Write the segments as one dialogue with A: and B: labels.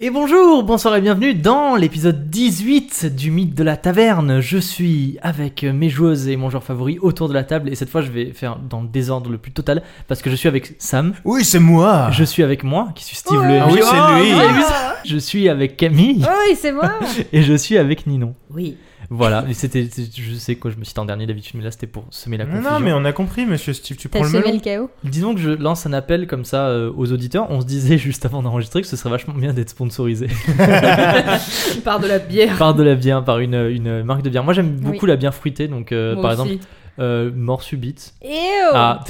A: Et bonjour, bonsoir et bienvenue dans l'épisode 18 du mythe de la taverne. Je suis avec mes joueuses et mon joueur favori autour de la table et cette fois je vais faire dans le désordre le plus total parce que je suis avec Sam,
B: Oui, c'est moi
A: je suis avec moi qui suis Steve le
B: Ah oui,
A: MJ,
B: c'est lui
A: je suis avec Camille
C: Oh Oui, c'est moi.
A: et je suis avec Ninon.
C: Oui.
A: Voilà, mais c'était c'est- je sais quoi, je me cite en dernier d'habitude mais là c'était pour semer la
B: Non,
A: confusion.
B: non, mais on a compris, monsieur Steve, tu prends
C: T'as
B: le
C: semé le
B: melon.
C: chaos.
A: Disons que je lance un appel comme ça euh, aux auditeurs, on se disait juste avant d'enregistrer que ce serait vachement bien d'être sponsorisé.
C: Par de la bière.
A: par de la bière, par une, une marque de bière. Moi j'aime beaucoup la bière fruitée, donc euh, par exemple euh, Mort Subite.
C: Ew. Ah,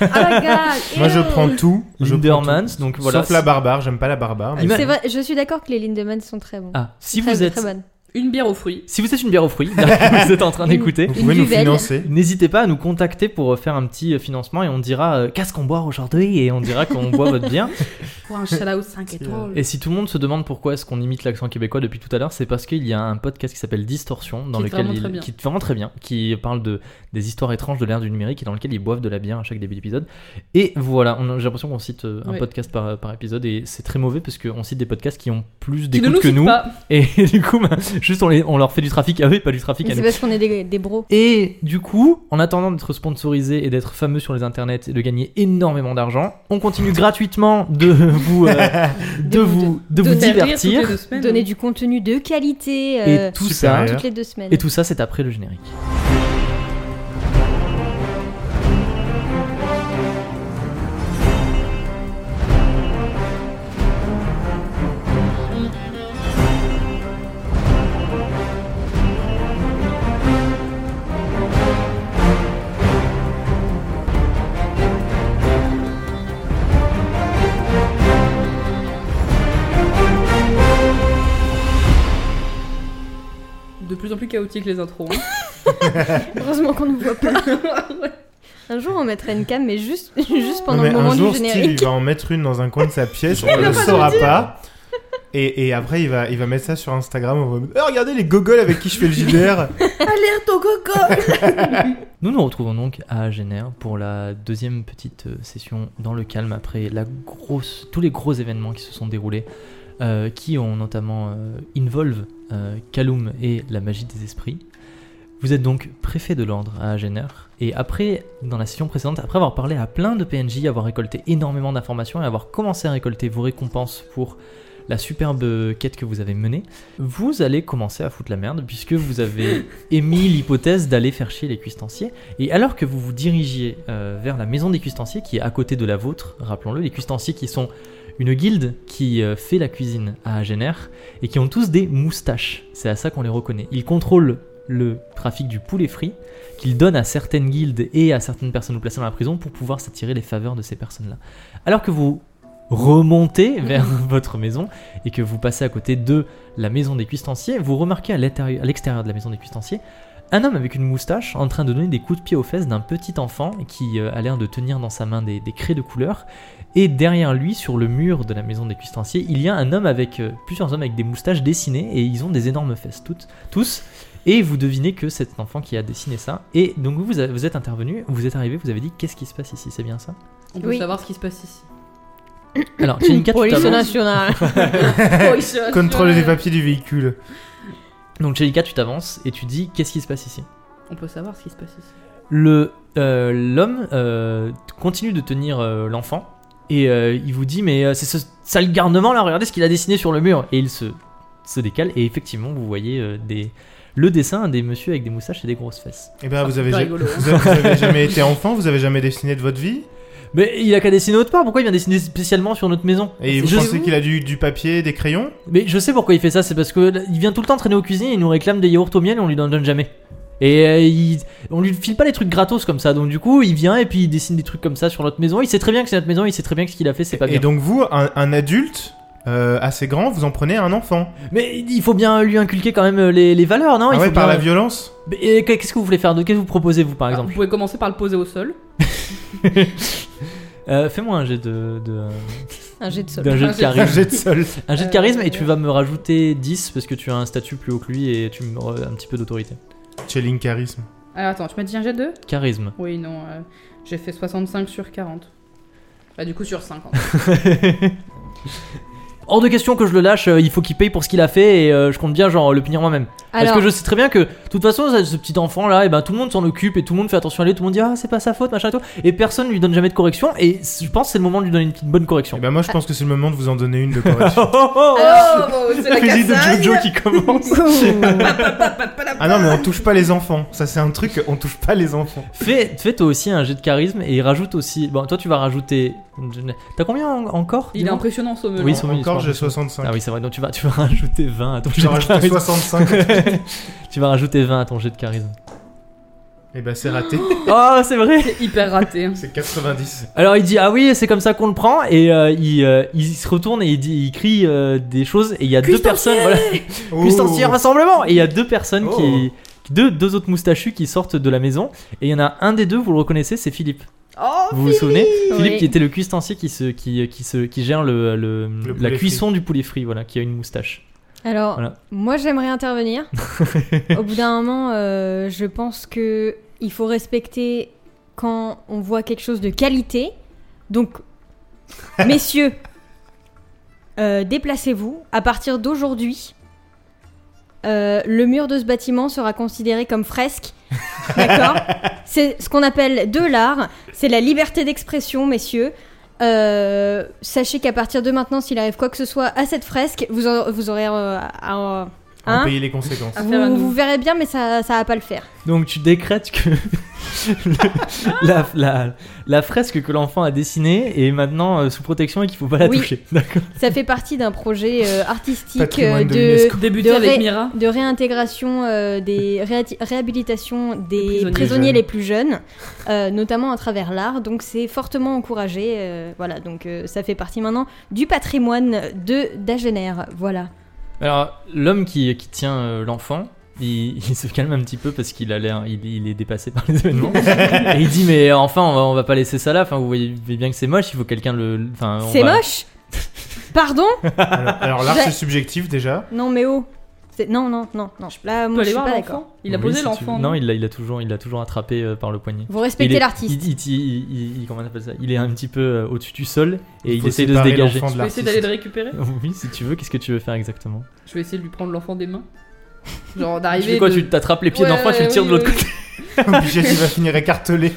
A: Ah,
C: la gueule.
B: Moi, je prends tout. Je prends
A: Lindermans, donc
B: tout.
A: voilà.
B: Sauf la barbare, j'aime pas la barbare. mais-
A: Ima-
C: C'est vrai, je suis d'accord que les Lindemann sont très bons.
A: Ah, si
C: très,
A: vous êtes,
C: Très bonnes.
D: Une bière aux fruits.
A: si vous êtes une bière aux fruits, là, vous êtes en train d'écouter.
B: Vous
C: Une
B: pouvez nous
C: duvel.
B: financer.
A: N'hésitez pas à nous contacter pour euh, faire un petit euh, financement et on dira euh, qu'est-ce qu'on boit aujourd'hui et on dira qu'on boit votre bière.
D: Pour un shout-out 5 étoiles.
A: Et si tout le monde se demande pourquoi est-ce qu'on imite l'accent québécois depuis tout à l'heure, c'est parce qu'il y a un podcast qui s'appelle Distorsion dans
D: Qui est
A: lequel
D: vraiment
A: il-
D: très bien.
A: qui est vraiment très bien, qui parle de des histoires étranges de l'ère du numérique et dans lequel ils boivent de la bière à chaque début d'épisode. Et voilà, on a- j'ai l'impression qu'on cite euh, un
D: Ouais.
A: podcast par, par épisode et c'est très mauvais parce qu'on cite des podcasts qui ont plus
D: Qui ne nous
A: d'écoute que
D: citent
A: nous
D: pas.
A: et du coup bah, juste on, les- on leur fait du trafic à eux et pas du trafic
C: Mais
A: à
C: C'est
A: nous.
C: parce qu'on est des, des bros.
A: Et du coup, en attendant d'être sponsorisé et d'être fameux sur les internets et de gagner énormément d'argent, on continue gratuitement de vous, euh, de
C: De
A: vous, de vous
D: Vous faire rire
A: divertir.
D: toutes les deux semaines.
C: Donner du contenu de qualité euh,
A: Et tout ça,
B: Supérieur.
C: toutes les deux semaines.
A: et tout ça, c'est après le générique.
D: De plus en plus chaotique les intros. hein.
C: Heureusement qu'on ne voit pas. Un jour, on mettra une cam, mais juste, juste
B: Non,
C: pendant
B: mais
C: le moment
B: un jour,
C: du
B: Steve, il
C: générique.
B: va en mettre une dans un coin de sa pièce, on
D: Il va
B: le
D: pas
B: saura
D: nous dire.
B: pas. Et, et après, il va, il va mettre ça sur Instagram. On va... Ah, regardez les gogoles avec qui je fais le JDR.
D: Alerte au coco
A: Nous nous retrouvons donc à Génère pour la deuxième petite euh, session dans le calme après la grosse, tous les gros événements qui se sont déroulés, euh, qui ont notamment euh, involve euh, Kaloum et la magie des esprits. Vous êtes donc préfet de l'ordre à Agener, et après, dans la session précédente, après avoir parlé à plein de PNJ, avoir récolté énormément d'informations et avoir commencé à récolter vos récompenses pour la superbe quête que vous avez menée, vous allez commencer à foutre la merde puisque vous avez émis l'hypothèse d'aller faire chier les cuistanciers. Et alors que vous vous dirigiez euh, vers la maison des cuistanciers qui est à côté de la vôtre, rappelons-le, les cuistanciers qui sont une guilde qui euh, fait la cuisine à Agener et qui ont tous des moustaches. C'est à ça qu'on les reconnaît. Ils contrôlent le trafic du poulet frit qu'ils donnent à certaines guildes et à certaines personnes placées dans la prison pour pouvoir s'attirer les faveurs de ces personnes-là. Alors que vous remontez vers votre maison et que vous passez à côté de la maison des cuistanciers, vous remarquez à l'intérieur- à l'extérieur de la maison des cuistanciers un homme avec une moustache en train de donner des coups de pied aux fesses d'un petit enfant qui euh, a l'air de tenir dans sa main des, des craies de couleur. Et derrière lui, sur le mur de la maison des cuistanciers, il y a un homme avec euh, plusieurs hommes avec des moustaches dessinées et ils ont des énormes fesses toutes, tous. Et vous devinez que c'est un enfant qui a dessiné ça. Et donc vous, vous a- vous êtes intervenu, vous êtes arrivé, vous avez dit qu'est-ce qui se passe ici, c'est bien ça
D: On peut
C: Oui.
D: savoir ce qui se passe ici.
A: Alors, j'ai une carte tout à
C: Police
A: l'heure.
C: nationale.
D: Oh,
B: Contrôle des papiers du véhicule.
A: Donc Chelika, tu t'avances et tu dis qu'est-ce qui se passe ici.
D: On peut savoir ce qui se passe ici.
A: Le euh, l'homme euh, continue de tenir euh, l'enfant et euh, il vous dit mais euh, c'est ce sale garnement là, regardez ce qu'il a dessiné sur le mur et il se se décale et effectivement vous voyez euh, des le dessin des monsieur avec des moustaches et des grosses fesses.
B: Eh ben, vous avez,
D: Pas
B: ja-
D: rigolo. hein.
B: vous avez- vous avez jamais été enfant, vous avez jamais dessiné de votre vie.
A: Mais il a qu'à dessiner autre part, pourquoi il vient dessiner spécialement sur notre maison
B: Et vous
A: Je-
B: pensez qu'il a du, du papier, des crayons
A: Mais je sais pourquoi il fait ça, c'est parce que là, il vient tout le temps traîner aux cuisines, il nous réclame des yaourts au miel et on lui en donne jamais. Et euh, il- on lui file pas les trucs gratos comme ça, donc du coup il vient et puis il dessine des trucs comme ça sur notre maison. Il sait très bien que c'est notre maison, il sait très bien que ce qu'il a fait c'est pas
B: Et
A: bien.
B: donc vous, un, un adulte euh, assez grand, vous en prenez un enfant.
A: Mais il faut bien lui inculquer quand même les, les valeurs, non
B: Ah
A: il
B: ouais,
A: faut
B: par
A: bien-
B: la violence
A: Mais, et Qu'est-ce que vous voulez faire de Qu'est-ce que vous proposez vous par
D: Ah,
A: exemple
D: Vous pouvez commencer par le poser au sol.
A: Euh, Fais-moi un jet de, de-
C: Un jet de sol.
A: d'un jet
D: Un
A: de
D: jet de-
B: Un
A: charisme.
B: jet de sol.
A: Un jet de charisme et tu vas me rajouter 10 parce que tu as un statut plus haut que lui et tu me re- un petit peu d'autorité.
B: Chilling charisme.
D: Alors attends, tu m'as dit un jet de
A: Charisme.
D: Oui, non. euh, J'ai fait 65 sur 40. Bah du coup sur 50.
A: hors de question que je le lâche, euh, il faut qu'il paye pour ce qu'il a fait et euh, je compte bien genre le punir moi-même. Parce
C: Alors,
A: que je sais très bien que, de toute façon, ça- ce petit enfant-là, et ben, tout le monde s'en occupe et tout le monde fait attention à lui, tout le monde dit Ah, c'est pas sa faute, machin et tout. Et personne lui donne jamais de correction et c- je pense que c'est le moment de lui donner une petite bonne correction.
B: Et bah moi je pense que c'est le moment de vous en donner une de correction.
D: Oh, c'est la
A: Visite de
D: cassagne.
A: Jojo qui commence.
B: ah non mais on touche pas les enfants. Ça c'est un truc, on touche pas les enfants.
A: fais, fais toi aussi un jet de charisme et rajoute aussi. Bon, toi tu vas rajouter. T'as combien en- encore
D: Il est
A: dis-moi
D: impressionnant, Sommel.
A: Oui,
B: En-
A: son-
B: Encore j'ai
A: ils sont-
B: 65.
A: Ah oui, c'est vrai, donc tu vas, tu vas rajouter 20 à ton jet
B: J'en
A: de
B: rajouté
A: charisme.
B: 65.
A: Tu vas rajouter 20 à ton jet de charisme.
B: Et bah c'est raté.
A: Oh, c'est vrai
D: C'est hyper raté. hein.
B: C'est 90.
A: Alors il dit ah oui c'est comme ça qu'on le prend et euh, il, euh, il se retourne et il, dit, il crie euh, des choses et il y a deux personnes voilà
D: Oh.
B: Oh,
A: Cuistancière rassemblement et il y a deux personnes qui deux, deux autres moustachus qui sortent de la maison et il y en a un des deux vous le reconnaissez c'est Philippe
D: Oh,
A: vous vous souvenez Philippe
C: Oui.
A: qui était le cuistancier qui se qui, qui se qui gère le, le-
B: poulet
A: la
B: frit.
A: cuisson du poulet frit voilà qui a une moustache
C: alors
A: Voilà.
C: moi j'aimerais intervenir. Au bout d'un moment, euh, je pense que il faut respecter quand on voit quelque chose de qualité. Donc, messieurs, euh, déplacez-vous. À partir d'aujourd'hui, euh, le mur de ce bâtiment sera considéré comme fresque. D'accord C'est ce qu'on appelle de l'art. C'est la liberté d'expression, messieurs. Euh, sachez qu'à partir de maintenant, s'il arrive quoi que ce soit à cette fresque, vous, en- vous aurez euh, à- à-
B: On
C: hein
B: payer les conséquences.
D: Ah. Affaire à
C: vous,
D: nous.
C: vous verrez bien, mais ça, ça va pas le faire.
A: donc tu décrètes que le- la, la, la fresque que l'enfant a dessinée est maintenant euh, sous protection et qu'il faut pas la
C: Oui.
A: toucher d'accord
C: Ça fait partie d'un projet euh, artistique euh,
B: Patrimoine de
C: de,
B: l'UNESCO.
D: Débuter
C: De
D: avec
C: ré-
D: Mira.
C: de réintégration euh, des réati- réhabilitation des
D: Les
C: prisonniers,
B: prisonniers
C: les plus jeunes, euh, notamment à travers l'art. Donc c'est fortement encouragé. euh, voilà, donc euh, ça fait partie maintenant du patrimoine de d'Agener. Voilà.
A: Alors, l'homme qui, qui tient euh, l'enfant, il, il se calme un petit peu parce qu'il a l'air, il, il est dépassé par les événements. et il dit mais enfin, on va, on va pas laisser ça là. Enfin, vous voyez bien que c'est moche. Il faut quelqu'un le. le- Enfin, Ah, on
C: C'est
A: va-
C: moche. Pardon
B: Alors, alors là
C: J'ai-
B: c'est subjectif déjà.
C: Non, mais oh. C'est- Non, non, non, non. Là,
D: On
C: moi, je
D: peut aller
C: suis
D: voir
C: pas d'accord.
D: l'enfant. Il a
A: Oui,
D: posé
A: si tu
D: l'enfant.
A: veux. Non, il l'a, il l'a toujours, il l'a toujours attrapé euh, par le poignet.
C: Vous
A: Il
C: respectez
A: est- Il,
C: l'artiste.
A: il- il- il- il- comment on appelle ça Il est un petit peu euh, au-dessus du sol et il,
B: Faut
A: essaie de se
B: séparer
A: dégager.
B: l'enfant de
D: Je vais essayer d'aller le
B: l'artiste.
D: récupérer.
A: Oui, si tu veux, qu'est-ce que tu veux faire exactement
D: Je vais essayer de lui prendre l'enfant des mains. Genre
A: Tu
D: d'arriver.
A: fais quoi
D: de-
A: Tu t'attrapes les pieds de
D: Ouais,
A: l'enfant, tu le
D: ouais,
A: tires
D: oui,
A: de l'autre
D: oui.
A: côté.
B: Obligé, il va finir écartelé.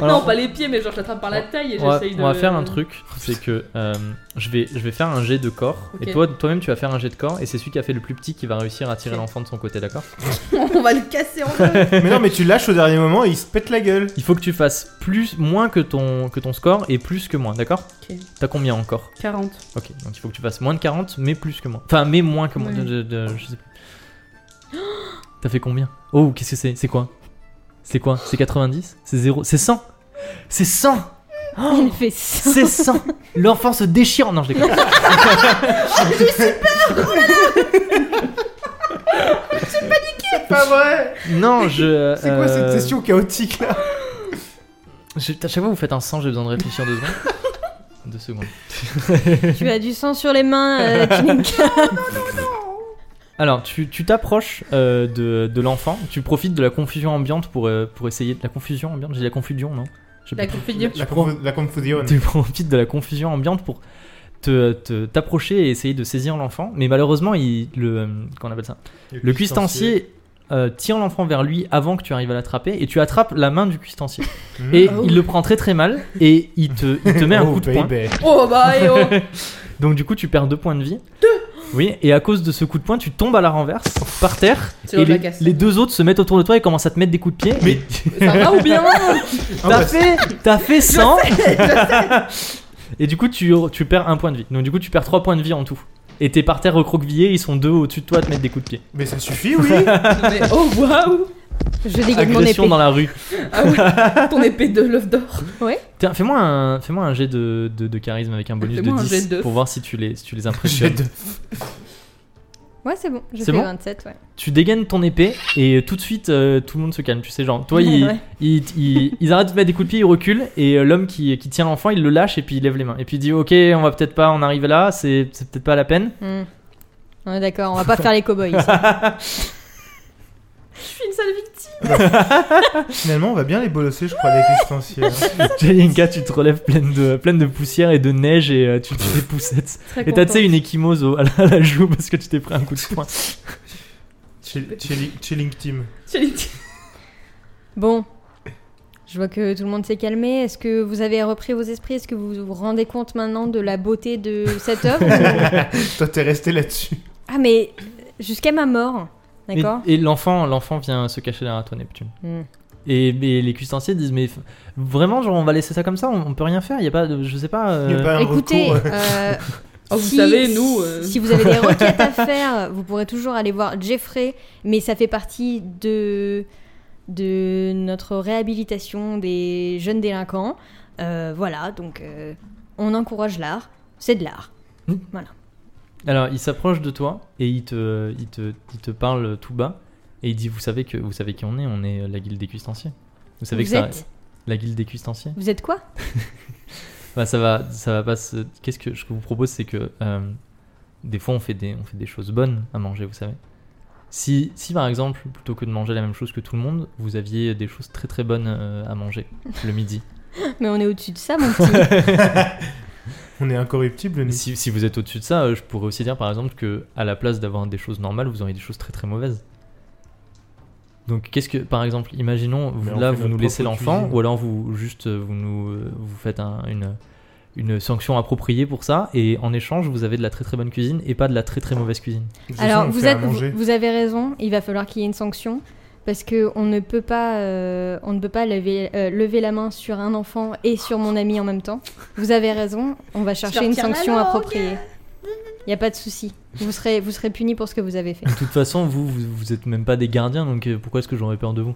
A: Alors,
D: Non, pas les pieds, mais genre je l'attrape par la taille et
A: On va,
D: j'essaye de.
A: on va faire un truc, c'est que euh, je, vais, je vais faire un jet de corps,
D: Ok.
A: et toi, toi-même tu vas faire un jet de corps, et c'est celui qui a fait le plus petit qui va réussir à tirer
D: Ok.
A: l'enfant de son côté, d'accord
D: on va le casser en deux.
B: Mais non, mais tu lâches au dernier moment et il se pète la gueule.
A: Il faut que tu fasses plus, moins que ton, que ton score et plus que moins, d'accord
D: Ok.
A: T'as combien encore
D: 40.
A: Ok, donc il faut que tu fasses moins de 40, mais plus que moi. Enfin, mais moins que moi,
D: Ouais.
A: de- de- de- je sais plus. T'as fait combien Oh, qu'est-ce que c'est C'est quoi C'est quoi C'est 90 C'est 0 C'est 100 C'est 100
C: Il fait ça.
A: C'est 100 L'enfant se déchire Non, je déconne.
B: Pas vrai
A: Non, je.
B: C'est quoi cette
A: euh,
B: question chaotique là
A: Je- à chaque fois vous faites un sang, j'ai besoin de réfléchir deux secondes. deux secondes.
C: Tu as du sang sur les mains, euh, Kinika.
A: Alors, tu tu t'approches euh, de, de l'enfant, tu profites de la confusion ambiante pour, euh, pour essayer. De la confusion ambiante J'ai dit la confusion, non Je sais
D: La
A: plus.
D: configure.
B: La,
A: prends-
B: confu- la confusion.
A: Tu profites de la confusion ambiante pour te- te- t'approcher et essayer de saisir l'enfant, mais malheureusement, il, le. euh, Qu'on appelle ça Le cuistancier. euh, tire l'enfant vers lui avant que tu arrives à l'attraper et tu attrapes la main du cuistancier
B: Mmh.
A: et il le prend très très mal et il te, il te met un
B: Oh,
A: coup de poing
B: baby.
D: Oh bah et oh
A: Donc du coup, tu perds deux points de vie. Deux. Oui, et à cause de ce coup de poing, tu tombes à la renverse, par terre,
D: C'est
A: et
D: l'autre
A: les,
D: la casse.
A: les deux autres se mettent autour de toi et commencent à te mettre des coups de pied. Mais
D: Ça va ou bien
B: Ah,
A: t'as
B: bah,
A: fait, t'as fait 100 Et du coup, tu, tu perds un point de vie. Donc du coup, tu perds trois points de vie en tout. Et t'es par terre recroquevillé, ils sont deux au-dessus de toi à te mettre des coups de pied.
B: Mais ça suffit, oui
D: Mais oh waouh
C: Je dégaine mon
A: Agression
C: épée.
A: dans la rue.
D: Ah ouais, ton épée de l'œuf d'or.
A: Tiens, Fais-moi un, fais un jet de, de- de charisme avec un bonus de
D: Fais-moi un jet
A: 10
D: de-
A: pour voir si tu les, si tu les
B: J'ai
A: impressionnes.
B: deux.
C: Ouais, c'est bon. Je
A: C'est
C: fais
A: bon
C: 27, ouais.
A: tu dégaines ton épée et tout de suite euh, tout le monde se calme. Tu sais, genre, toi, ils,
C: Ouais.
A: ils, ils- ils arrêtent de mettre des coups de pied, ils reculent et euh, l'homme qui, qui tient l'enfant il le lâche et puis il lève les mains. Et puis il dit Ok, on va peut-être pas en arriver là, c'est c'est peut-être pas la peine.
C: Hmm. On est d'accord, on va pas faire les cow-boys. ici.
D: Je suis une sale victime.
B: Finalement, on va bien les hein. bolosser, je crois, avec l'ustensiel.
A: Jayenka, tu te relèves pleine de, pleine de poussière et de neige et euh, tu te fais des poussettes.
C: Très
A: Et t'as, tu sais,
C: contente.
A: une échymose au- à la, à la joue parce que tu t'es pris un coup de poing.
B: Chill- chilling- Chilling team.
C: Bon, je vois que tout le monde s'est calmé. Est-ce que vous avez repris vos esprits Est-ce que vous vous rendez compte maintenant de la beauté de cette œuvre
B: Toi, t'es resté là-dessus.
C: Ah, mais jusqu'à ma mort,
A: Et,
C: d'accord
A: et l'enfant, l'enfant vient se cacher derrière toi, Neptune.
C: Hmm.
A: Et, et les custanciers disent mais f- vraiment genre on va laisser ça comme ça on, on peut rien faire il y a pas de- je sais pas euh,
B: Il y a pas un
C: Écoutez,
B: recours.
C: euh,
D: Oh, vous
C: si-
D: savez, nous. euh,
C: Si vous avez des requêtes à faire, vous pourrez toujours aller voir Jeffrey, mais ça fait partie de, de notre réhabilitation des jeunes délinquants. Euh, voilà, donc euh, on encourage l'art, c'est de l'art.
A: alors il s'approche de toi et il te il te, il te parle tout bas et il dit vous savez que vous savez qui on est on est la guilde des custanciers vous savez
C: Vous
A: que ça-
C: êtes-
A: la guilde des custanciers
C: Vous êtes quoi
A: Bah, ça va, ça va pas. se- Qu'est-ce que je vous propose, c'est que euh, des fois on fait des, on fait des choses bonnes à manger, vous savez. Si, si par exemple, plutôt que de manger la même chose que tout le monde, vous aviez des choses très très bonnes euh, à manger le midi.
C: Mais on est au-dessus de ça, mon petit.
B: On est incorruptible, nous.
A: si, si vous êtes au-dessus de ça, euh, je pourrais aussi dire par exemple que à la place d'avoir des choses normales, vous auriez des choses très très mauvaises. Donc qu'est-ce que, par exemple, imaginons, vous-
B: Mais on
A: là
B: fait
A: vous
B: notre
A: nous laissez
B: propre
A: l'enfant,
B: cuisine.
A: ou alors vous juste euh, vous nous euh, vous faites un- une une sanction appropriée pour ça, et en échange vous avez de la très très bonne cuisine et pas de la très très mauvaise cuisine.
B: De toute
C: Alors,
B: façon, on
C: vous,
B: fait à
C: êtes, vous,
B: manger.
C: vous avez raison, il va falloir qu'il y ait une sanction. Parce que on ne peut pas, euh, on ne peut pas lever, euh, lever la main sur un enfant et sur mon ami en même temps. Vous avez raison, on va chercher une
D: tiens la
C: sanction
D: langue.
C: appropriée. Il n'y a pas de souci. Vous serez, vous serez puni pour ce que vous avez fait.
A: De toute façon vous vous, vous êtes même pas des gardiens, donc euh, pourquoi est-ce que j'aurais peur de vous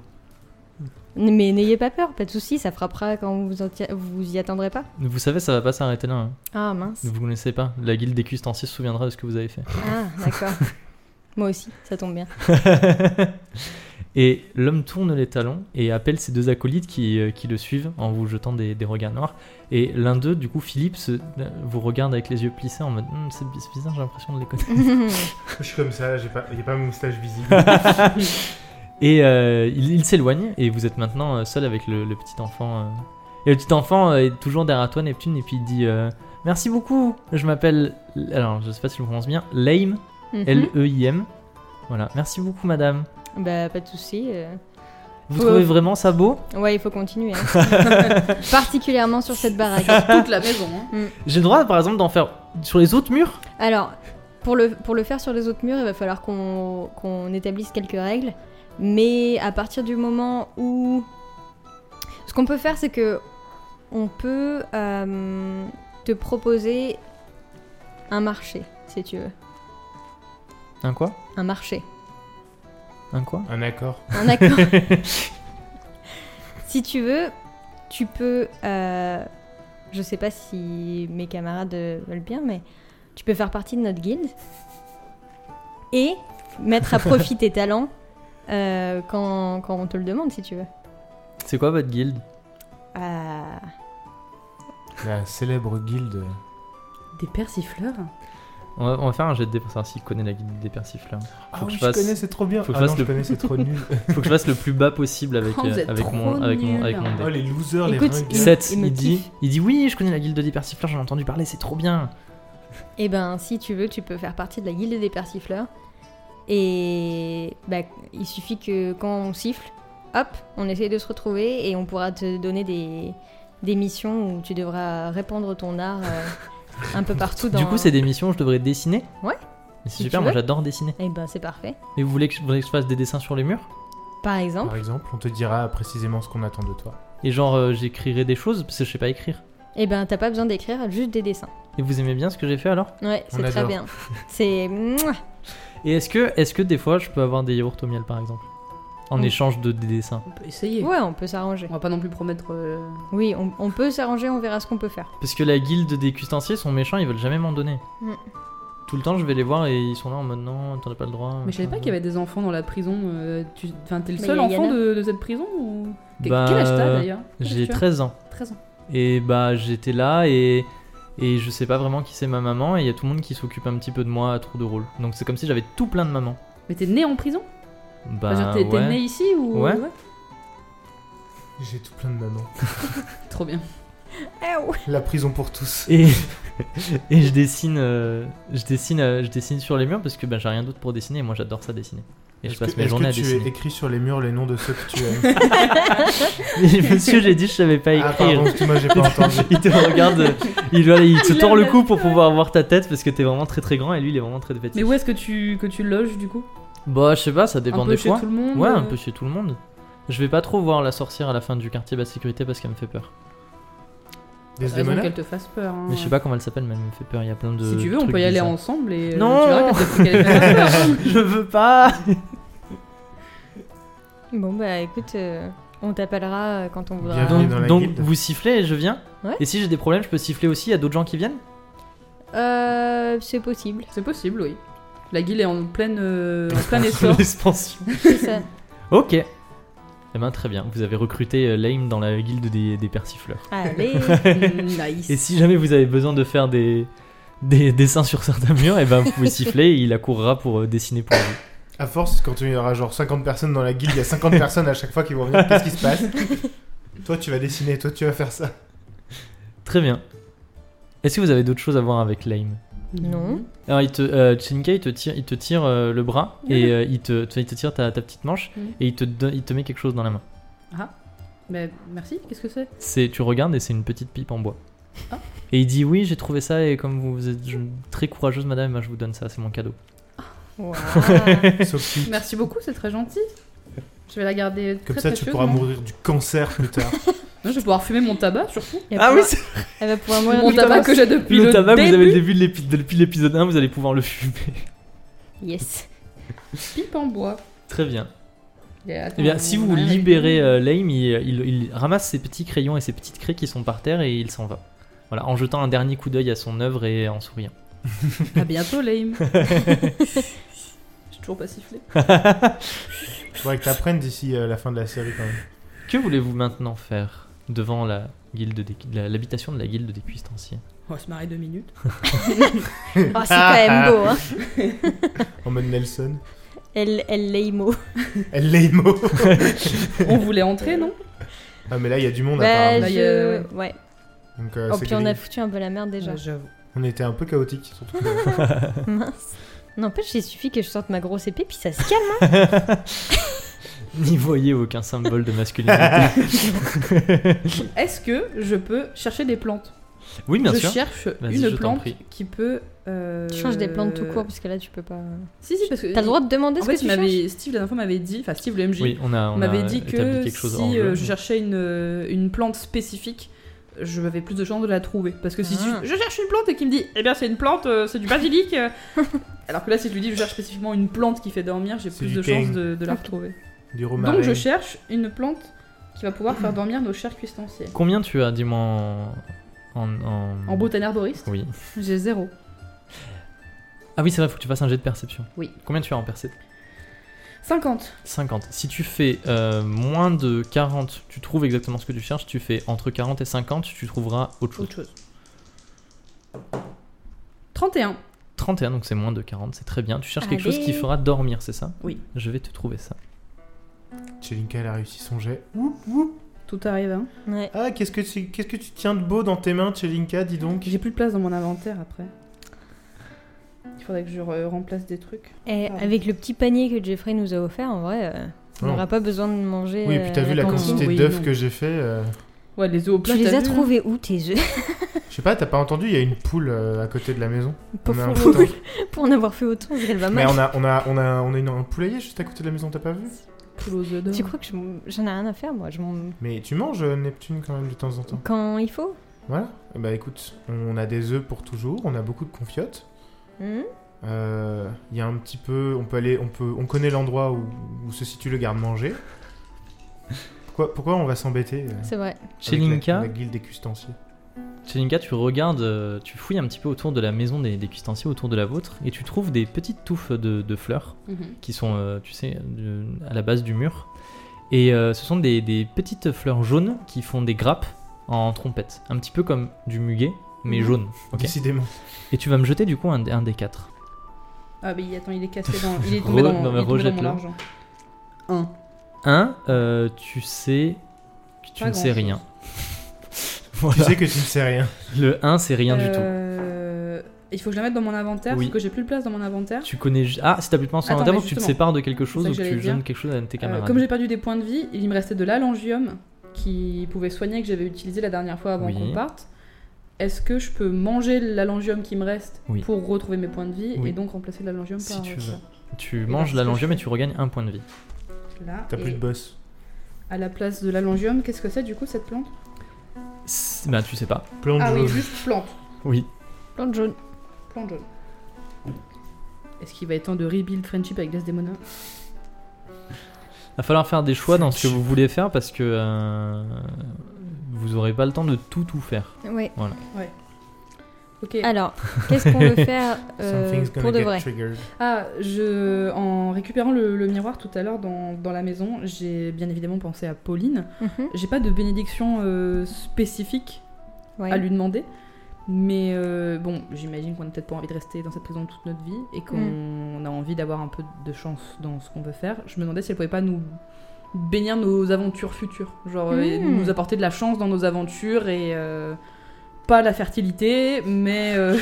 C: N- Mais n'ayez pas peur, pas de souci, ça frappera quand vous en ti- vous y attendrez pas.
A: Vous savez ça va pas s'arrêter là. hein.
C: Ah mince.
A: Vous connaissez pas. La guilde des custanciers se souviendra de ce que vous avez fait.
C: Ah d'accord. Moi aussi, ça tombe bien.
A: et l'homme tourne les talons et appelle ses deux acolytes qui, euh, qui le suivent en vous jetant des, des regards noirs. Et l'un d'eux, du coup, Philippe, se- euh, vous regarde avec les yeux plissés en mode Hum, c'est bi- c'est bizarre, j'ai l'impression de les connaître.
C: Mhm.
B: Je suis comme ça, là, j'ai pas... y a pas mon moustache visible.
A: Et euh, il, il s'éloigne et vous êtes maintenant euh, seul avec le, le petit enfant. euh. Et le petit enfant euh, est toujours derrière toi, Neptune, et puis il dit euh, Merci beaucoup, je m'appelle. Alors, je sais pas si je le prononce bien, Lame,
C: Mhm.
A: L-E-I-M. Voilà, merci beaucoup, madame.
C: Bah pas de souci. euh.
A: Vous
D: Ouais.
A: trouvez vraiment ça beau
C: Ouais, il faut continuer. hein. Particulièrement sur cette baraque.
D: Toute la maison. hein.
A: J'ai le droit, par exemple, d'en faire sur les autres murs
C: Alors, pour le, pour le faire sur les autres murs, il va falloir qu'on qu'on établisse quelques règles. Mais à partir du moment où... Ce qu'on peut faire, c'est que on peut euh, te proposer un marché, si tu veux.
A: Un quoi
C: Un marché.
A: Un quoi
B: Un accord.
C: Un accord. si tu veux, tu peux... euh, je sais pas si mes camarades euh, veulent bien, mais tu peux faire partie de notre guilde et mettre à profit tes talents euh, quand, quand on te le demande, si tu veux.
A: C'est quoi votre guilde
C: Ah,
B: La célèbre guilde.
D: Des persifleurs hein.
A: on va, on va faire un jet de dés pour savoir s'il connaît la guilde des persifleurs.
B: Ah
A: Faut que
B: oui,
A: je
B: je,
A: fasse-
B: connais, c'est trop bien.
A: faut que je
B: ah
A: fasse
B: non, je
A: le-
B: connais, c'est trop nul.
A: Faut que je fasse le plus bas possible avec,
D: Oh,
A: euh,
D: vous êtes
A: avec,
D: trop
A: mon, avec, mon, avec mon
D: nuls.
A: dé.
B: Oh, les losers,
C: Écoute,
B: les ringues.
C: il-
A: 7,
C: il me
A: il dit,
C: kiffe.
A: il dit oui, je connais la guilde des persifleurs, j'en ai entendu parler, c'est trop bien.
C: Et ben, si tu veux, tu peux faire partie de la guilde des persifleurs. Et bah, il suffit que quand on siffle, hop, on essaye de se retrouver et on pourra te donner des, des missions où tu devras répandre ton art euh, un peu partout dans
A: Du coup, c'est des missions où je devrais dessiner
C: Ouais.
A: Mais C'est
C: Si
A: super,
C: tu
A: moi
C: veux.
A: j'adore dessiner.
C: Eh ben, c'est parfait.
A: Et vous voulez, que je, vous voulez que je fasse des dessins sur les murs
C: Par exemple.
B: Par exemple, on te dira précisément ce qu'on attend de toi.
A: Et genre, euh, j'écrirai des choses parce que je sais pas écrire.
C: Eh ben, t'as pas besoin d'écrire, juste des dessins.
A: Et vous aimez bien ce que j'ai fait alors
C: Ouais,
B: On
C: c'est très
B: adore.
C: bien. C'est. Mouah
A: Et est-ce que, est que des fois je peux avoir des yaourts au miel par exemple En
C: Oui.
A: échange de des dessins
D: On peut essayer.
C: Ouais, on peut s'arranger.
D: On va pas non plus promettre. euh,
C: Oui, on, on peut s'arranger, on verra ce qu'on peut faire.
A: Parce que la guilde des custanciers sont méchants, ils veulent jamais m'en donner.
C: Mm.
A: Tout le temps je vais les voir et ils sont là en mode non, t'en as pas le droit.
D: Mais je savais pas qu'il y avait des enfants dans la prison. euh, tu... Enfin, t'es le
C: Bah,
D: seul
C: y a
D: enfant
C: Yana.
D: de, de cette prison ou... Que-
A: Bah,
D: Quel âge t'as d'ailleurs
A: J'ai
D: Quel âge tu
A: 13 ans.
D: as 13 ans.
A: Et bah j'étais là et, et je sais pas vraiment qui c'est ma maman et il y a tout le monde qui s'occupe un petit peu de moi à tour de rôle. Donc c'est comme si j'avais tout plein de mamans.
D: Mais t'es né en prison
A: Bah,
D: Genre, t'es t'es
A: ouais.
D: né ici ou
A: Ouais.
B: J'ai tout plein de nanans.
D: Trop bien.
C: Eh
B: La prison pour tous.
A: Et, et je dessine, euh, je dessine, euh, je dessine sur les murs parce que ben, j'ai rien d'autre pour dessiner. et Moi, j'adore ça dessiner. Et je
B: Est-ce
A: passe
B: que-
A: mes
B: est-ce
A: journées
B: que
A: à
B: tu
A: dessiner.
B: écris sur les murs les noms de ceux que tu aimes
A: Et Monsieur, j'ai dit, je savais pas
B: Ah
A: écrire.
B: pardon, excuse-moi, j'ai pas entendu.
A: il te regarde, euh, il, voilà, il se
D: Il
A: tord
D: a
A: le
D: le-
A: cou pour pouvoir voir ta tête parce que t'es vraiment très très grand et lui, il est vraiment très petit.
D: Mais où est-ce que tu, que tu loges du coup
A: Bah, je sais pas, ça
D: Un
A: dépend
D: peu
A: des
D: chez
A: fois.
D: tout le monde
A: Ouais, un
D: euh,
A: peu chez tout le monde. Je vais pas trop voir la sorcière à la fin du quartier basse sécurité parce qu'elle me fait peur.
B: Des
D: raison
B: démonas
D: qu'elle te fasse peur. hein.
A: Mais je sais pas comment elle s'appelle, mais elle me fait peur. Il y a plein de.
D: Si tu veux, on
A: trucs
D: peut y aller
A: bizarres.
D: ensemble et. euh,
A: Non
D: tu verras qu'elle te fait- qu'elle te fait peur.
A: Je veux pas
C: Bon, bah écoute, euh, on t'appellera euh, quand on voudra.
B: Bienvenue.
A: Donc,
B: dans la
A: donc
B: guilde.
A: vous sifflez et je viens
C: Ouais.
A: Et si j'ai des problèmes, je peux siffler aussi à d'autres gens qui viennent
C: Euh, c'est possible.
D: C'est possible, oui. La guilde est en pleine, euh, en plein essor.
A: L'expansion.
C: C'est ça.
A: Ok. Eh ben très bien, vous avez recruté euh, Lame dans la guilde des, des persifleurs.
C: Allez.
D: Mm, nice.
A: Et si jamais vous avez besoin de faire des, des dessins sur certains murs, eh ben vous pouvez siffler et il accourra pour euh, dessiner pour vous.
B: À force, quand il y aura genre 50 personnes dans la guilde, il y a 50 personnes à chaque fois qui vont venir. Qu'est-ce qui se passe Toi, tu vas dessiner, toi, tu vas faire ça.
A: Très bien. Est-ce que vous avez d'autres choses à voir avec Lame
D: Mm.
C: Non.
A: Alors, il te, euh, Chinka, il te tire, il te tire euh, le bras et euh, il, te, tu- il te tire ta, ta petite manche
D: Mhm.
A: et il te, don- il te met quelque chose dans la main.
D: Mais Bah, merci, qu'est-ce que c'est
A: C'est, tu regardes et c'est une petite pipe en bois.
D: Ah.
A: Et il dit oui, j'ai trouvé ça et comme vous êtes une très courageuse madame, moi, je vous donne ça, c'est mon cadeau.
C: Waouh.
D: Ah
B: Sophie,
D: Merci beaucoup, c'est très gentil. Je vais la garder très
B: comme ça, tu
D: précieusement.
B: pourras mourir du cancer plus tard.
D: Non, je vais pouvoir fumer mon tabac surtout.
C: Elle va pouvoir-
A: c'est
C: Elle va pouvoir mourir
D: Mon
C: du
D: tabac
C: tabac.
D: que j'ai depuis
A: le,
D: le,
A: tabac,
D: début.
A: vous avez le début de, l'épi- de- depuis l'épisode 1, vous allez pouvoir le fumer.
C: Yes.
D: pipe en bois.
A: Très bien.
D: Et attends,
A: Eh bien, si
D: on
A: vous
D: a rien
A: libérez euh,
D: réglé.
A: Lame, il, il- il ramasse ses petits crayons et ses petites craies qui sont par terre et il s'en va. Voilà, en jetant un dernier coup d'œil à son œuvre et en souriant. euh,
D: À bientôt, Lame. J'ai toujours pas sifflé.
B: Il faudrait que t'apprennes d'ici euh, la fin de la série quand même.
A: Que voulez-vous maintenant faire devant la guilde des- la- l'habitation de la guilde des cuistanciers
D: On va se marrer deux minutes.
C: Oh, c'est quand
B: Ah.
C: même beau, hein.
B: En mode Nelson.
C: Elle, elle l'aimo.
B: Elle les mots.
D: On voulait entrer, non
C: Euh,
B: Ah, mais là, il y a du monde
C: Bah,
B: apparemment.
D: Là, il y
C: je...
D: a-
C: Ouais.
B: Donc, euh,
C: Oh,
B: c'est
C: puis on a
B: grillé.
C: foutu un peu la merde déjà.
D: Ouais, J'avoue.
B: on était un peu chaotique. Surtout que-
C: Mince. N'empêche, il suffit que je sorte ma grosse épée, puis ça se calme.
A: N'y voyez aucun symbole de masculinité.
D: Est-ce que je peux chercher des plantes
A: oui, bien
D: Je
A: sûr.
D: cherche
A: Vas-y,
D: une
A: je t'en
D: plante
A: prie.
D: qui peut. euh,
C: Tu changes des plantes tout court, parce que là, tu peux pas.
D: Si, si, parce que.
C: T'as le droit de demander
D: Euh, En
C: ce
D: fait,
C: que tu
D: il
C: cherches.
D: m'avait- Steve, la dernière fois, m'avait dit. Enfin, Steve, le MJ,
A: Oui, on a, on a
D: m'avait dit
A: établi
D: que
A: quelque chose en
D: si
A: jeu.
D: euh, je cherchais une, euh, une plante spécifique, je m'avais plus de chances de la trouver. Parce que si
C: Ah.
D: tu- je cherche une plante et qu'il me dit, eh bien c'est une plante, euh, c'est du basilic. euh. Alors que là, si je lui dis, je cherche spécifiquement une plante qui fait dormir, j'ai
B: C'est
D: plus
B: du
D: de
B: thym.
D: chances de, de la
C: Ok.
D: retrouver.
B: du romarin.
D: Hein Donc je cherche une plante qui va pouvoir faire dormir nos chers cuistanciers.
A: Combien tu as, dis-moi, en... En, en-
D: En botane arboriste,
A: Oui.
D: j'ai zéro.
A: Ah oui, c'est vrai, faut que tu fasses un jet de perception.
D: Oui.
A: Combien tu as en perception
D: 50.
A: 50. Si tu fais euh, moins de 40, tu trouves exactement ce que tu cherches. Tu fais entre 40 et 50, tu trouveras autre chose.
D: Autre chose. 31.
A: 31, donc c'est moins de 40, c'est très bien. Tu cherches quelque chose
C: Allez.
A: qui fera dormir, c'est ça
D: Oui.
A: Je vais te trouver ça.
B: Chelinka, elle a réussi son jet.
D: Tout arrive. Hein.
C: Ouais.
B: Ah, qu'est-ce que, tu... qu'est-ce que tu tiens de beau dans tes mains, Chelinka, dis donc
D: J'ai plus de place dans mon inventaire après. Il faudrait que je re- remplace des trucs.
C: Et
D: Pardon.
C: avec le petit panier que Jeffrey nous a offert, en vrai, euh, on
B: Non.
C: n'aura pas besoin de manger.
B: Oh. Oui, et puis
C: euh,
B: t'as vu la
D: d'accord.
B: quantité
D: Oui,
B: d'œufs
D: non.
B: que j'ai fait. euh,
D: Ouais, les œufs au plat.
C: Tu les
D: t'as
C: as
D: vu, hein.
C: trouvés où tes œufs
B: Je sais pas, t'as pas entendu, il y a une poule euh, à côté de la maison.
C: pour,
B: a un
C: pour-
B: poulet.
C: pour en avoir fait autant, elle va
B: Mais
C: mal.
B: on a, on a, on a, on a une- un poulailler juste à côté de la maison, t'as pas vu
D: Poule hein, aux œufs d'or.
C: Tu crois que je m'en- j'en ai rien à faire, moi je m'en-
B: Mais tu manges euh, Neptune quand même de temps en temps.
C: Quand il faut.
B: Voilà. Eh Bah écoute, on a des œufs pour toujours, on a beaucoup de confiotes.
C: Hmm
B: Euh, Il y a un petit peu, on peut aller, on peut, on connaît l'endroit où, où se situe le garde-manger. Pourquoi, pourquoi on va s'embêter euh,
C: C'est vrai.
A: Chez
B: avec la-
A: Linka,
B: la, guilde des custanciers.
A: Chelinka, tu regardes, euh, tu fouilles un petit peu autour de la maison des, des cuistanciers, autour de la vôtre, et tu trouves des petites touffes de, de fleurs
D: Mhm.
A: qui sont, euh, tu sais, de- à la base du mur. Et euh, ce sont des, des petites fleurs jaunes qui font des grappes en trompette, un petit peu comme du muguet, mais
D: Mhm.
A: jaune. ok
B: Décidément.
A: Et tu vas me jeter du coup un, un des quatre.
D: Ah, mais il- attends, il est cassé dans. Il est
A: Re-
D: tombé dans,
A: non, mais
D: il est tombé dans
A: rejette-le.
D: mon argent. 1.
A: 1, euh, tu sais que tu
D: Pas
A: ne sais
D: grand-chose.
A: rien.
B: Tu
A: Voilà.
B: sais que tu ne sais rien.
A: Le 1, c'est rien du tout.
D: Euh, du tout. Il faut que je la mette dans mon inventaire,
A: Oui.
D: parce que j'ai plus de place dans mon inventaire.
A: Tu connais. ju- Ah, si t'as plus de penser en
D: Attends,
A: interne,
D: mais
A: faut que tu te
D: justement,
A: sépares de quelque chose
D: ça
A: ou
D: que
A: que
D: j'allais
A: tu
D: dire.
A: donnes quelque chose à tes
D: Euh,
A: camarades.
D: comme j'ai perdu des points de vie, il me restait de l'alangium qui pouvait soigner que j'avais utilisé la dernière fois avant
A: Oui.
D: qu'on parte. Est-ce que je peux manger l'alangium qui me reste
A: Oui.
D: pour retrouver mes points de vie
A: Oui.
D: et donc remplacer l'alangium
A: Si
D: par
A: tu
D: euh,
A: veux. Tu
D: ben,
A: manges
D: c'est ce
A: la
D: que
A: langium
D: je
A: et tu regagnes un point de vie.
D: là
B: T'as plus
D: et
B: de boss.
D: à la place de l'alangium, qu'est-ce que c'est du coup cette plante
A: C'est- Bah, tu sais pas.
B: Plante
D: Ah oui,
B: jaune.
D: juste plante,
A: Oui.
C: Plante jaune.
D: plante jaune. Est-ce qu'il va être temps de rebuild friendship avec Desdemona
A: Va falloir faire des choix dans ce que vous voulez faire parce que euh, vous aurez pas le temps de tout tout faire.
C: Ouais.
D: Ok.
C: Alors, qu'est-ce qu'on veut faire euh,
B: Something's gonna
C: pour de
B: get
C: vrai
B: triggered.
D: Ah, je, en récupérant le, le miroir tout à l'heure dans, dans la maison, j'ai bien évidemment pensé à Pauline.
C: Mhm,
D: J'ai pas de bénédiction euh, spécifique
C: ouais.
D: à lui demander. Mais euh, bon, j'imagine qu'on a peut-être pas envie de rester dans cette prison toute notre vie et qu'on
C: Mm.
D: a envie d'avoir un peu de chance dans ce qu'on veut faire. Je me demandais si elle pouvait pas nous bénir nos aventures futures. Genre, euh, et
C: Mm.
D: nous apporter de la chance dans nos aventures et euh, pas la fertilité, mais. euh,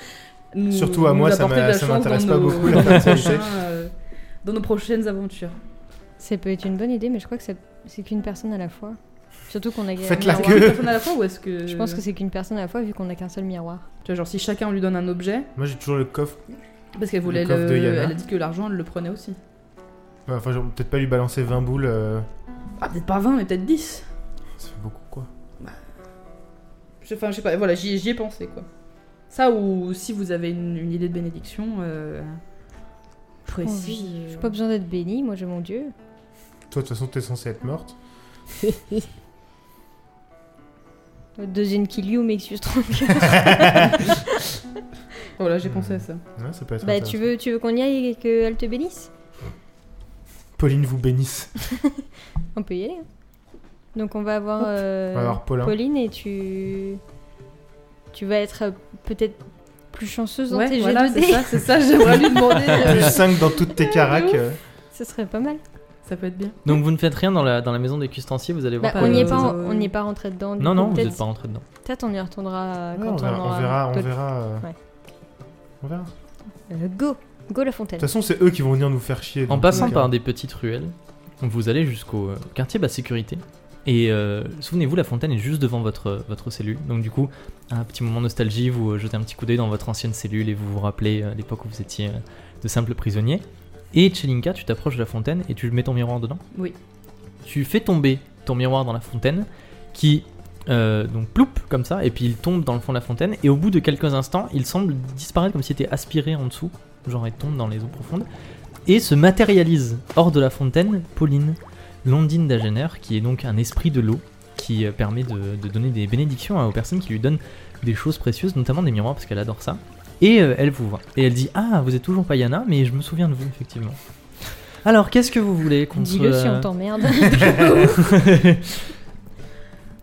D: nous-
B: Surtout à
D: nous
B: moi, ça
D: apporter de la
B: m'a- ça
D: chance
B: m'intéresse
D: dans
B: pas
D: nos-
B: beaucoup, la
D: Dans, nos
B: fertilité.
D: prochains, euh, dans nos prochaines aventures.
C: Ça peut être une bonne idée, mais je crois que ça- c'est qu'une personne à la fois. Surtout qu'on a.
B: Faites-la
D: On va
B: queue.
D: une personne à la fois ou est-ce que.
C: Je pense que c'est qu'une personne à la fois vu qu'on a qu'un seul miroir.
D: Tu vois, genre, si chacun on lui donne un objet,
B: Moi, j'ai toujours le coffre.
D: parce qu'elle voulait
B: Le coffre
D: le-
B: de Yana.
D: Elle a dit que l'argent, elle le prenait aussi.
B: Enfin, genre, peut-être pas lui balancer 20 boules. euh,
D: Ah, peut-être pas 20, mais peut-être 10.
B: Ça fait beaucoup, quoi.
D: Je- Enfin, je sais pas, voilà, j'y j'y ai pensé, quoi. Ça, ou si vous avez une, une idée de bénédiction, euh, précis.
C: J'ai pas besoin d'être béni, moi j'ai mon Dieu.
B: Toi, de toute façon, t'es censée être morte.
C: Deux une qui liu, Mexius
D: Voilà, Oh j'ai pensé à ça.
B: Ouais, ça peut être
C: Bah
B: intéressant.
C: tu veux, tu veux qu'on y aille et qu'elle te bénisse
B: Pauline vous bénisse.
C: On peut y aller. hein. Donc on va avoir, euh,
B: On va voir
A: Hein.
B: Paulin.
C: Pauline et tu tu vas être euh, peut-être plus chanceuse dans
D: Ouais,
C: tes
D: voilà,
C: jets de
D: c'est
C: dés.
D: ça, c'est ça, j'aimerais lui demander. euh,
B: Plus 5 dans toutes tes caracs. euh,
C: Ce serait pas mal.
D: Ça peut être bien.
A: Donc vous ne faites rien dans la, dans la maison des custanciers, vous allez
C: Bah,
A: voir.
D: pas
C: on
A: que-
C: n'y est
D: le-
C: pas, en-
D: euh,
C: on n'y est pas rentré dedans. du
A: Non,
C: coup,
A: non, vous
C: peut-être,
A: n'êtes pas rentré dedans.
C: peut-être on y retournera euh,
B: ouais,
C: quand
B: on verra,
C: aura
B: on verra. On
C: d'autres-
B: verra, euh,
C: Ouais.
B: on verra. De
C: Euh, go, go la
B: toute
C: fontaine.
B: façon, c'est eux qui vont venir nous faire chier.
A: En
B: donc,
A: passant
B: euh,
A: par des petites ruelles, vous allez jusqu'au euh, quartier basse sécurité. Et euh, souvenez-vous, la fontaine est juste devant votre, euh, votre cellule. Donc du coup, un petit moment nostalgie, vous euh, jetez un petit coup d'œil dans votre ancienne cellule et vous vous rappelez euh, l'époque où vous étiez euh, de simples prisonniers. Et Chelinka, tu t'approches de la fontaine et tu mets ton miroir dedans.
D: Oui.
A: Tu fais tomber ton miroir dans la fontaine qui, euh, donc, ploupe comme ça, et puis il tombe dans le fond de la fontaine. Et au bout de quelques instants, il semble disparaître comme s'il était aspiré en dessous, genre il tombe dans les eaux profondes et se matérialise hors de la fontaine Pauline, l'ondine d'Agener, qui est donc un esprit de l'eau, qui euh, permet de, de donner des bénédictions hein, aux personnes qui lui donnent des choses précieuses, notamment des miroirs, parce qu'elle adore ça. Et euh, elle vous voit. Et elle dit Ah, vous êtes toujours pas Yana, mais je me souviens de vous, effectivement. Alors, qu'est-ce que vous voulez qu'on euh,
C: Dis-le si on
A: se...
C: t'emmerde.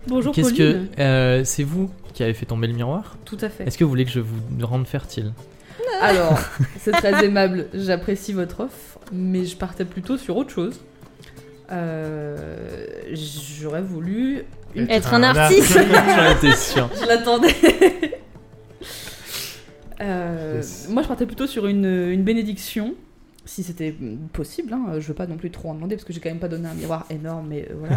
D: Bonjour,
A: Qu'est-ce
D: Pauline.
A: que. euh, c'est vous qui avez fait tomber le miroir
D: Tout à fait.
A: Est-ce que vous voulez que je vous rende fertile
D: Alors, c'est très aimable, j'apprécie votre offre, mais je partais plutôt sur autre chose. Euh, J'aurais voulu une
C: Être un artiste.
A: J'en étais sûr.
D: Je l'attendais. Euh,
B: Yes.
D: Moi, je partais plutôt sur une, une bénédiction, si c'était possible. hein. Je veux pas non plus trop en demander parce que j'ai quand même pas donné un miroir énorme, mais euh, voilà.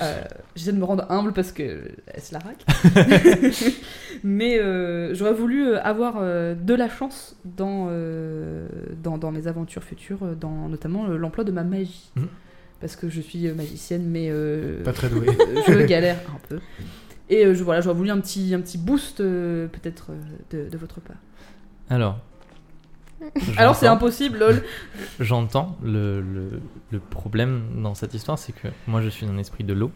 D: Euh, J'essaie de me rendre humble parce que euh, elle se la raque. mais euh, j'aurais voulu euh, avoir euh, de la chance dans, euh, dans, dans mes aventures futures, euh, dans notamment euh, l'emploi de ma magie.
A: Mhm.
D: Parce que je suis euh, magicienne, mais euh,
B: Mmh. Pas très doué.
D: euh, je galère un peu. Et euh, je, voilà, j'aurais voulu un petit, un petit boost euh, peut-être euh, de, de votre part.
A: Alors.
D: Alors c'est
A: J'entends.
D: impossible, lol.
A: J'entends le, le- le problème dans cette histoire, c'est que moi je suis un esprit de l'eau,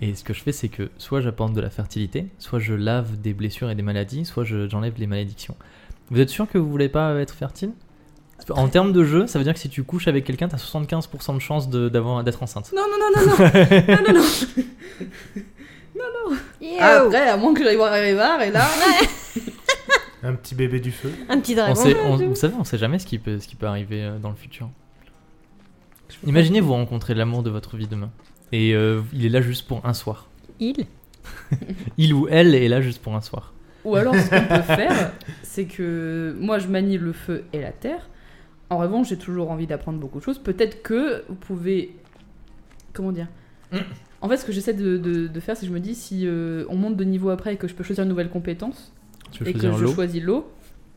A: et ce que je fais c'est que soit j'apporte de la fertilité, soit je lave des blessures et des maladies, soit je- j'enlève les malédictions. Vous êtes sûr que vous voulez pas être fertile En termes de jeu, ça veut dire que si tu couches avec quelqu'un, t'as 75% de chance de- d'avoir- d'être enceinte.
D: Non, non, non, non, non. non, non, non.
C: Yo.
D: Après, à moins que j'aille voir Erevar, et là...
B: Un petit bébé du feu.
C: Un petit
A: On
C: dragon.
A: sait, on- vous savez, on sait jamais ce qui peut, ce qui peut arriver euh, dans le futur.
D: Je peux pas-
A: Imaginez vous rencontrez l'amour de votre vie demain. Et euh, il est là juste pour un soir.
C: Il
A: Il ou elle est là juste pour un soir.
D: Ou alors, ce qu'on peut faire, c'est que moi, je manie le feu et la terre. En revanche, j'ai toujours envie d'apprendre beaucoup de choses. Peut-être que vous pouvez. Comment dire En fait, ce que j'essaie de, de- de faire, c'est que je me dis si euh, on monte de niveau après et que je peux choisir une nouvelle compétence
A: Tu veux
D: et que
A: choisir
D: je
A: l'eau
D: choisis l'eau,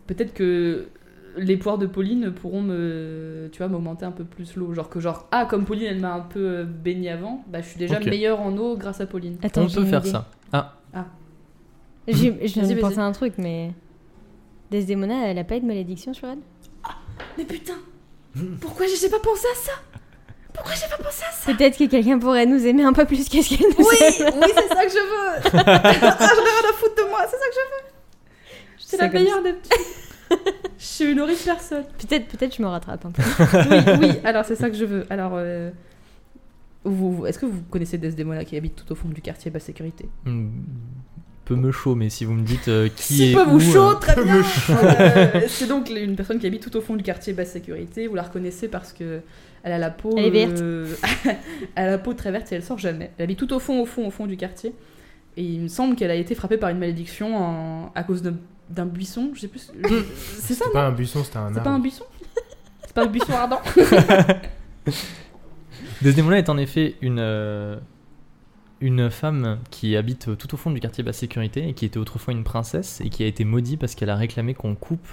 D: peut-être que les poires de Pauline pourront me, tu vois, m'augmenter un peu plus l'eau. Genre que genre ah comme Pauline, elle m'a un peu euh, baignée avant, bah je suis déjà
A: Ok.
D: meilleure en eau grâce à Pauline.
C: Attends,
A: On
C: j'ai
A: peut
C: une
A: faire
C: idée.
A: ça. Ah,
C: J'ai- Je viens
D: Vas-y,
C: de
D: vas-y.
C: penser à un truc, mais. Desdemona, elle a pas eu de malédiction sur elle
D: Mais putain,
A: Hmm.
D: pourquoi j'ai pas pensé à ça
C: Peut-être que quelqu'un pourrait nous aimer un peu plus qu'est-ce qu'elle nous
D: Oui,
C: aime.
D: oui, c'est ça que je veux. ah, j'en ai rien à foutre de moi, c'est ça que je veux. Je
C: C'est
D: suis la
C: comme
D: meilleure des petites. Je suis une horrible personne.
C: Peut-être peut je me rattrape hein. un peu.
D: Oui, oui, alors c'est ça que je veux. Alors, euh, vous, vous- est-ce que vous connaissez Desdemona qui habite tout au fond du quartier basse sécurité
A: hmm, peu me chaud, mais si vous me dites euh, qui
D: Si
A: est.
D: peu vous
A: où, euh,
D: chaud, très bien.
B: me
D: Euh, c'est donc une personne qui habite tout au fond du quartier basse sécurité. Vous la reconnaissez parce que elle a la peau.
C: Elle est verte.
D: euh, elle a la peau très verte et elle sort jamais. Elle habite tout au fond, au fond, au fond du quartier. Et il me semble qu'elle a été frappée par une malédiction en- à cause de- d'un buisson. Je sais plus. je- C'est
B: C'était
D: ça, non
B: pas un buisson, c'était Mmh. un
D: C'est pas un
B: arbre.
D: buisson C'est pas un buisson ardent
A: Desdemona est en effet une, euh, une femme qui habite tout au fond du quartier basse sécurité et qui était autrefois une princesse et qui a été maudite parce qu'elle a réclamé qu'on coupe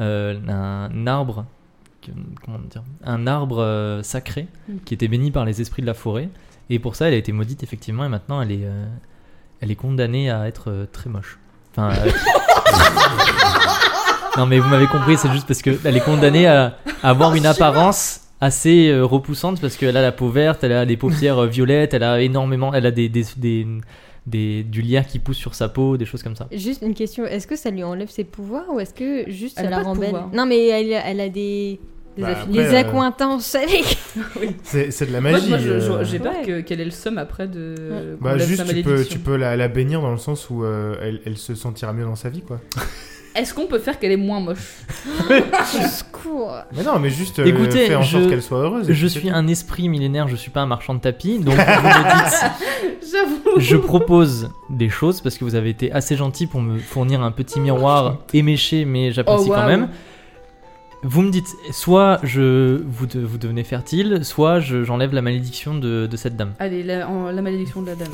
A: euh, un arbre, que- comment dire, un arbre euh, sacré
D: Mm.
A: qui était béni par les esprits de la forêt. Et pour ça, elle a été maudite effectivement et maintenant elle est, euh, elle est condamnée à être euh, très moche. Enfin. euh, Non mais vous m'avez compris, c'est juste parce que elle est condamnée à, à avoir une apparence assez euh, repoussante parce qu'elle a la peau verte, elle a les paupières euh, violettes, elle a énormément, elle a des, des, des- des- du lierre qui pousse sur sa peau, des choses comme ça.
C: Juste une question, est-ce que ça lui enlève ses pouvoirs ou est-ce que juste
D: Elle
C: ça
D: a
C: la
D: pas de
C: rend belle
D: pouvoir.
C: Non, mais elle, elle a des.
D: Des
B: Bah,
D: affinités.
B: après,
C: les
B: euh,
C: accointances avec.
B: C'est c'est de la
D: Moi,
B: magie.
D: moi, je-
B: euh.
D: je- j'ai peur
C: Ouais.
D: que- qu'elle ait le seum après de.
C: Ouais.
D: qu'on
B: Bah,
D: lève
B: juste,
D: sa
B: tu peux,
D: malédiction.
B: tu peux la, la bénir dans le sens où euh, elle, elle se sentira mieux dans sa vie, quoi.
D: Est-ce qu'on peut faire qu'elle est moins moche
C: Au secours
B: Mais non, mais juste euh,
A: Écoutez,
B: faire en sorte
A: je-
B: qu'elle soit heureuse. et
A: Je
B: puis c'est
A: suis
B: tout.
A: un esprit millénaire, je suis pas un marchand de tapis, donc vous me dites
D: J'avoue.
A: je propose des choses parce que vous avez été assez gentil pour me fournir un petit miroir éméché, mais j'apprécie
D: Oh,
A: quand
D: waouh.
A: même. Vous me dites, soit je vous, de- vous devenez fertile, soit je- j'enlève la malédiction de, de cette dame.
D: Allez, la, en- la malédiction de la dame.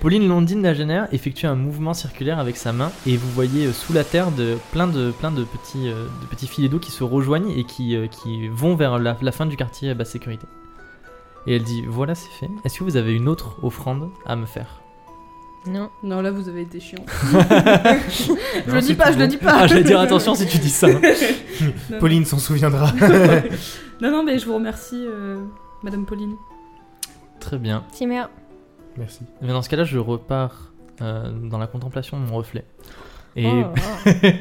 A: Pauline Londine Lagener effectue un mouvement circulaire avec sa main et vous voyez euh, sous la terre de, plein, de, plein de, petits, euh, de petits filets d'eau qui se rejoignent et qui, euh, qui vont vers la, la fin du quartier à basse sécurité. Et elle dit, voilà c'est fait, est-ce que vous avez une autre offrande à me faire
C: Non.
D: Non, là, vous avez été chiant. je
B: Non,
D: le dis
B: c'est
D: pas,
B: tout
D: je
B: bon.
D: le dis pas.
A: Ah j'allais dire attention si tu dis ça.
D: Non,
B: Pauline s'en souviendra.
D: Non, non, mais je vous remercie, euh, Madame Pauline.
A: Très bien.
C: Timer.
B: Merci.
A: Mais dans ce cas-là, je repars euh, dans la contemplation de mon reflet. Et
C: Oh, oh.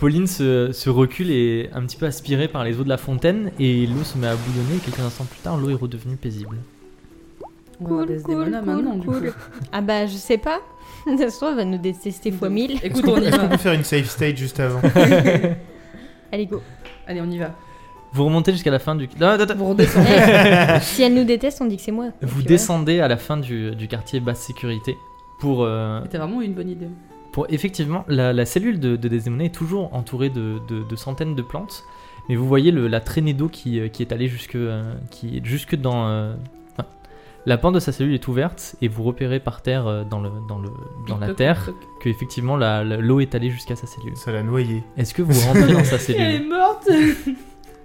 A: Pauline se, se recule et est un petit peu aspirée par les eaux de la fontaine et l'eau se met à bouillonner et quelques instants plus tard, l'eau est redevenue paisible.
D: On va voir
C: Cool,
D: Desdemona
C: cool,
D: maintenant,
C: cool,
D: hein, du
C: cool.
D: coup.
C: Ah bah, je sais pas. Ça se trouve, elle va nous détester fois 1000.
D: Écoute, on y
B: Est-ce qu'on
D: va.
B: peut faire une safe stage juste avant
C: Allez, go.
D: Allez, on y va.
A: Vous remontez jusqu'à la fin du... Non, attends, attends.
D: Vous redescendez.
C: Eh, si elle nous déteste, on dit que c'est moi.
A: Vous
C: Tu vois.
A: descendez à la fin du, du quartier basse sécurité pour... euh,
D: C'était vraiment une bonne idée.
A: Pour- effectivement, la, la cellule de, de Desdemona est toujours entourée de, de- de centaines de plantes, mais vous voyez le- la traînée d'eau qui, euh, qui est allée jusque, euh, qui est jusque dans. euh, enfin, la pente de sa cellule est ouverte et vous repérez par terre euh, dans, le, dans, le, dans la
D: Toc, toc,
A: terre
D: toc.
A: que effectivement la- la- l'eau est allée jusqu'à sa cellule.
B: Ça l'a noyé.
A: Est-ce que vous rentrez dans sa
D: Elle est
A: cellule
D: morte.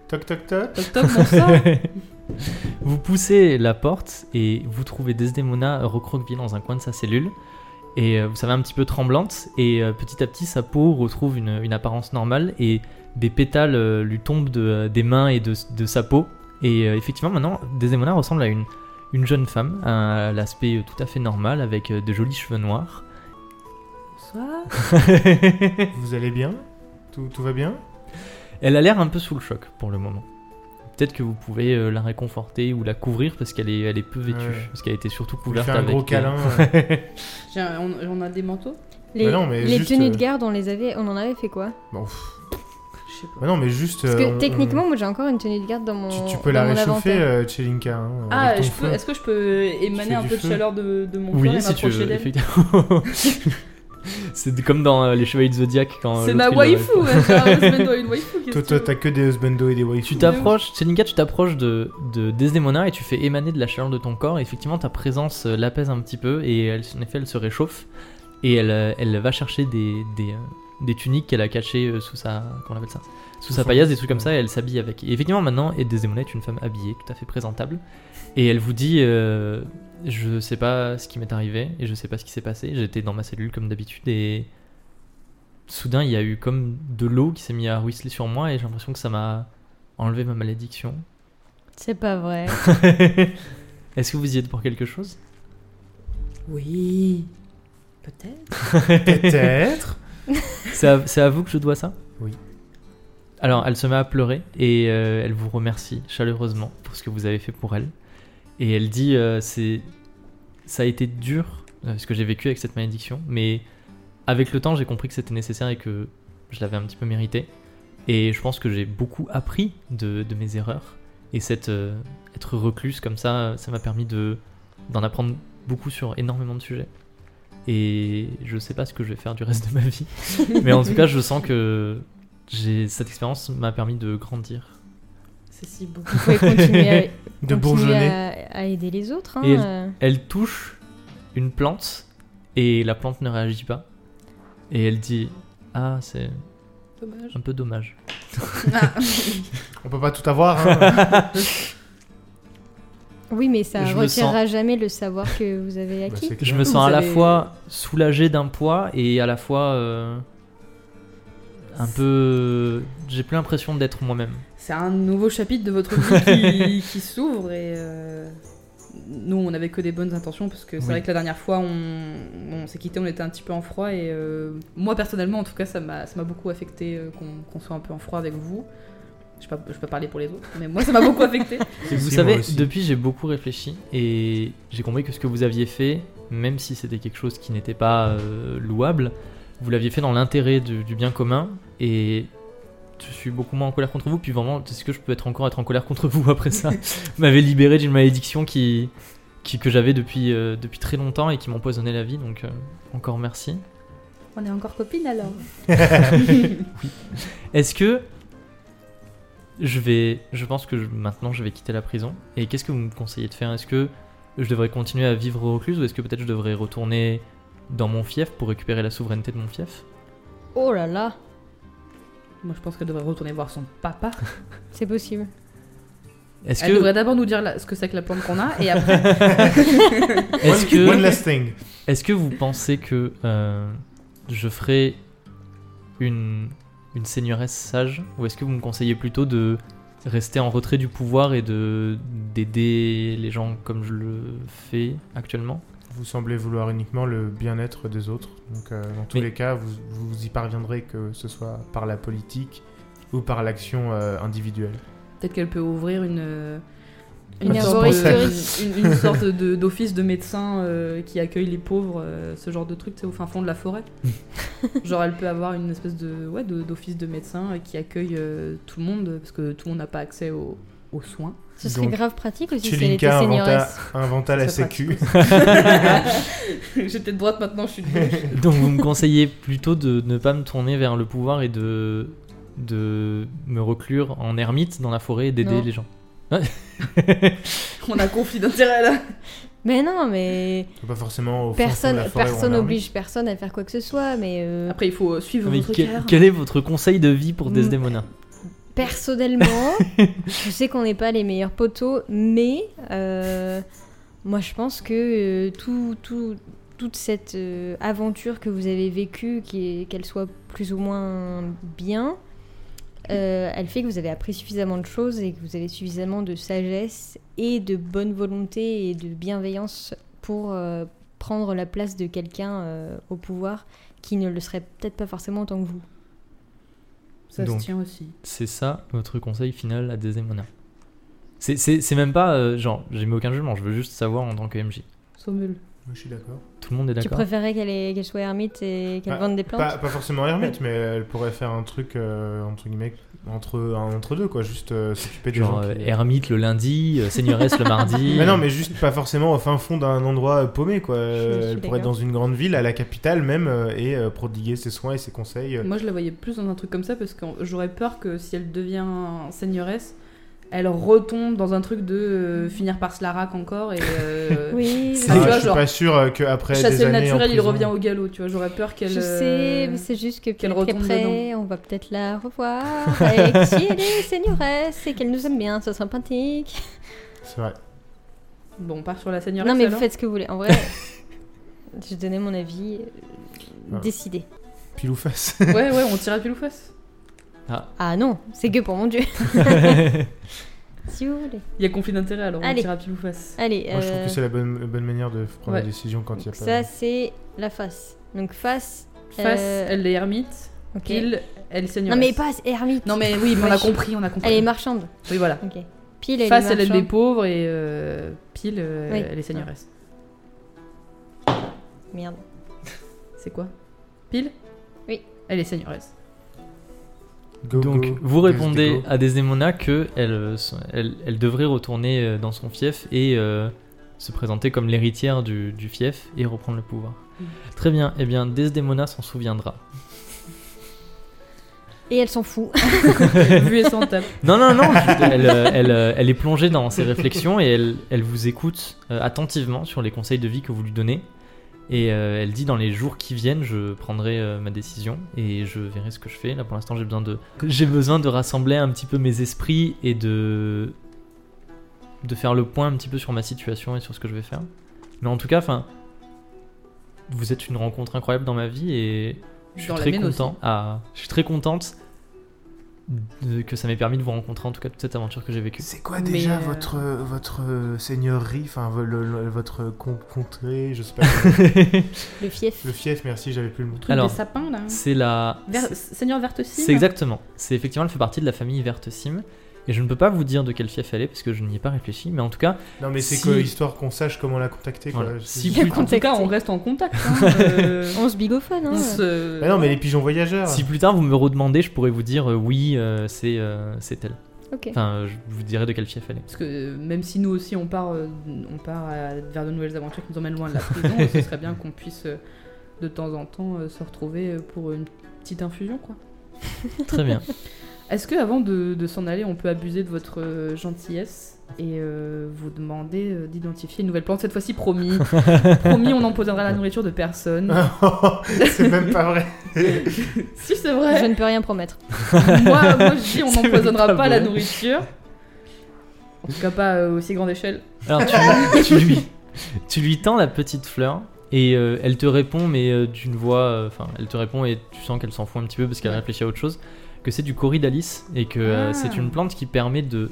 B: Toc toc toc.
D: Toc, toc, mon sang.
A: Vous poussez la porte et vous trouvez Desdemona recroquevillée dans un coin de sa cellule. Et euh, vous savez, un petit peu tremblante. Et euh, petit à petit, sa peau retrouve une, une apparence normale. Et des pétales euh, lui tombent de- des mains et de, de sa peau. Et euh, effectivement, maintenant, Desdemona ressemble à une, une jeune femme, à l'aspect euh, tout à fait normal, avec euh, de jolis cheveux noirs.
D: Bonsoir.
B: Vous allez bien tout, tout va bien
A: Elle a l'air un peu sous le choc pour le moment. Peut-être que vous pouvez euh, la réconforter ou la couvrir parce qu'elle est, elle est peu vêtue.
B: Ouais.
A: Parce qu'elle était surtout
B: Vous lui
A: couverte
B: faites un
A: avec.
B: gros
A: euh,
B: câlin. euh.
D: J'ai un- on, on a des manteaux
C: Les,
B: Bah non, mais
C: les
B: juste,
C: tenues
B: euh,
C: de garde, on les avait, on en avait fait quoi
B: Bon, pff,
D: Je sais sais pas.
B: Bah non, mais juste.
C: Parce
B: euh,
C: que
B: on-
C: techniquement, moi j'ai encore une tenue de garde dans
B: on-
C: mon.
B: tu, tu peux
C: dans
B: la
C: mon
B: réchauffer,
C: inventaire.
B: euh, Tchelinka. hein,
D: Ah,
B: avec
D: je
B: ton
D: peux-
B: feu.
D: est-ce que je peux émaner
B: fais
D: un
B: du
D: peu de
B: feu.
D: chaleur de, de mon
A: Oui,
D: corps et
A: si tu
D: m'approcher
A: veux,
D: d'elle
A: effectivement. c'est comme dans euh, Les Chevaliers du Zodiac quand.
D: C'est
A: l'autre, il
D: ma
A: leur-
D: waifu, ouais, c'est un husband or une waifu. qu'est-ce
B: Toi,
D: que
B: toi,
D: tu
B: t'as que des husbandos et des waifus.
A: Tu t'approches, Selinka, tu t'approches de, de Desdemona et tu fais émaner de la chaleur de ton corps. Et effectivement, ta présence euh, l'apaise un petit peu et elle, en effet, elle se réchauffe et elle, euh, elle va chercher des, des, euh, des tuniques qu'elle a cachées euh, sous sa comment on appelle ça sous
B: Sous
A: sa
B: son-
A: paillasse, des trucs comme ça. Et elle s'habille avec. Et effectivement, maintenant, et Desdemona est une femme habillée, tout à fait présentable. Et elle vous dit, euh, je sais pas ce qui m'est arrivé et je sais pas ce qui s'est passé. J'étais dans ma cellule comme d'habitude et soudain, il y a eu comme de l'eau qui s'est mis à ruisseler sur moi et j'ai l'impression que ça m'a enlevé ma malédiction.
B: euh,
C: C'est pas vrai.
A: Est-ce que vous y êtes pour quelque chose
D: veux Oui. Peut-être.
B: Peut-être.
A: C'est à, c'est à vous que je dois ça
B: Oui.
A: Alors, elle se met à pleurer et euh, elle vous remercie chaleureusement pour ce que vous avez fait pour elle. Et elle dit euh, c'est ça a été dur euh, ce que j'ai vécu avec cette malédiction, mais avec le temps, j'ai compris que c'était nécessaire et que je l'avais un petit peu mérité. Et je pense que j'ai beaucoup appris de, de mes erreurs. Et cette, euh, être recluse comme ça, ça m'a permis de d'en apprendre beaucoup sur énormément de sujets. Et je sais pas ce que je vais faire du reste de ma vie. Mais en tout cas, je sens que j'ai cette expérience m'a permis de grandir.
D: C'est si beau.
C: Vous pouvez continuer à,
B: De
C: continuer
B: bourgeonner.
C: à, à aider les autres. hein,
A: Et elle-
C: euh.
A: Elle touche une plante et la plante ne réagit pas. Et elle dit Ah, c'est
D: Dommage.
A: un peu dommage.
B: On peut pas tout avoir. hein.
C: Oui, mais ça
A: Je me
C: retirera jamais le savoir que vous avez
B: Bah,
C: acquis.
B: c'est
A: Je
B: clair.
A: me sens à la
D: avez-
A: fois soulagé d'un poids et à la fois euh, un peu. J'ai plus l'impression d'être moi-même.
D: C'est un nouveau chapitre de votre vie qui, qui s'ouvre et euh, nous on avait que des bonnes intentions parce que c'est
A: Oui.
D: vrai que la dernière fois on, on s'est quitté, on était un petit peu en froid et euh, moi personnellement en tout cas ça m'a ça m'a beaucoup affecté euh, qu'on qu'on soit un peu en froid avec vous. Je peux, pas- je peux parler pour les autres, mais moi ça m'a beaucoup affecté.
A: Et vous
B: Si, moi
A: savez,
B: aussi.
A: depuis j'ai beaucoup réfléchi et j'ai compris que ce que vous aviez fait, même si c'était quelque chose qui n'était pas euh, louable, vous l'aviez fait dans l'intérêt du, du bien commun et je suis beaucoup moins en colère contre vous. Puis vraiment, est-ce que je peux être encore être en colère contre vous après ça Vous m'avez libéré d'une malédiction qui, qui- que j'avais depuis, euh, depuis très longtemps et qui m'empoisonnait la vie, donc euh, encore merci.
D: On est encore copines alors.
A: Est-ce que je vais, je pense que je- maintenant je vais quitter la prison. Et qu'est-ce que vous me conseillez de faire Est-ce que je devrais continuer à vivre recluse ou est-ce que peut-être je devrais retourner dans mon fief pour récupérer la souveraineté de mon fief
C: Oh là là,
D: Moi je pense qu'elle devrait retourner voir son papa.
C: c'est possible.
A: Est-ce
D: Elle
A: que,
D: devrait d'abord nous dire la- ce que c'est que la plante qu'on a et après
A: est-ce
B: One-
A: que,
B: One last thing.
A: est-ce que vous pensez que euh, je ferai une une seigneuresse sage ou est-ce que vous me conseillez plutôt de rester en retrait du pouvoir et de d'aider les gens comme je le fais actuellement
B: Vous semblez vouloir uniquement le bien-être des autres. Donc, euh, dans tous
A: Mais-
B: les cas, vous, vous y parviendrez, que ce soit par la politique ou par l'action euh, individuelle.
D: peut-être qu'elle peut ouvrir une. euh,
C: Une
D: sorte de-
C: herboristerie.
D: une- une sorte de- d'office de, médecin euh, qui accueille les pauvres, euh, ce genre de truc, tu sais, au fin fond de la forêt. Genre, elle peut avoir une espèce de ouais, de- d'office de, médecin euh, qui accueille euh, tout le monde, parce que tout le monde n'a pas accès aux, aux soins.
C: Ce serait
B: Donc,
C: grave pratique aussi si elle était
B: Tchelinka inventa,
C: seigneuresse.
B: inventa la
D: Ça serait
B: sécu.
D: J'étais de droite maintenant, je suis de gauche.
A: Donc vous me conseillez plutôt de ne pas me tourner vers le pouvoir et de, de me reclure en ermite dans la forêt et d'aider
C: Non.
A: les gens.
D: On a conflit d'intérêt là.
C: Mais non, mais
B: Pas forcément au fond de la
C: personne,
B: forêt ou en
C: personne
B: armée.
C: n'oblige personne à faire quoi que ce soit. Mais euh,
D: Après, il faut euh, suivre
A: Ah, Mais
D: votre
A: quel,
D: cœur.
A: quel est votre conseil de vie pour
C: Mm.
A: Desdemona
C: personnellement, je sais qu'on n'est pas les meilleurs poteaux, mais euh, moi je pense que euh, tout, tout- toute cette euh, aventure que vous avez vécue, qui est- qu'elle soit plus ou moins bien, euh, elle fait que vous avez appris suffisamment de choses et que vous avez suffisamment de sagesse et de bonne volonté et de bienveillance pour euh, prendre la place de quelqu'un euh, au pouvoir qui ne le serait peut-être pas forcément autant que vous.
D: Ça
A: Donc.
D: se tient aussi.
A: C'est ça votre conseil final à Desdemona. C'est- C'est c'est même pas euh, genre, j'ai mis aucun jugement, je veux juste savoir en tant que MJ.
D: Sommel.
B: je suis d'accord.
A: Tout le monde est
C: Tu
A: d'accord.
C: préférais qu'elle ait- qu'elle soit ermite et qu'elle
B: Bah,
C: vende des plantes
B: Pas, pas forcément ermite, mais elle pourrait faire un truc euh, entre guillemets entre un entre deux quoi, juste euh, s'occuper des
A: Genre
B: gens.
A: euh,
B: qui-
A: ermite le lundi, euh, seigneuresse le mardi.
B: Mais non, mais juste pas forcément au fin fond d'un endroit euh, paumé quoi.
C: Je suis
B: Elle pourrait être dans
C: d'accord.
B: une grande ville, à la capitale même, euh, et euh, prodiguer ses soins et ses conseils. euh,
C: Euh.
D: Moi, je la voyais plus dans un truc comme ça parce que j'aurais peur que si elle devient seigneuresse, elle retombe dans un truc de euh, finir par Slarak encore et euh,
C: Oui, bah,
D: C'est
C: je
B: Ah,
D: tu
C: sais.
D: vois,
B: je suis
D: genre,
B: pas sûr euh, que après des
D: chasser le
B: années en
D: naturel, il
B: prison-
D: revient au galop. Tu vois, j'aurais peur qu'elle.
C: Je sais,
D: euh,
C: mais c'est juste que
D: qu'elle
C: peut-être
D: retombe
C: qu'après, on va peut-être la revoir. et si elle est seigneuresse et qu'elle nous aime bien, ça sera sympathique.
B: C'est vrai.
D: Bon, on part sur la seigneuresse.
C: Non, mais vous
D: alors.
C: faites ce que vous voulez. En vrai, je donnais mon avis euh,
B: Ah.
C: décidé.
B: Pile ou face.
D: Ouais, ouais, on tire à pile ou face.
C: Ah non, c'est que pour mon dieu. si vous voulez.
D: Il y a conflit d'intérêt alors
C: Allez.
D: on tire à pile ou face.
C: Allez,
B: Moi, je trouve
C: euh,
B: que c'est la bonne, la bonne manière de prendre
D: Ouais.
B: la décision quand il y a pas.
C: ça c'est la face. Donc face,
D: Face,
C: Euh,
D: elle est ermite.
C: ok.
D: Pile, elle est
C: Non
D: seigneuresse.
C: mais pas ermite.
D: Non, mais oui, mais on a
C: Wesh.
D: compris, on a compris.
C: Elle est marchande.
D: Oui, voilà.
C: Ok. Pile, elle
D: Face,
C: est
D: elle aide les
C: marchande.
D: pauvres et euh, pile, euh,
C: Oui.
D: elle est seigneuresse.
C: Merde.
D: C'est quoi Pile
C: Oui.
D: Elle est seigneuresse.
B: Go,
A: Donc,
B: go,
A: vous
B: go,
A: répondez
B: go.
A: à Desdemona que elle, euh, so- elle, elle devrait retourner euh, dans son fief et euh, se présenter comme l'héritière du, du fief et reprendre le pouvoir.
D: Mm.
A: Très bien, eh bien Desdemona s'en souviendra.
C: Et elle s'en fout.
D: Vu et sans tape.
A: Non, non, non, elle, euh, elle, euh, elle est plongée dans ses réflexions et elle, elle vous écoute euh, attentivement sur les conseils de vie que vous lui donnez. Et euh, elle dit dans les jours qui viennent, je prendrai euh, ma décision et je verrai ce que je fais. Là, pour l'instant, j'ai besoin de, j'ai besoin de rassembler un petit peu mes esprits et de, de faire le point un petit peu sur ma situation et sur ce que je vais faire. Mais en tout cas, enfin, vous êtes une rencontre incroyable dans ma vie et je suis
D: Dans la
A: très
D: mienne aussi.
A: content. Ah, je suis très contente de- que ça m'ait permis de vous rencontrer. En tout cas, toute cette aventure que j'ai vécue.
B: C'est quoi
D: Mais,
B: déjà
D: euh,
B: votre euh, votre euh, seigneurie, enfin vo- le- le- votre con- contrée, je sais pas.
C: Le fief.
B: le fief, merci, j'avais plus le mot.
D: Truc
A: Alors,
D: des sapins là.
A: C'est la,
D: Ver- Seigneur Vertessine
A: C'est exactement. C'est effectivement, elle fait partie de la famille Vertessim. Et je ne peux pas vous dire de quel fief elle est parce que je n'y ai pas réfléchi. Mais en tout cas,
B: Non mais c'est
A: Si-
B: que histoire qu'on sache comment la contacter. Quoi.
A: Voilà.
B: C'est-
A: Si
C: Il a
A: plus-
D: En tout
C: contacté.
D: cas, on reste en contact. hein, euh,
C: On se bigophone, hein.
D: on se-
B: Bah non mais les pigeons voyageurs.
A: si plus tard vous me redemandez, je pourrais vous dire euh, oui, euh, c'est euh, c'est elle.
C: Ok.
A: Enfin, euh, je vous dirai de quel fief elle est.
D: Parce que euh, même si nous aussi on part, euh, on part euh, vers de nouvelles aventures qui nous emmènent loin de la prison, ce serait bien qu'on puisse euh, de temps en temps euh, se retrouver euh, pour une petite infusion quoi.
A: Très bien.
D: Est-ce que avant de, de s'en aller, on peut abuser de votre euh, gentillesse et euh, vous demander euh, d'identifier une nouvelle plante cette fois-ci promis Promis, on n'empoisonnera la nourriture de personne.
B: Ah. c'est même pas vrai.
D: si c'est
C: Je
D: vrai,
C: ne peux rien promettre.
D: moi, moi je dis on
A: C'est même
D: n'empoisonnera
A: pas
D: pas, la
A: vrai.
D: nourriture. En tout cas pas euh, aussi grande échelle.
A: Alors tu, tu lui, tu lui tends la petite fleur et euh, elle te répond, mais euh, d'une voix. euh, Enfin, elle te répond et tu sens qu'elle s'en fout un petit peu parce qu'elle
D: Ouais.
A: réfléchit à autre chose. Que c'est du corydalis et que euh,
D: Ah.
A: c'est une plante qui permet de.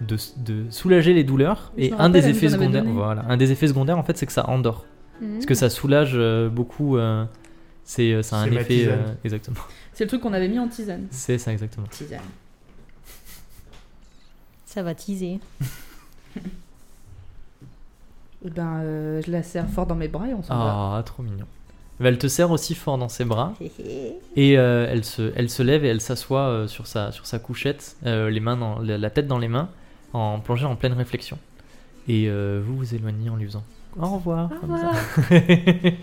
A: De, de soulager les douleurs
D: Mais je
A: et
D: me
A: un des
D: rappelle, elle nous
A: effets
D: en avait
A: secondaires
D: donné. Mmh.
A: voilà un des effets secondaires en fait c'est que ça endort
C: Mm.
A: Parce que ça soulage euh, beaucoup. euh, c'est euh, ça a un
B: C'est ma
A: effet.
B: tisane.
A: euh, exactement.
D: C'est le truc qu'on avait mis en tisane.
A: C'est ça, exactement.
D: Tisane.
C: Ça va teaser.
D: Eh Ben, euh, je la serre fort dans mes bras et on s'en va.
A: Ah, trop mignon. Bah, elle te serre aussi fort dans ses bras
C: Hé
A: et euh, elle, se, elle se lève et elle s'assoit euh, sur, sa, sur sa couchette, euh, les mains dans, la, la tête dans les mains, en plongée en pleine réflexion. Et euh, vous vous éloignez en lui faisant au revoir.
D: Au
A: comme ça.
D: revoir.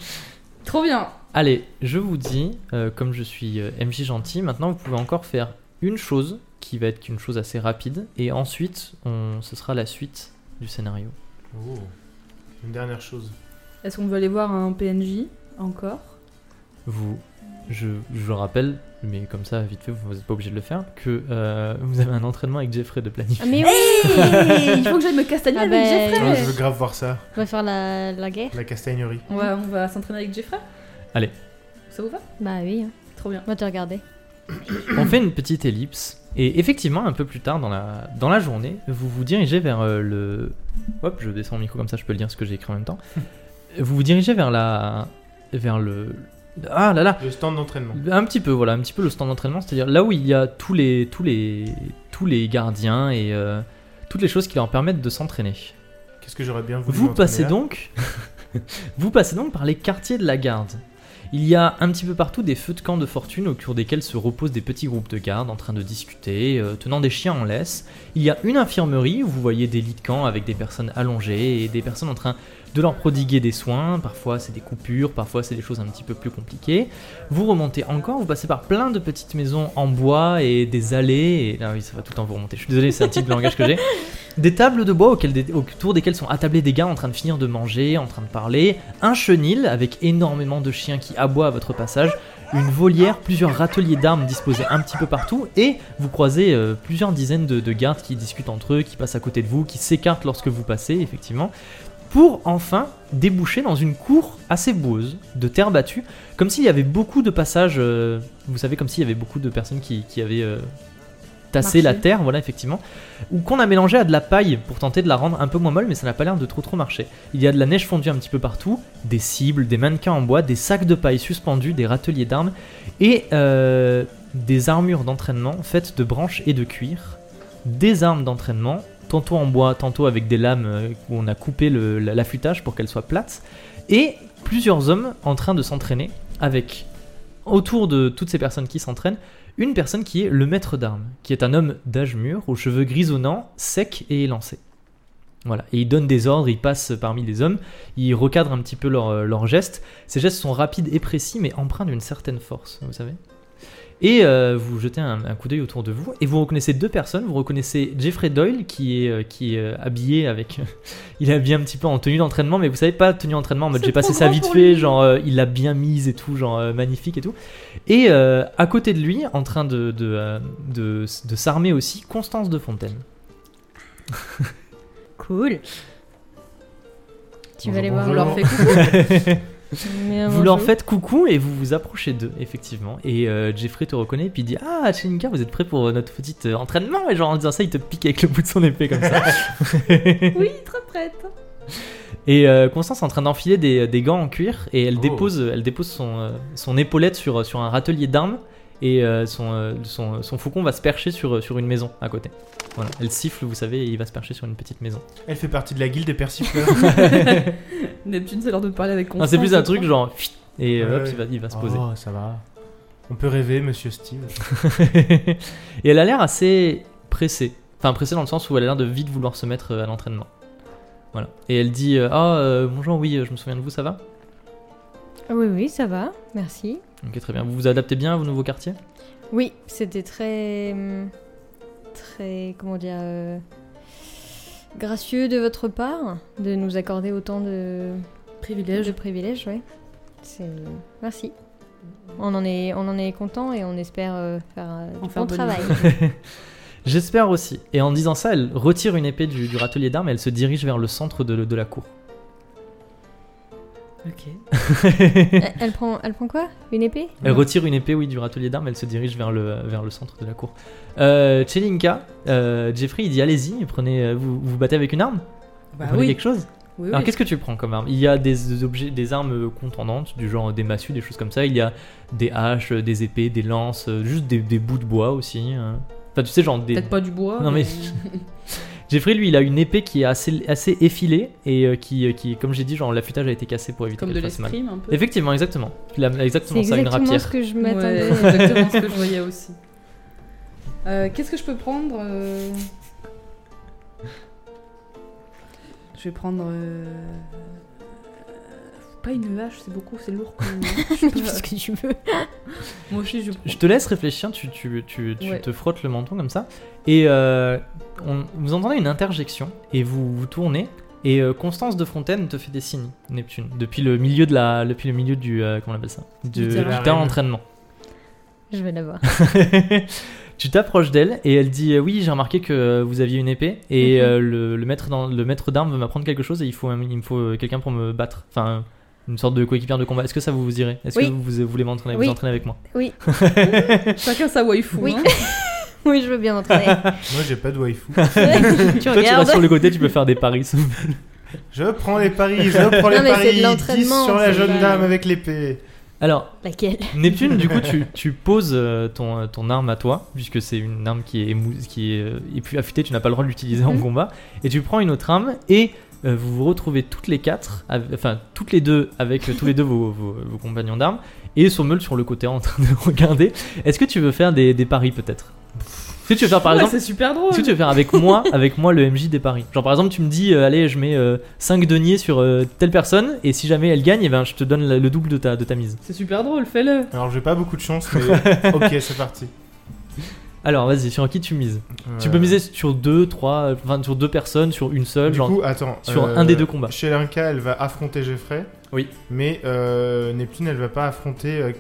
D: Trop bien.
A: Allez, je vous dis, euh, comme je suis euh, MJ gentil, maintenant vous pouvez encore faire une chose qui va être une chose assez rapide et ensuite on, ce sera la suite du scénario.
B: Oh. Une dernière chose.
D: Est-ce qu'on veut aller voir un PNJ encore
A: vous, je, je le rappelle, mais comme ça, vite fait, vous n'êtes pas obligé de le faire, que euh, vous avez un entraînement avec Jeffrey de planifier.
C: Ah, mais oui
D: Il faut que j'aille me castagner
C: Ah
D: avec
C: ben,
D: Jeffrey.
B: Ah, je veux grave voir ça,
C: On va faire la, la guerre
B: la castagnerie.
D: On va, on va s'entraîner avec Jeffrey
A: Allez.
D: Ça vous va
C: Bah oui, hein.
D: Trop bien.
C: moi te regardais.
A: On fait une petite ellipse, et effectivement, un peu plus tard dans la, dans la journée, vous vous dirigez vers euh, le... Hop, je descends le micro comme ça, je peux le dire ce que j'ai écrit en même temps. vous vous dirigez vers la... vers le... Ah là là
B: Le stand d'entraînement.
A: Un petit peu, voilà, un petit peu le stand d'entraînement, c'est-à-dire là où il y a tous les, tous les, tous les gardiens et euh, toutes les choses qui leur permettent de s'entraîner.
B: Qu'est-ce que j'aurais bien voulu
A: Vous
B: m'entraîner
A: passez
B: là
A: donc Vous passez donc par les quartiers de la garde. Il y a un petit peu partout des feux de camp de fortune au cours desquels se reposent des petits groupes de gardes en train de discuter, euh, tenant des chiens en laisse. Il y a une infirmerie où vous voyez des lits de camp avec des personnes allongées et des personnes en train de leur prodiguer des soins. Parfois c'est des coupures, parfois c'est des choses un petit peu plus compliquées. Vous remontez encore, vous passez par plein de petites maisons en bois et des allées. Et... Ah oui, ça va tout le temps vous remonter. Je suis désolé, c'est un type de langage que j'ai. Des tables de bois auxquelles des- autour desquelles sont attablés des gars en train de finir de manger, en train de parler. Un chenil avec énormément de chiens qui aboient à votre passage. Une volière, plusieurs râteliers d'armes disposés un petit peu partout. Et vous croisez euh, plusieurs dizaines de, de gardes qui discutent entre eux, qui passent à côté de vous, qui s'écartent lorsque vous passez, effectivement. Pour enfin déboucher dans une cour assez boueuse, de terre battue, comme s'il y avait beaucoup de passages, euh, vous savez, comme s'il y avait beaucoup de personnes qui, qui avaient euh, tassé
D: Marché.
A: la terre, voilà, effectivement, ou qu'on a mélangé à de la paille pour tenter de la rendre un peu moins molle, mais ça n'a pas l'air de trop trop marcher. Il y a de la neige fondue un petit peu partout, des cibles, des mannequins en bois, des sacs de paille suspendus, des râteliers d'armes, et euh, des armures d'entraînement faites de branches et de cuir, des armes d'entraînement, tantôt en bois, tantôt avec des lames euh, où on a coupé le- la- l'affûtage pour qu'elles soient plates, et plusieurs hommes en train de s'entraîner avec autour de toutes ces personnes qui s'entraînent, une personne qui est le maître d'armes, qui est un homme d'âge mûr, aux cheveux grisonnants, sec et élancé. Voilà, et il donne des ordres, il passe parmi les hommes, il recadre un petit peu leurs leurs gestes. Ces gestes sont rapides et précis, mais empreints d'une certaine force, vous savez. Et euh, vous jetez un, un coup d'œil autour de vous, et vous reconnaissez deux personnes. Vous reconnaissez Jeffrey Doyle, qui est, euh, qui est euh, habillé avec. il est habillé un petit peu en tenue d'entraînement, mais vous savez pas tenue d'entraînement en mode
D: C'est
A: j'ai passé
D: trop
A: ça
D: grand
A: vite
D: pour
A: fait,
D: lui.
A: genre euh, il l'a bien mise et tout, genre euh, magnifique et tout. Et euh, à côté de lui, en train de, de, euh, de, de s'armer aussi, Constance de Fontaine.
C: Cool. Tu
B: Bonjour,
C: vas les
B: bonjour.
C: voir.
D: On leur fait
C: Mais, euh,
A: Vous leur
C: bonjour.
A: faites coucou et vous vous approchez d'eux, effectivement. Et euh, Jeffrey te reconnaît et puis il dit Ah, Chelinka, vous êtes prêt pour euh, notre petit euh, entraînement Et genre en disant ça, il te pique avec le bout de son épée comme ça.
D: Oui, très prête.
A: et euh, Constance est en train d'enfiler des, euh, des gants en cuir et elle
B: Oh.
A: dépose, elle dépose son, euh, son épaulette sur, euh, sur un râtelier d'armes et euh, son, euh, son, son faucon va se percher sur, sur une maison à côté. Voilà, elle siffle, vous savez, et il va se percher sur une petite maison.
B: Elle fait partie de la guilde des persifleurs.
D: Neptune, c'est l'heure de parler avec
A: Non,
D: Constance.
A: c'est plus un
D: je
A: truc
D: crois.
A: genre. pfft, Et euh,
B: Ouais,
A: hop,
B: ouais.
A: il va, il va se poser.
B: Oh, ça va. On peut rêver, monsieur Steve.
A: et elle a l'air assez pressée. Enfin, pressée dans le sens où elle a l'air de vite vouloir se mettre euh, à l'entraînement. Voilà. Et elle dit euh, Ah, euh, bonjour, oui, euh, je me souviens de vous, ça va
C: Oui, oui, ça va. Merci.
A: Ok, très bien. Vous vous adaptez bien à vos nouveaux quartiers
C: Oui, c'était très. hum, Très. Comment dire. euh, gracieux de votre part de nous accorder autant de, de
D: Privilège.
C: privilèges, ouais. C'est- Merci. On en est, on en est content et on espère euh, faire euh, du
D: En
C: bon
D: faire bonne
C: travail.
A: J'espère aussi. Et en disant ça, elle retire une épée du, du râtelier d'armes et elle se dirige vers le centre de, de la cour.
D: Ok.
C: elle, elle prend, elle prend quoi Une épée
A: Elle retire une épée, oui, du râtelier d'armes, elle se dirige vers le, vers le centre de la cour. Euh, Chelinka, euh, Jeffrey, il dit Allez-y, prenez, euh, vous, vous battez avec une arme Vous
D: Bah
A: prenez
D: oui.
A: quelque chose
D: oui,
A: Alors
D: oui.
A: qu'est-ce que tu prends comme arme Il y a des des objets, des armes contendantes, du genre des massues, des choses comme ça. Il y a des haches, euh, des épées, des lances, euh, juste des, des bouts de bois aussi. euh. Enfin, tu sais, genre des.
D: Peut-être pas du bois.
A: Non, mais- Jeffrey, lui, il a une épée qui est assez, assez effilée et euh, qui, euh, qui, comme j'ai dit, genre l'affutage a été cassé pour éviter
D: Comme de
A: qu'elle fasse mal.
D: l'escrime un peu.
A: Effectivement, exactement. Il a-
C: C'est
A: exactement ça, une
C: exactement
A: rapière.
C: ce que je
D: Ouais,
C: m'attendais.
D: c'est exactement ce que je voyais aussi. Euh, Qu'est-ce que je peux prendre euh, Je vais prendre. euh, Pas une hache, c'est beaucoup, c'est lourd quand même. Je sais
C: Fais ce
D: pas.
C: que tu veux.
D: Moi aussi, je
A: Je te laisse réfléchir, tu, tu, tu, tu
D: Ouais.
A: te frottes le menton comme ça, et euh, on- vous entendez une interjection, et vous vous tournez, et euh, Constance de Fontaine te fait des signes, Neptune, depuis le milieu, de la, depuis le milieu du... euh, comment on appelle ça Du,
D: Du
A: du
D: terrain.
A: terrain d'entraînement.
C: Je vais la voir.
A: tu t'approches d'elle, et elle dit euh, Oui, j'ai remarqué que euh, vous aviez une épée, et
D: Mhm.
A: euh, le, le maître dans- le maître d'armes veut m'apprendre quelque chose, et il, faut, un- il me faut euh, quelqu'un pour me battre. Enfin, une sorte de coéquipière de combat. Est-ce que ça vous, vous irait Est-ce
C: Oui.
A: que vous, vous voulez m'entraîner
C: Oui.
A: vous entraîner avec moi
C: Oui,
D: Chacun sa waifu.
C: Oui.
D: hein.
C: oui, je veux bien m'entraîner.
B: Moi, j'ai pas de waifu.
C: tu
A: Toi, tu vas
C: regardes.
A: sur le côté, tu peux faire des paris.
B: Je prends les paris, je prends les
C: Non, mais c'est
B: paris.
C: de l'entraînement,
B: 10 sur la
C: c'est
B: jeune
C: pas-
B: dame avec l'épée.
A: Alors,
C: Laquelle
A: Neptune, du coup, tu, tu poses euh, ton, euh, ton arme à toi, puisque c'est une arme qui est, émou- qui est euh, et puis affûtée, tu n'as pas le droit de l'utiliser en
C: Mhm.
A: combat, et tu prends une autre arme, et Euh, vous vous retrouvez toutes les quatre, av- enfin toutes les deux avec euh, tous les deux vos, vos- vos compagnons d'armes et Sommel sur le côté en train de regarder. Est-ce que tu veux faire des, des paris peut-être Est-ce que tu veux faire par
D: Ouais,
A: exemple
D: c'est super drôle.
A: est-ce que tu veux faire avec moi, avec moi le MJ des paris Genre par exemple tu me dis euh, allez je mets 5 deniers sur euh, telle personne et si jamais elle gagne eh ben, je te donne la- le double de ta, de ta mise.
D: C'est super drôle, fais-le.
B: Alors j'ai pas beaucoup de chance, mais ok, c'est parti.
A: Alors vas-y sur qui tu mises Tu
B: Euh,
A: peux miser sur 2, 3, enfin sur deux personnes, sur une seule,
B: Du
A: genre
B: coup, attends.
A: sur un des deux combats.
B: Chez Linka, elle va affronter Geoffrey.
A: Oui.
B: Mais euh, Neptune, elle va pas affronter euh,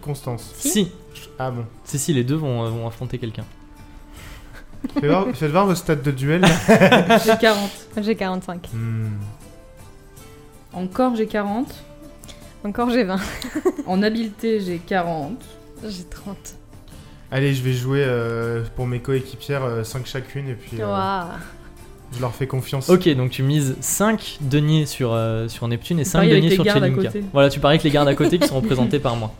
B: Constance.
A: Si, si,
B: Ah bon.
A: si, les deux vont, euh, vont affronter quelqu'un.
B: Faites voir, faites voir vos stats de duel. là.
D: J'ai 40.
C: J'ai 45.
B: Hmm.
D: Encore, j'ai 40.
C: Encore j'ai 20.
D: En habileté, j'ai 40.
C: J'ai 30.
B: Allez, je vais jouer euh, pour mes coéquipières 5 chacune et puis euh,
C: Waouh.
B: je leur fais confiance.
A: Ok, donc tu mises 5 deniers sur, euh, sur Neptune et 5
D: paries avec
A: deniers
D: les
A: sur
D: gardes à
A: Chelinka.
D: côté.
A: Voilà, tu paries avec les gardes à côté qui sont représentés par moi.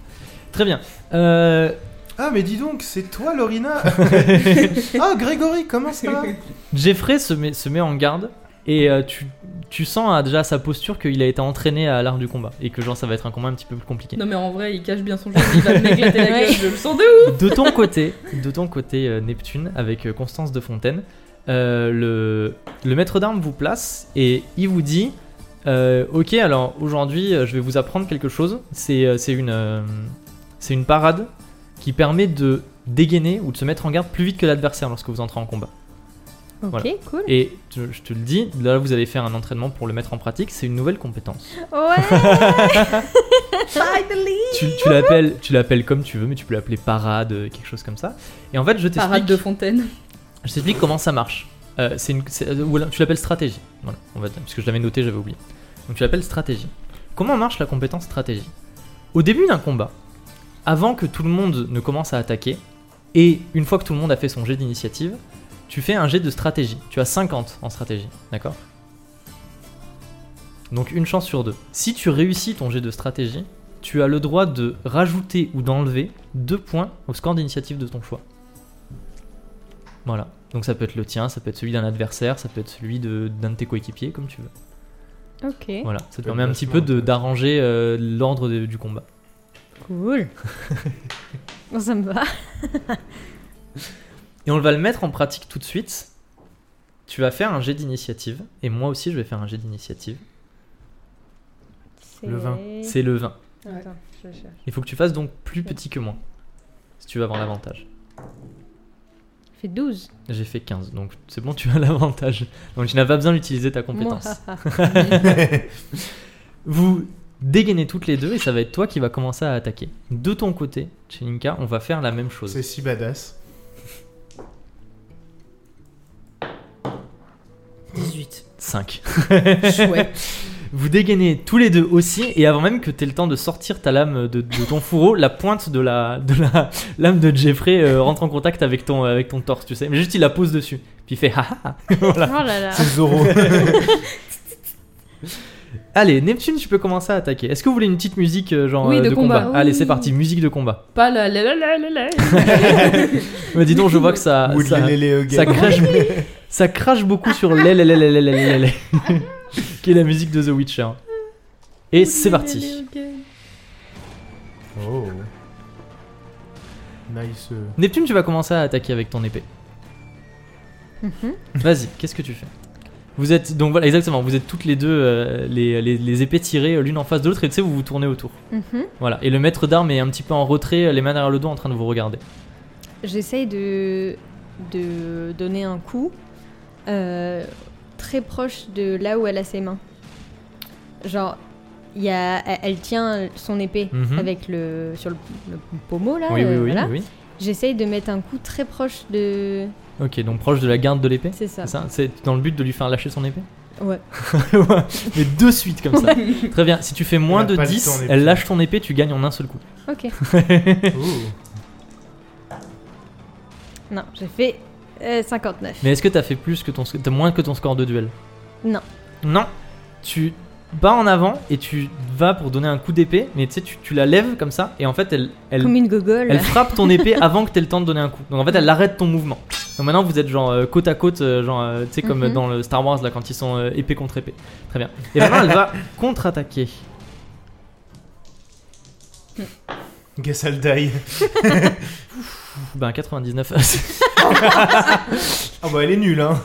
A: Très bien. Euh,
B: Ah, mais dis donc, c'est toi, Lorina Ah, Grégory, comment ça va
A: Jeffrey se met, se met en garde et euh, tu, tu sens ah, déjà à sa posture qu'il a été entraîné à l'art du combat et que genre ça va être un combat un petit peu plus compliqué.
D: Non, mais en vrai, il cache bien son jeu. Il va m'éclater la gueule,
C: Ouais.
D: je le sens de ouf.
A: De ton côté, de ton côté euh, Neptune, avec euh, Constance de Fontaine, euh, le, le maître d'armes vous place et il vous dit euh, Ok, alors aujourd'hui, euh, je vais vous apprendre quelque chose. C'est euh, c'est une, euh, c'est une parade qui permet de dégainer ou de se mettre en garde plus vite que l'adversaire lorsque vous entrez en combat.
C: Ok,
A: Voilà.
C: cool.
A: Et te- je te le dis, là vous allez faire un entraînement pour le mettre en pratique, c'est une nouvelle compétence.
C: Ouais.
A: Tu, tu l'appelles tu l'appelles comme tu veux, mais tu peux l'appeler parade, euh, quelque chose comme ça. Et en fait, je t'explique.
D: Parade de fontaine.
A: Je t'explique comment ça marche. Euh, c'est une, c'est- euh, ou alors, tu l'appelles stratégie. Voilà, on va dire, parce que je l'avais noté, j'avais oublié. Donc tu l'appelles stratégie. Comment marche la compétence stratégie Au début d'un combat, avant que tout le monde ne commence à attaquer, et une fois que tout le monde a fait son jet d'initiative, tu fais un jet de stratégie. Tu as 50 en stratégie, d'accord Donc une chance sur deux. Si tu réussis ton jet de stratégie, tu as le droit de rajouter ou d'enlever deux points au score d'initiative de ton choix. Voilà. Donc ça peut être le tien, ça peut être celui d'un adversaire, ça peut être celui de- d'un de, tes coéquipiers, comme tu veux.
C: ok,
A: Voilà, ça te
B: peut
A: permet
B: être
A: un petit peu
B: vachement
A: de-
B: intéressant.
A: d'arranger euh, l'ordre de- du combat.
C: cool. bon, ça me va.
A: Et on va le mettre en pratique tout de suite. Tu vas faire un jet d'initiative, et moi aussi je vais faire un jet d'initiative.
C: C'est-
B: Le
A: C'est le 20.
C: Attends, je cherche.
A: Il faut que tu fasses donc plus petit que moi, si tu veux avoir l'avantage.
C: Je fais 12.
A: J'ai fait 15, donc c'est bon, tu as l'avantage. Donc tu n'as pas besoin d'utiliser ta compétence. Vous dégainez toutes les deux, et ça va être toi qui va commencer à attaquer. De ton côté, Chelinka, on va faire la même chose.
B: C'est si badass.
D: 18.
A: 5.
D: Chouette.
A: Vous dégainez tous les deux aussi, et avant même que tu aies le temps de sortir ta lame de, de ton fourreau, la pointe de la, de la lame de Jeffrey euh, rentre en contact avec ton, euh, avec ton torse, tu sais. Mais juste, il la pose dessus. Puis il fait ah ah, ah. Voilà.
C: Oh là là.
B: C'est Zoro.
A: Allez, Neptune, tu peux commencer à attaquer. Est-ce que vous voulez une petite musique euh, genre
D: Oui,
A: euh,
D: de combat. Oui.
A: Allez, c'est parti, musique de combat.
D: Pas la la la la la la.
A: Mais dis donc, je vois que ça.
B: Would
A: ça-
B: les- les- les-
A: ça
B: les-
A: crache, ça crache beaucoup sur l'élélélélélélélé, qui est la musique de The Witcher. Et c'est parti.
B: Oh. Nice. euh.
A: Neptune, tu vas commencer à attaquer avec ton épée.
C: Mhm.
A: Vas-y, qu'est-ce que tu fais Vous êtes donc voilà exactement, vous êtes toutes les deux euh, les, les- les épées tirées euh, l'une en face de l'autre et tu sais vous vous tournez autour.
C: Mhm.
A: Voilà, et le maître d'armes est un petit peu en retrait, euh, les mains derrière le dos en train de vous regarder.
C: J'essaye de, de donner un coup euh, très proche de là où elle a ses mains. Genre, il y a, elle- elle tient son épée
A: Mhm.
C: avec le, sur le, le pommeau là.
A: oui, oui,
C: euh,
A: oui,
C: voilà.
A: oui.
C: J'essaye de mettre un coup très proche de.
A: OK, donc proche de la garde de l'épée.
C: C'est ça.
A: C'est ça, c'est dans le but de lui faire lâcher son épée
C: Ouais.
A: Ouais, Mais de suite comme ça. Très bien, si tu fais moins
B: Elle a
A: de
B: pas le
A: 10,
B: temps, l'épée.
A: elle lâche ton épée, tu gagnes en un seul coup.
C: Ok.
B: Oh.
C: non, j'ai fait euh, 59.
A: Mais est-ce que t'as fait plus que ton sc- t'as moins que ton score de duel
C: Non.
A: Non. Tu vas en avant et tu vas pour donner un coup d'épée, mais tu sais tu, tu la lèves comme ça et en fait elle elle,
C: Comme une gogole.
A: elle frappe ton épée avant que t'aies le temps de donner un coup. Donc en fait elle arrête ton mouvement. Non, maintenant, vous êtes genre euh, côte à côte, euh, genre, euh, tu sais, comme
C: Mhm.
A: dans le Star Wars, là, quand ils sont euh, épée contre épée. Très bien. Et maintenant, elle va contre-attaquer.
B: Guess I'll die.
A: Ouf, Ben, 99.
B: Ah bah elle est nulle, hein.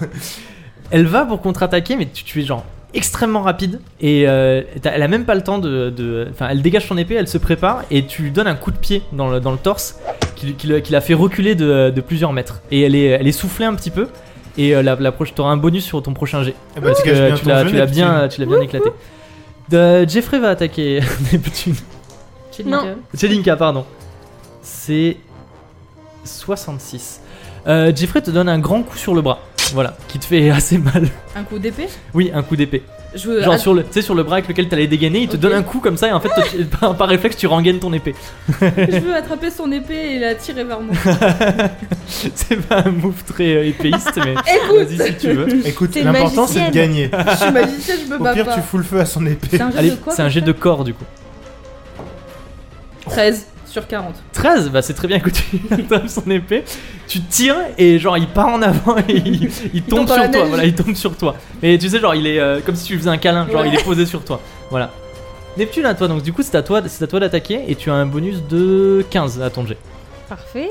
A: elle va pour contre-attaquer, mais tu, tu es genre extrêmement rapide. Et euh, t'as- elle a même pas le temps de. de- Enfin, elle dégage son épée, elle se prépare, et tu lui donnes un coup de pied dans le, dans le torse qui, lui- qui le- qui la fait reculer de, de plusieurs mètres. Et elle est, elle est soufflée un petit peu. Et euh, la, la proche- t'auras un bonus sur ton prochain jet.
B: Ah bah,
A: Parce
B: gâches
A: que euh, tu
B: ton
A: l'as,
B: jeu,
A: tu l'as
B: Neptune.
A: bien, tu l'as bien éclaté. Euh, Jeffrey va attaquer Neptune.
C: Non.
A: Chelinka, pardon. C'est 66. Euh, Jeffrey te donne un grand coup sur le bras. Voilà, qui te fait assez mal.
D: Un coup d'épée
A: Oui, un coup d'épée.
D: Je veux.
A: Genre
D: att-
A: sur le, tu sais, sur le bras avec lequel t'allais dégainer, il te
D: Euh, Ok.
A: donne un coup comme ça et en fait, toi, tu- par, par réflexe, tu rengaines ton épée.
D: je veux attraper son épée et la tirer vers moi.
A: C'est pas un move très euh, épéiste, mais
D: Écoute
A: vas-y si tu veux.
B: Écoute,
C: T'es
B: l'important c'est de
C: magicienne.
B: gagner.
D: Je suis magicien, je me
B: Au
D: bats
B: pire,
D: pas.
B: tu fous le feu à son épée.
D: C'est un jet
A: Allez,
D: de quoi
A: c'est un
D: comme
A: jet
D: ça
A: de corps du coup.
D: 13 sur 40.
A: 13, bah c'est très bien que tu tapes son épée, tu tires et genre il part en avant et il, il tombe
D: tombe dans
A: sur
D: la
A: toi,
D: neige.
A: voilà, il tombe sur toi. Mais tu sais, genre il est euh, comme si tu lui faisais un câlin, genre
D: Ouais.
A: il est posé sur toi. Voilà. Neptune à toi, donc du coup c'est à toi, c'est à toi d'attaquer et tu as un bonus de 15 à ton jet.
C: Parfait.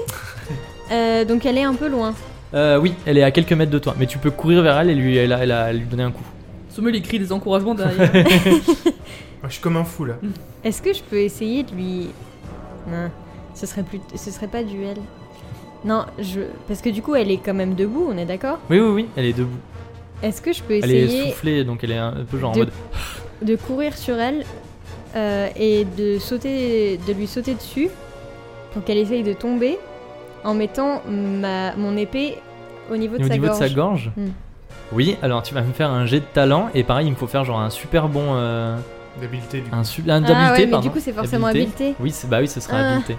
C: Euh, donc elle est un peu loin.
A: Euh, oui, elle est à quelques mètres de toi, mais tu peux courir vers elle et lui, elle a- elle a- lui donner un coup.
D: Sommel il crie des encouragements derrière.
B: Moi, Ah, je suis comme un fou là.
C: Est-ce que je peux essayer de lui. Non, ce serait, plus... ce serait pas duel. Non, je. Parce que du coup, elle est quand même debout, on est d'accord
A: Oui, oui, oui, elle est debout.
C: Est-ce que je peux
A: Elle est
C: essayer
A: soufflée, donc elle est un peu genre en
C: de,
A: mode.
C: de courir sur elle euh, et de, sauter, de lui sauter dessus pour qu'elle essaye de tomber en mettant ma, mon épée au niveau de,
A: Au
C: sa,
A: niveau
C: gorge.
A: de sa gorge
C: Hmm.
A: Oui, alors tu vas me faire un jet de talent et pareil, il me faut faire genre un super bon. euh,
B: D'habileté du coup.
A: Un sub... un
C: Ah
A: d'habileté,
C: ouais, mais
A: pardon.
C: du coup, c'est forcément
A: D'habileté.
C: habilité.
A: Oui, c'est- bah oui, ce sera
C: Ah.
A: habilité.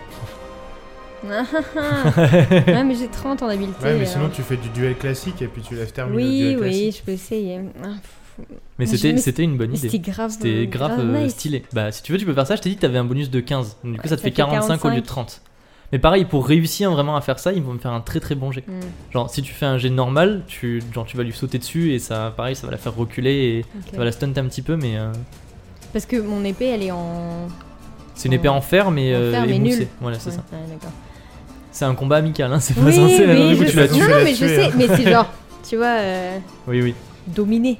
C: ouais, mais j'ai 30 en habilité.
B: Ouais, mais
C: euh.
B: sinon tu fais du duel classique et puis tu la termines
C: Oui,
B: le duel
C: oui,
B: classique.
C: je peux essayer. Ah, pff,
A: Mais
C: Mais
A: c'était
C: je- mais
A: c'était une bonne
C: C'était
A: idée.
C: grave.
A: C'était grave, euh,
C: Ah, nice.
A: stylé. Bah si tu veux, tu peux faire ça. Je t'ai dit que t'avais un bonus de 15. Donc, du coup,
C: Ouais,
A: ça te fait 45, au lieu de 30. Mais pareil, pour réussir vraiment à faire ça, ils vont me faire un très très bon jet.
C: Mm.
A: Genre, si tu fais un jet normal, tu, genre, tu vas lui sauter dessus et ça, pareil, ça va la faire reculer et ça va la stunt un petit peu, mais euh,
C: Parce que mon épée, elle est en.
A: c'est une épée
C: En-
A: en fer, mais,
C: en
A: euh,
C: fer, mais
A: émoussée.
C: nulle.
A: Voilà, c'est
C: Ouais,
A: ça.
C: ouais, d'accord.
A: C'est un combat amical, hein, c'est pas
C: Oui,
A: censé. alors,
C: oui,
A: du coup,
C: je
A: tu l'as
C: sais.
A: tué.
C: Non,
B: tu
C: non,
B: l'as
C: mais je
B: tué,
C: sais,
B: hein.
C: mais c'est genre, tu vois, euh,
A: Oui, oui.
C: dominé.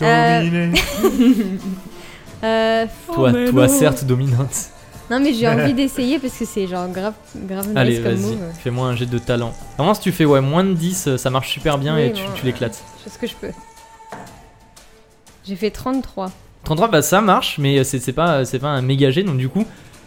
C: Euh,
B: Dominé.
C: Euh,
A: Toi,
D: mais
A: toi
D: non.
A: certes dominante.
C: non, mais j'ai envie d'essayer parce que c'est genre grave, grave nice
A: Allez,
C: comme
A: vas-y,
C: move.
A: fais-moi un jet de talent. Normalement, si tu fais ouais, moins de 10, euh, ça marche super bien
C: Oui,
A: et tu,
C: bon,
A: tu l'éclates.
C: Je fais ce que je peux. J'ai fait 33.
A: 33, bah ça marche, mais c'est c'est pas, euh, c'est pas un méga jet, donc du coup,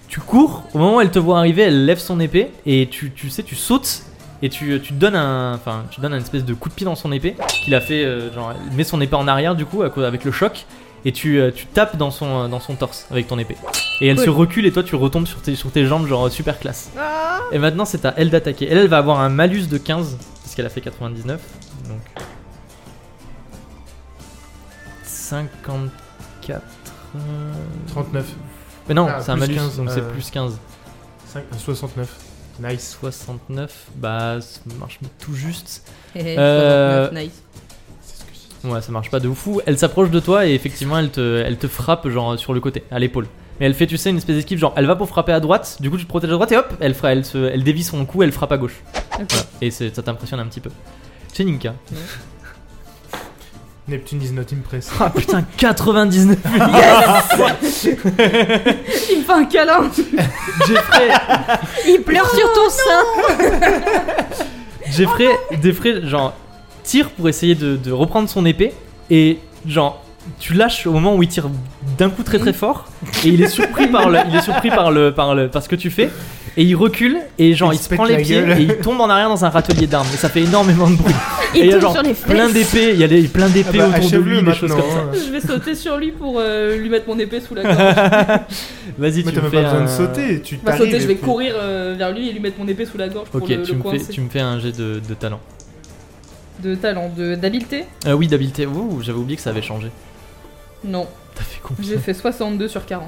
A: tu cours, au moment où elle te voit arriver, elle lève son épée, et tu, tu sais, tu sautes, et tu, tu donnes un enfin, tu donnes un espèce de coup de pied dans son épée, qui la fait, euh, genre, elle met son épée en arrière, du coup, à cause- avec le choc, et tu, euh, tu tapes dans son, euh, dans son torse avec ton épée. Et elle
C: Cool.
A: se recule, et toi, tu retombes sur tes, sur tes jambes, genre, euh, super classe. Et maintenant, c'est à elle d'attaquer. Elle, elle va avoir un malus de 15, parce qu'elle a fait 99. Donc. 54. euh,
B: 39.
A: Mais non,
B: Ah,
A: c'est un
B: plus
A: malus,
B: 15,
A: donc c'est
B: euh,
A: plus 15.
B: 5, 69. euh, Nice.
A: 69, bah ça marche tout juste. Euh,
D: Euh... Nice.
B: C'est ce que je dis.
A: Ouais, ça marche pas de fou. Elle s'approche de toi et effectivement, elle te, elle te frappe genre sur le côté, à l'épaule. Mais elle fait, tu sais, une espèce d'esquive, genre elle va pour frapper à droite, du coup tu te protèges à droite et hop, elle, fra- elle, se, elle dévie son cou, elle frappe à gauche.
C: Ok.
A: Voilà. Et c'est- ça t'impressionne un petit peu. Chez Ninka.
B: Neptune is not impressed.
A: Ah putain, 99
D: Il me fait un câlin Oh,
A: Jeffrey,
C: Il pleure sur ton sein
A: Jeffrey, Jeffrey, genre, tire pour essayer de, de reprendre son épée et, genre, tu lâches au moment où il tire d'un coup très très fort et il est surpris par le, il est surpris par le, par le, par ce que tu fais et il recule et genre
B: Il
A: il,
B: se
A: se
B: pète
A: prend les
B: la
A: pieds
B: gueule.
A: et il tombe en arrière dans un râtelier d'armes et ça fait énormément de bruit. Et il
C: Il
A: y a
C: tombe
A: genre
C: sur les fesses.
A: Plein d'épées, il y a des, plein
B: Ah
A: d'épées
B: bah,
A: autour de
B: achève-le
A: lui, des choses
B: maintenant.
A: comme ça.
B: hein.
D: Je vais sauter sur lui pour euh, lui mettre mon épée sous la gorge.
A: Vas-y, tu me
B: Mais hein. t'as
A: fais
B: même pas besoin
A: un-
B: de sauter. Tu
D: Je vais pas
B: t'arrives.
D: sauter, je vais
B: et puis-
D: courir euh, vers lui et lui mettre mon épée sous la gorge pour
A: Ok,
D: le,
A: tu,
D: le
A: me fais,
D: coincer.
A: tu me fais un jet de, de talent.
D: De talent, de- d'habileté
A: Euh, oui, d'habileté. Ouh, j'avais oublié que ça avait changé.
D: Non.
A: T'as fait con.
D: J'ai fait 62 sur 40.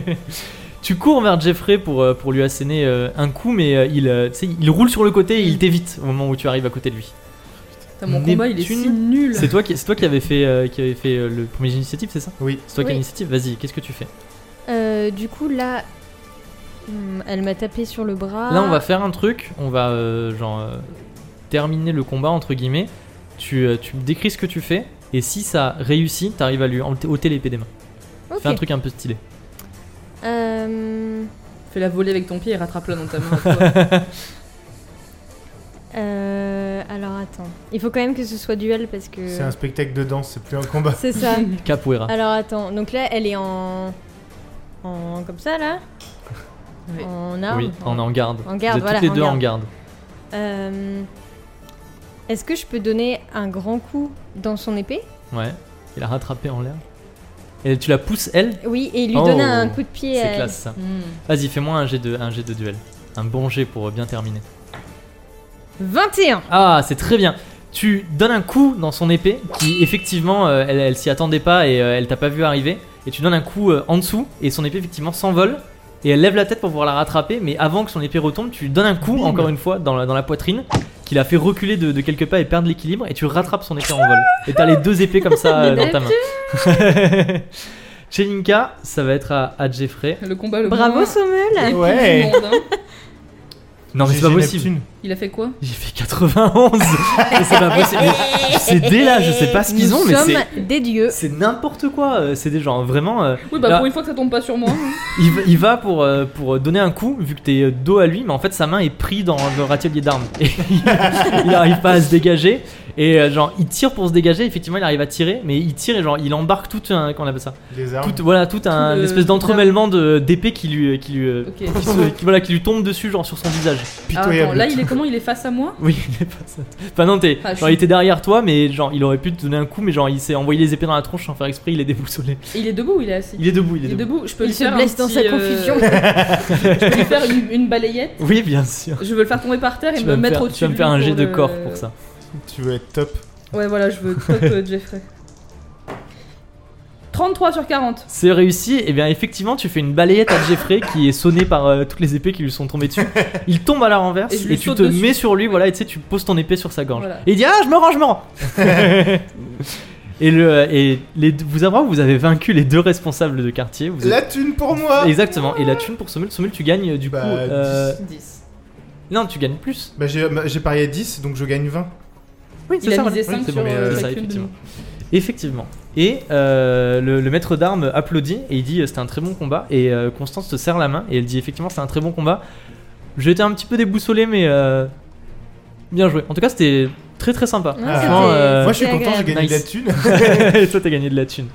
A: tu cours vers Jeffrey pour, euh, pour lui asséner euh, un coup, mais euh, il, euh, tu sais, il roule sur le côté et il t'évite au moment où tu arrives à côté de lui.
D: Putain, mon combat, il est
A: Neptune,
D: si nul.
A: C'est toi qui, c'est toi qui avais fait, euh, qui avait fait euh, le premier initiative, c'est ça
B: Oui.
A: C'est toi qui as
C: Oui.
A: l'initiative. Vas-y, qu'est-ce que tu fais
C: Euh, du coup, là, hmm, elle m'a tapé sur le bras.
A: Là, on va faire un truc. On va euh, genre euh, terminer le combat entre guillemets. Tu, euh, tu me décris ce que tu fais et si ça réussit, t'arrives à lui en- ôter l'épée des mains.
C: Ok.
A: Fais un truc un peu stylé.
C: Euh,
D: Fais la voler avec ton pied et rattrape-la dans ta main. à toi.
C: euh, alors attends. Il faut quand même que ce soit duel parce que.
B: C'est un spectacle de danse, c'est plus un combat.
C: C'est ça.
A: Capoeira.
C: alors attends. Donc là, elle est en. En. Comme ça là
D: Oui.
C: En arme
A: oui, on est en garde.
C: Ah, En garde,
A: Vous êtes
C: voilà,
A: toutes les deux
C: en
A: en
C: garde.
A: garde.
C: Euh, Est-ce que je peux donner un grand coup dans son épée
A: Ouais. Il a rattrapé en l'air. Et tu la pousses elle
C: Oui, et lui
A: Oh,
C: donner un coup de pied. à
A: C'est
C: elle.
A: classe ça.
D: Hmm.
A: Vas-y, fais-moi un jet de un jet de duel. Un bon jet pour euh, bien terminer.
C: 21
A: Ah, c'est très bien. Tu donnes un coup dans son épée, qui effectivement, euh, elle, elle s'y attendait pas et euh, elle t'a pas vu arriver. Et tu donnes un coup euh, en dessous, et son épée effectivement s'envole. Et elle lève la tête pour pouvoir la rattraper, mais avant que son épée retombe, tu lui donnes un coup,
B: Bim.
A: encore une fois, dans la, dans la poitrine, qui la fait reculer de, de quelques pas et perdre l'équilibre, et tu rattrapes son épée en vol. Et t'as les deux épées comme ça euh, dans ta main. Chelinka, ça va être à, à Jeffrey.
D: Le combat, le
C: Bravo
D: moins
C: Sommel
D: épique
B: Ouais.
D: du monde, hein.
A: Non, mais c'est
B: GG
A: pas possible.
B: Neptune.
D: Il a fait quoi
A: J'ai fait 91 Mais C'est pas possible. Mais Ces dés-là, je sais pas ce qu'ils
C: Nous
A: ont, mais c'est.
C: sommes des dieux.
A: C'est n'importe quoi, euh, c'est des gens vraiment. euh,
D: Oui, bah
A: là,
D: pour une fois que ça tombe pas sur moi. hein.
A: il, va, il va pour, euh, pour donner un coup, vu que t'es euh, dos à lui, mais en fait sa main est prise dans le râtelier d'armes. Et il n'arrive pas à se dégager. Et euh, genre, il tire pour se dégager, effectivement, il arrive à tirer, mais il tire et genre, il embarque tout un. Comment on appelle ça
B: Les armes.
A: tout, Voilà, tout un
D: Tout le-
A: espèce d'entremêlement de- d'épée qui lui. euh, Qui lui euh,
D: Ok.
A: qui, se- qui- voilà, qui lui tombe dessus, genre sur son visage.
D: Ah, attends,
B: Pitoyable.
D: là, il est comment Il est face à moi
A: Oui, il est pas ça. Enfin, non, t'es,
D: Ah, je
A: genre,
D: suis-
A: il était derrière toi, mais genre, il aurait pu te donner un coup, mais genre, il s'est envoyé les épées dans la tronche sans faire exprès, il est déboussolé.
D: Et Il est debout ou il est assis
A: Il est debout, il est
D: Il est
A: debout.
D: debout. Je peux
C: Il
D: lui
C: se
D: faire un
C: blesse dans sa
D: petit, euh,
C: confusion.
D: je peux lui faire une, une balayette.
A: Oui, bien sûr.
D: Je veux le faire tomber par terre et
A: Tu
D: me
A: vas me
D: mettre
A: faire,
D: au-dessus.
A: tu vas me
D: de
A: faire
D: lui
A: un
D: pour
A: jet de
D: le-
A: corps pour ça.
B: Tu veux être top.
D: Ouais, voilà, je veux top euh, Jeffrey. 33 sur 40.
A: C'est réussi, et bien effectivement, tu fais une balayette à Jeffrey qui est sonné par euh, toutes les épées qui lui sont tombées dessus. Il tombe à la renverse
D: Et je
A: et,
D: lui
A: tu
D: saute
A: te
D: dessus.
A: mets sur lui, voilà, et tu sais, tu poses ton épée sur sa gorge.
D: Voilà.
A: Et il dit Ah, je me rends, je me rends Et, le, et les, deux- vous avez, vous avez vaincu les deux responsables de quartier. Vous êtes-
B: La thune pour moi
A: Exactement, et la thune pour Sommel, Sommel, tu gagnes euh, du
B: Bah,
A: coup. euh,
D: 10.
A: Non, tu gagnes plus.
B: Bah j'ai bah, j'ai parié 10, donc je gagne 20.
A: Oui,
D: Il a
A: voilà.
D: misé 5
A: Oui, c'est
D: sur
A: bon, mais,
D: euh,
A: euh, ça,
D: chacune de
A: effectivement.
D: nous.
A: Effectivement. Et euh, le, le maître d'armes applaudit et il dit euh, c'était un très bon combat. Et euh, Constance te serre la main et elle dit effectivement c'est un très bon combat. J'étais un petit peu déboussolé mais euh, bien joué. En tout cas c'était très très sympa.
C: Ouais,
B: Ah,
C: c'était-
A: franchement, euh,
B: Moi je suis
C: c'était
B: content, j'ai gagné
C: agréable.
B: de la
A: Nice.
B: thune.
A: et toi t'as gagné de la thune.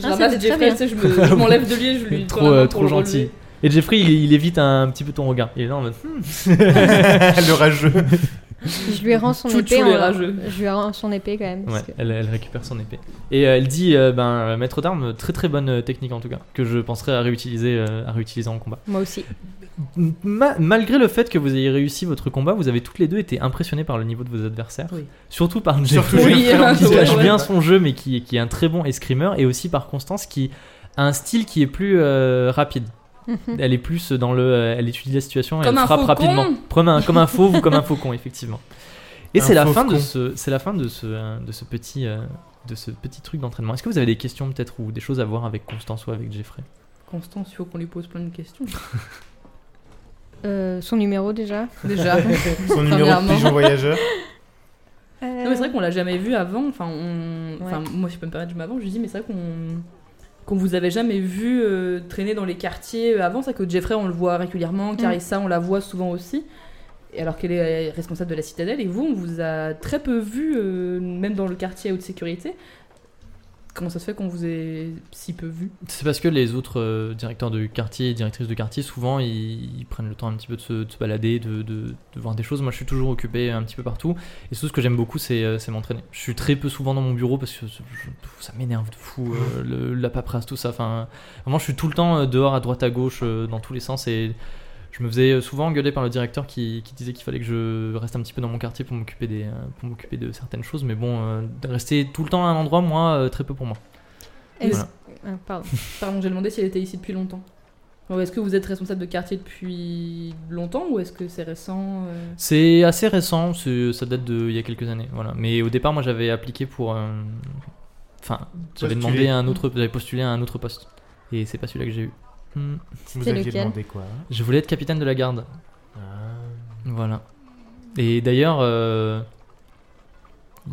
D: Je
C: Ah,
D: ramasse
C: c'était très
D: Jeffrey,
C: bien.
D: tu sais, je me- je m'enlève de lui et je lui
A: trop
D: prends la main
A: euh,
D: pour
A: trop
D: le
A: gentil.
D: relever.
A: Et Jeffrey il, il évite un petit peu ton regard. Il est là en mode, Hmm.
B: le rageux.
C: Je lui rends son
D: Tchou,
C: épée.
D: tchou, les
C: en-
D: rageux.
C: Je lui rends son épée quand même.
A: Ouais,
C: parce que-
A: elle, elle récupère son épée. Et euh, elle dit euh, ben euh, maître d'armes très très bonne euh, technique en tout cas que je penserai à réutiliser euh, à réutiliser en combat.
C: Moi aussi.
A: Ma- malgré le fait que vous ayez réussi votre combat, vous avez toutes les deux été impressionnés par le niveau de vos adversaires.
D: Oui.
A: Surtout par Jeffrey,
B: Surtout
D: Oui,
B: Jeffrey,
A: qui
D: ouais,
A: cache
D: ouais.
A: bien son jeu, mais qui, qui est un très bon escrimeur, et aussi par Constance, qui a un style qui est plus euh, rapide.
C: Mhm.
A: Elle est plus dans le. euh, elle étudie la situation et
D: Comme
A: elle
D: un
A: frappe
D: faucon.
A: rapidement. Comme un, comme un fauve ou comme un faucon, effectivement. Et
B: Un
A: c'est la,
B: fauve
A: fin de
B: con.
A: ce, c'est la fin de ce, euh, de ce petit. euh, de ce petit truc d'entraînement. Est-ce que vous avez des questions peut-être ou des choses à voir avec Constance ou avec Jeffrey
D: Constance, il faut qu'on lui pose plein de questions.
C: Euh, son numéro déjà.
D: Déjà. non,
B: Son numéro de
D: Premièrement.
B: pigeon voyageur.
D: mais c'est vrai qu'on l'a jamais vu avant. Enfin, on... enfin,
C: Ouais.
D: moi, si je peux me permettre, je m'avance. Je dis, mais c'est vrai qu'on qu'on vous avait jamais vu euh, traîner dans les quartiers euh, avant. C'est vrai que Jeffrey, on le voit régulièrement. Carissa, on la voit souvent aussi. Et alors qu'elle est euh, responsable de la citadelle. Et vous, on vous a très peu vu, euh, même dans le quartier à haute sécurité. Comment ça se fait qu'on vous ait si peu vu
A: C'est parce que les autres euh, directeurs de quartier et directrices de quartier, souvent, ils, ils prennent le temps un petit peu de se, de se balader, de, de- de voir des choses. Moi, je suis toujours occupé un petit peu partout. Et surtout, ce que j'aime beaucoup, c'est euh, c'est m'entraîner. Je suis très peu souvent dans mon bureau parce que je- je- ça m'énerve de fou, euh, le- la paperasse, tout ça. Enfin, vraiment, je suis tout le temps euh, dehors, à droite, à gauche, euh, dans tous les sens. Et je me faisais euh, souvent engueuler par le directeur qui, qui disait qu'il fallait que je reste un petit peu dans mon quartier pour m'occuper des, euh, pour m'occuper de certaines choses. Mais bon, euh, de rester tout le temps à un endroit, moi, euh, très peu pour moi.
C: Est-ce-
A: Voilà.
C: Ah, pardon.
D: Pardon, j'ai demandé si elle était ici depuis longtemps. Alors, Est-ce que vous êtes responsable de quartier depuis longtemps ou est-ce que c'est récent euh
A: C'est assez récent, c'est- ça date de il y a quelques années. Voilà. Mais au départ, moi, j'avais appliqué pour. euh, Enfin, j'avais
B: Postuler.
A: demandé à un autre, j'avais postulé à un autre poste. Et c'est pas celui-là que j'ai eu. Hmm.
B: Vous
C: C'est
B: aviez
C: lequel
B: demandé quoi
A: Je voulais être capitaine de la garde.
B: Ah.
A: Voilà. Et d'ailleurs, euh,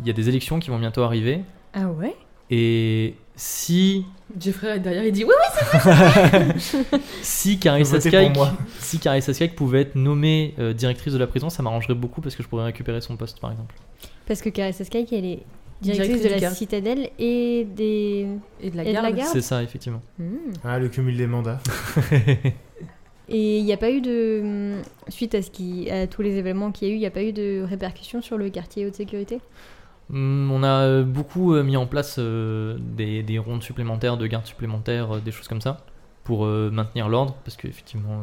A: il y a des élections qui vont bientôt arriver.
C: Ah ouais
A: Et si
D: Jeffrey derrière, il dit oui, oui
A: si Carissa
B: Votez
A: Skyke,
B: pour moi.
A: si Carissa Skyke pouvait être nommée euh, directrice de la prison, ça m'arrangerait beaucoup parce que je pourrais récupérer son poste, par exemple.
C: Parce que Carissa Sky, elle est
D: Directrice
C: directrice de
D: du
C: la
D: quartier.
C: citadelle et des.
D: Et de la
C: Et de la
D: garde.
C: garde.
A: C'est ça, effectivement.
C: Hmm.
B: Ah, le cumul des mandats.
C: Et il n'y a pas eu de. hum, Suite à, ce qui, à tous les événements qu'il y a eu, il n'y a pas eu de répercussions sur le quartier haute sécurité
A: Hmm, On a euh, beaucoup euh, mis en place euh, des, des rondes supplémentaires, de gardes supplémentaires, euh, des choses comme ça, pour euh, maintenir l'ordre, parce qu'effectivement,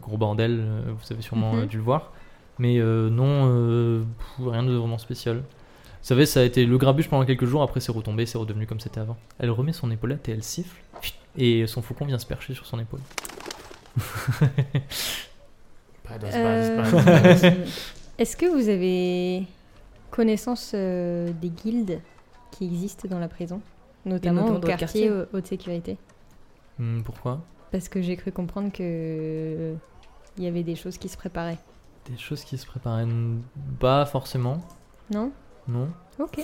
A: gros bordel, euh, vous avez sûrement
C: Mhm.
A: euh, dû le voir. Mais euh, non, euh, pff, rien de vraiment spécial. Vous savez, ça a été le grabuge pendant quelques jours, après c'est retombé, c'est redevenu comme c'était avant. Elle remet son épaulette et elle siffle, et son faucon vient se percher sur son épaule.
B: Pas
C: Euh, Est-ce que vous avez connaissance euh, des guildes qui existent dans la prison Notamment,
D: notamment
C: au
D: dans le
C: quartier
D: quartier.
C: euh, haute sécurité
A: Hmm, pourquoi
C: Parce que j'ai cru comprendre que. Il y avait des choses qui se préparaient.
A: Des choses qui se préparaient Pas forcément,
C: Non
A: non
C: Ok.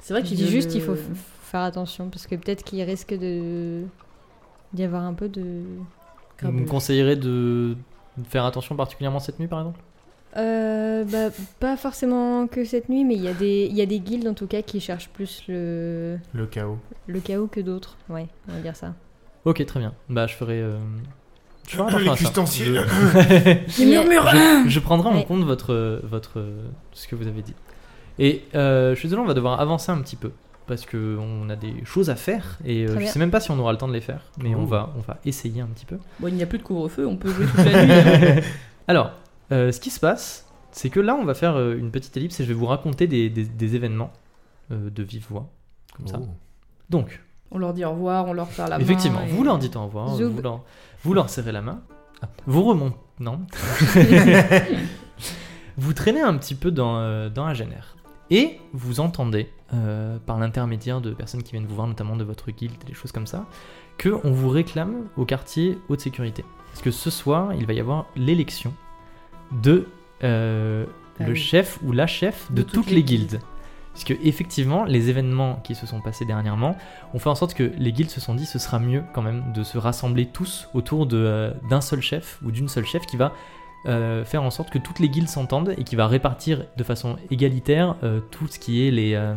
D: C'est vrai
C: Je
D: qu'il
C: dis
D: veut
C: juste
D: le-
C: qu'il faut f- faire attention parce que peut-être qu'il risque de d'y avoir un peu de.
A: Vous me
D: Grabuge.
A: conseillerez de faire attention particulièrement cette nuit, par exemple
C: Euh, bah, pas forcément que cette nuit, mais il y a des il y a des guildes en tout cas qui cherchent plus le
B: Le chaos.
C: le chaos que d'autres. Ouais, on va dire ça.
A: Ok, très bien. Bah, je ferai. euh, Je ferai
B: Les
A: attention à ça.
B: custanciers.
A: Je...
C: Il y a-
A: je- je prendrai en
C: Ouais.
A: compte votre, euh, votre, euh, ce que vous avez dit. Et euh, je suis désolé, on va devoir avancer un petit peu parce que on a des choses à faire et euh,
C: Très
A: je
C: bien.
A: sais même pas si on aura le temps de les faire, mais on
B: Ouh.
A: va, on va essayer un petit peu.
D: Bon, il n'y a plus de couvre-feu, on peut jouer toute la nuit. hein.
A: Alors, euh, ce qui se passe, c'est que là, on va faire euh, une petite ellipse et je vais vous raconter des, des- des événements euh, de vive voix, comme ça. Donc,
D: On leur dit au revoir, on leur serre la main.
A: Effectivement,
D: et-
A: vous leur dites au revoir,
C: Zoub.
A: vous leur, vous leur serrez la main, Ah, vous remontez. Non. vous traînez un petit peu dans, euh, dans Agener. Et vous entendez, euh, par l'intermédiaire de personnes qui viennent vous voir, notamment de votre guilde et des choses comme ça, que on vous réclame au quartier haute sécurité. Parce que ce soir, il va y avoir l'élection de euh,
D: Ah
A: le
D: oui.
A: chef ou la chef de, toutes, les, guildes. Parce que effectivement, les événements qui se sont passés dernièrement ont fait en sorte que les guildes se sont dit ce sera mieux quand même de se rassembler tous autour de, euh, d'un seul chef ou d'une seule chef qui va euh, faire en sorte que toutes les guildes s'entendent et qui va répartir de façon égalitaire euh, tout ce qui est les, euh,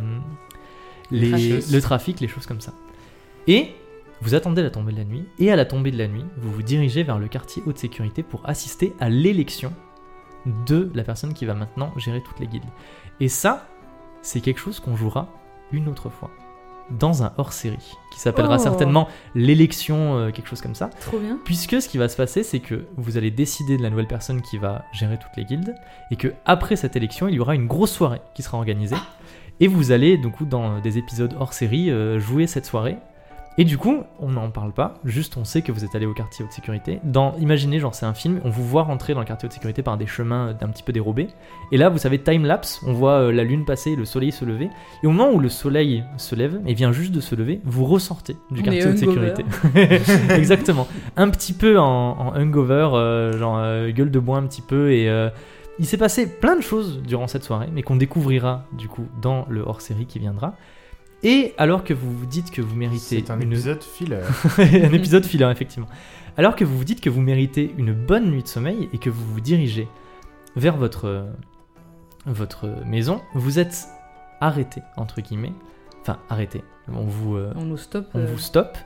A: les-
B: Trafic.
A: le trafic, les choses comme ça. Et vous attendez la tombée de la nuit, et à la tombée de la nuit, vous vous dirigez vers le quartier haute sécurité pour assister à l'élection de la personne qui va maintenant gérer toutes les guildes. Et ça, c'est quelque chose qu'on jouera une autre fois, dans un hors-série, qui s'appellera
C: Oh.
A: certainement l'élection, euh, quelque chose comme ça.
D: Trop bien.
A: Puisque ce qui va se passer, c'est que vous allez décider de la nouvelle personne qui va gérer toutes les guildes, et que après cette élection, il y aura une grosse soirée qui sera organisée, et vous allez du coup dans des épisodes hors série euh, jouer cette soirée. Et du coup, on n'en parle pas, juste on sait que vous êtes allé au quartier haute sécurité. Dans, imaginez, genre c'est un film, on vous voit rentrer dans le quartier haute sécurité par des chemins euh, d'un petit peu dérobés. Et là, vous savez, time lapse, on voit euh, la lune passer, le soleil se lever. Et au moment où le soleil se lève et vient juste de se lever, vous ressortez du
D: On
A: quartier
D: est
A: haute sécurité. Exactement. Un petit peu en, en hungover, euh, genre euh, gueule de bois un petit peu. Et euh, il s'est passé plein de choses durant cette soirée, mais qu'on découvrira du coup dans le hors-série qui viendra. Et alors que vous vous dites que vous méritez
B: C'est un
A: une
B: épisode filler.
A: un épisode filant, effectivement. Alors que vous vous dites que vous méritez une bonne nuit de sommeil et que vous vous dirigez vers votre, euh, votre maison, vous êtes arrêté, entre guillemets. Enfin, arrêté. On vous, euh,
D: On nous stoppe.
A: on
D: euh,
A: vous stoppe.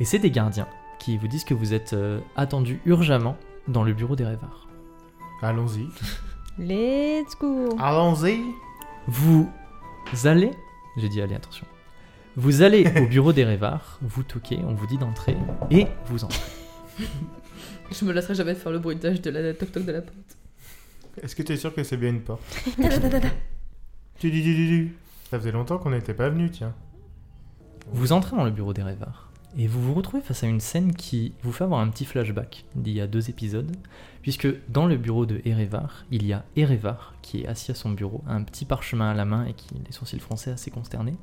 A: Et c'est des gardiens qui vous disent que vous êtes euh, attendu urgemment dans le bureau des rêvards.
B: Allons-y.
C: Let's go.
B: Allons-y.
A: Vous allez, j'ai dit allez, attention. Vous allez au bureau des rêvards, vous toquez, on vous dit d'entrer et vous entrez.
D: Je me lasserai jamais de faire le bruitage de la toc-toc de la porte.
B: Est-ce que tu es sûr que c'est bien une porte Tu dis, Ça faisait longtemps qu'on n'était pas venu, tiens.
A: Vous entrez dans le bureau des rêvards Et vous vous retrouvez face à une scène qui vous fait avoir un petit flashback d'il y a deux épisodes, puisque dans le bureau de Erevar, il y a Erevar qui est assis à son bureau, un petit parchemin à la main et qui les sourcils français assez consternés.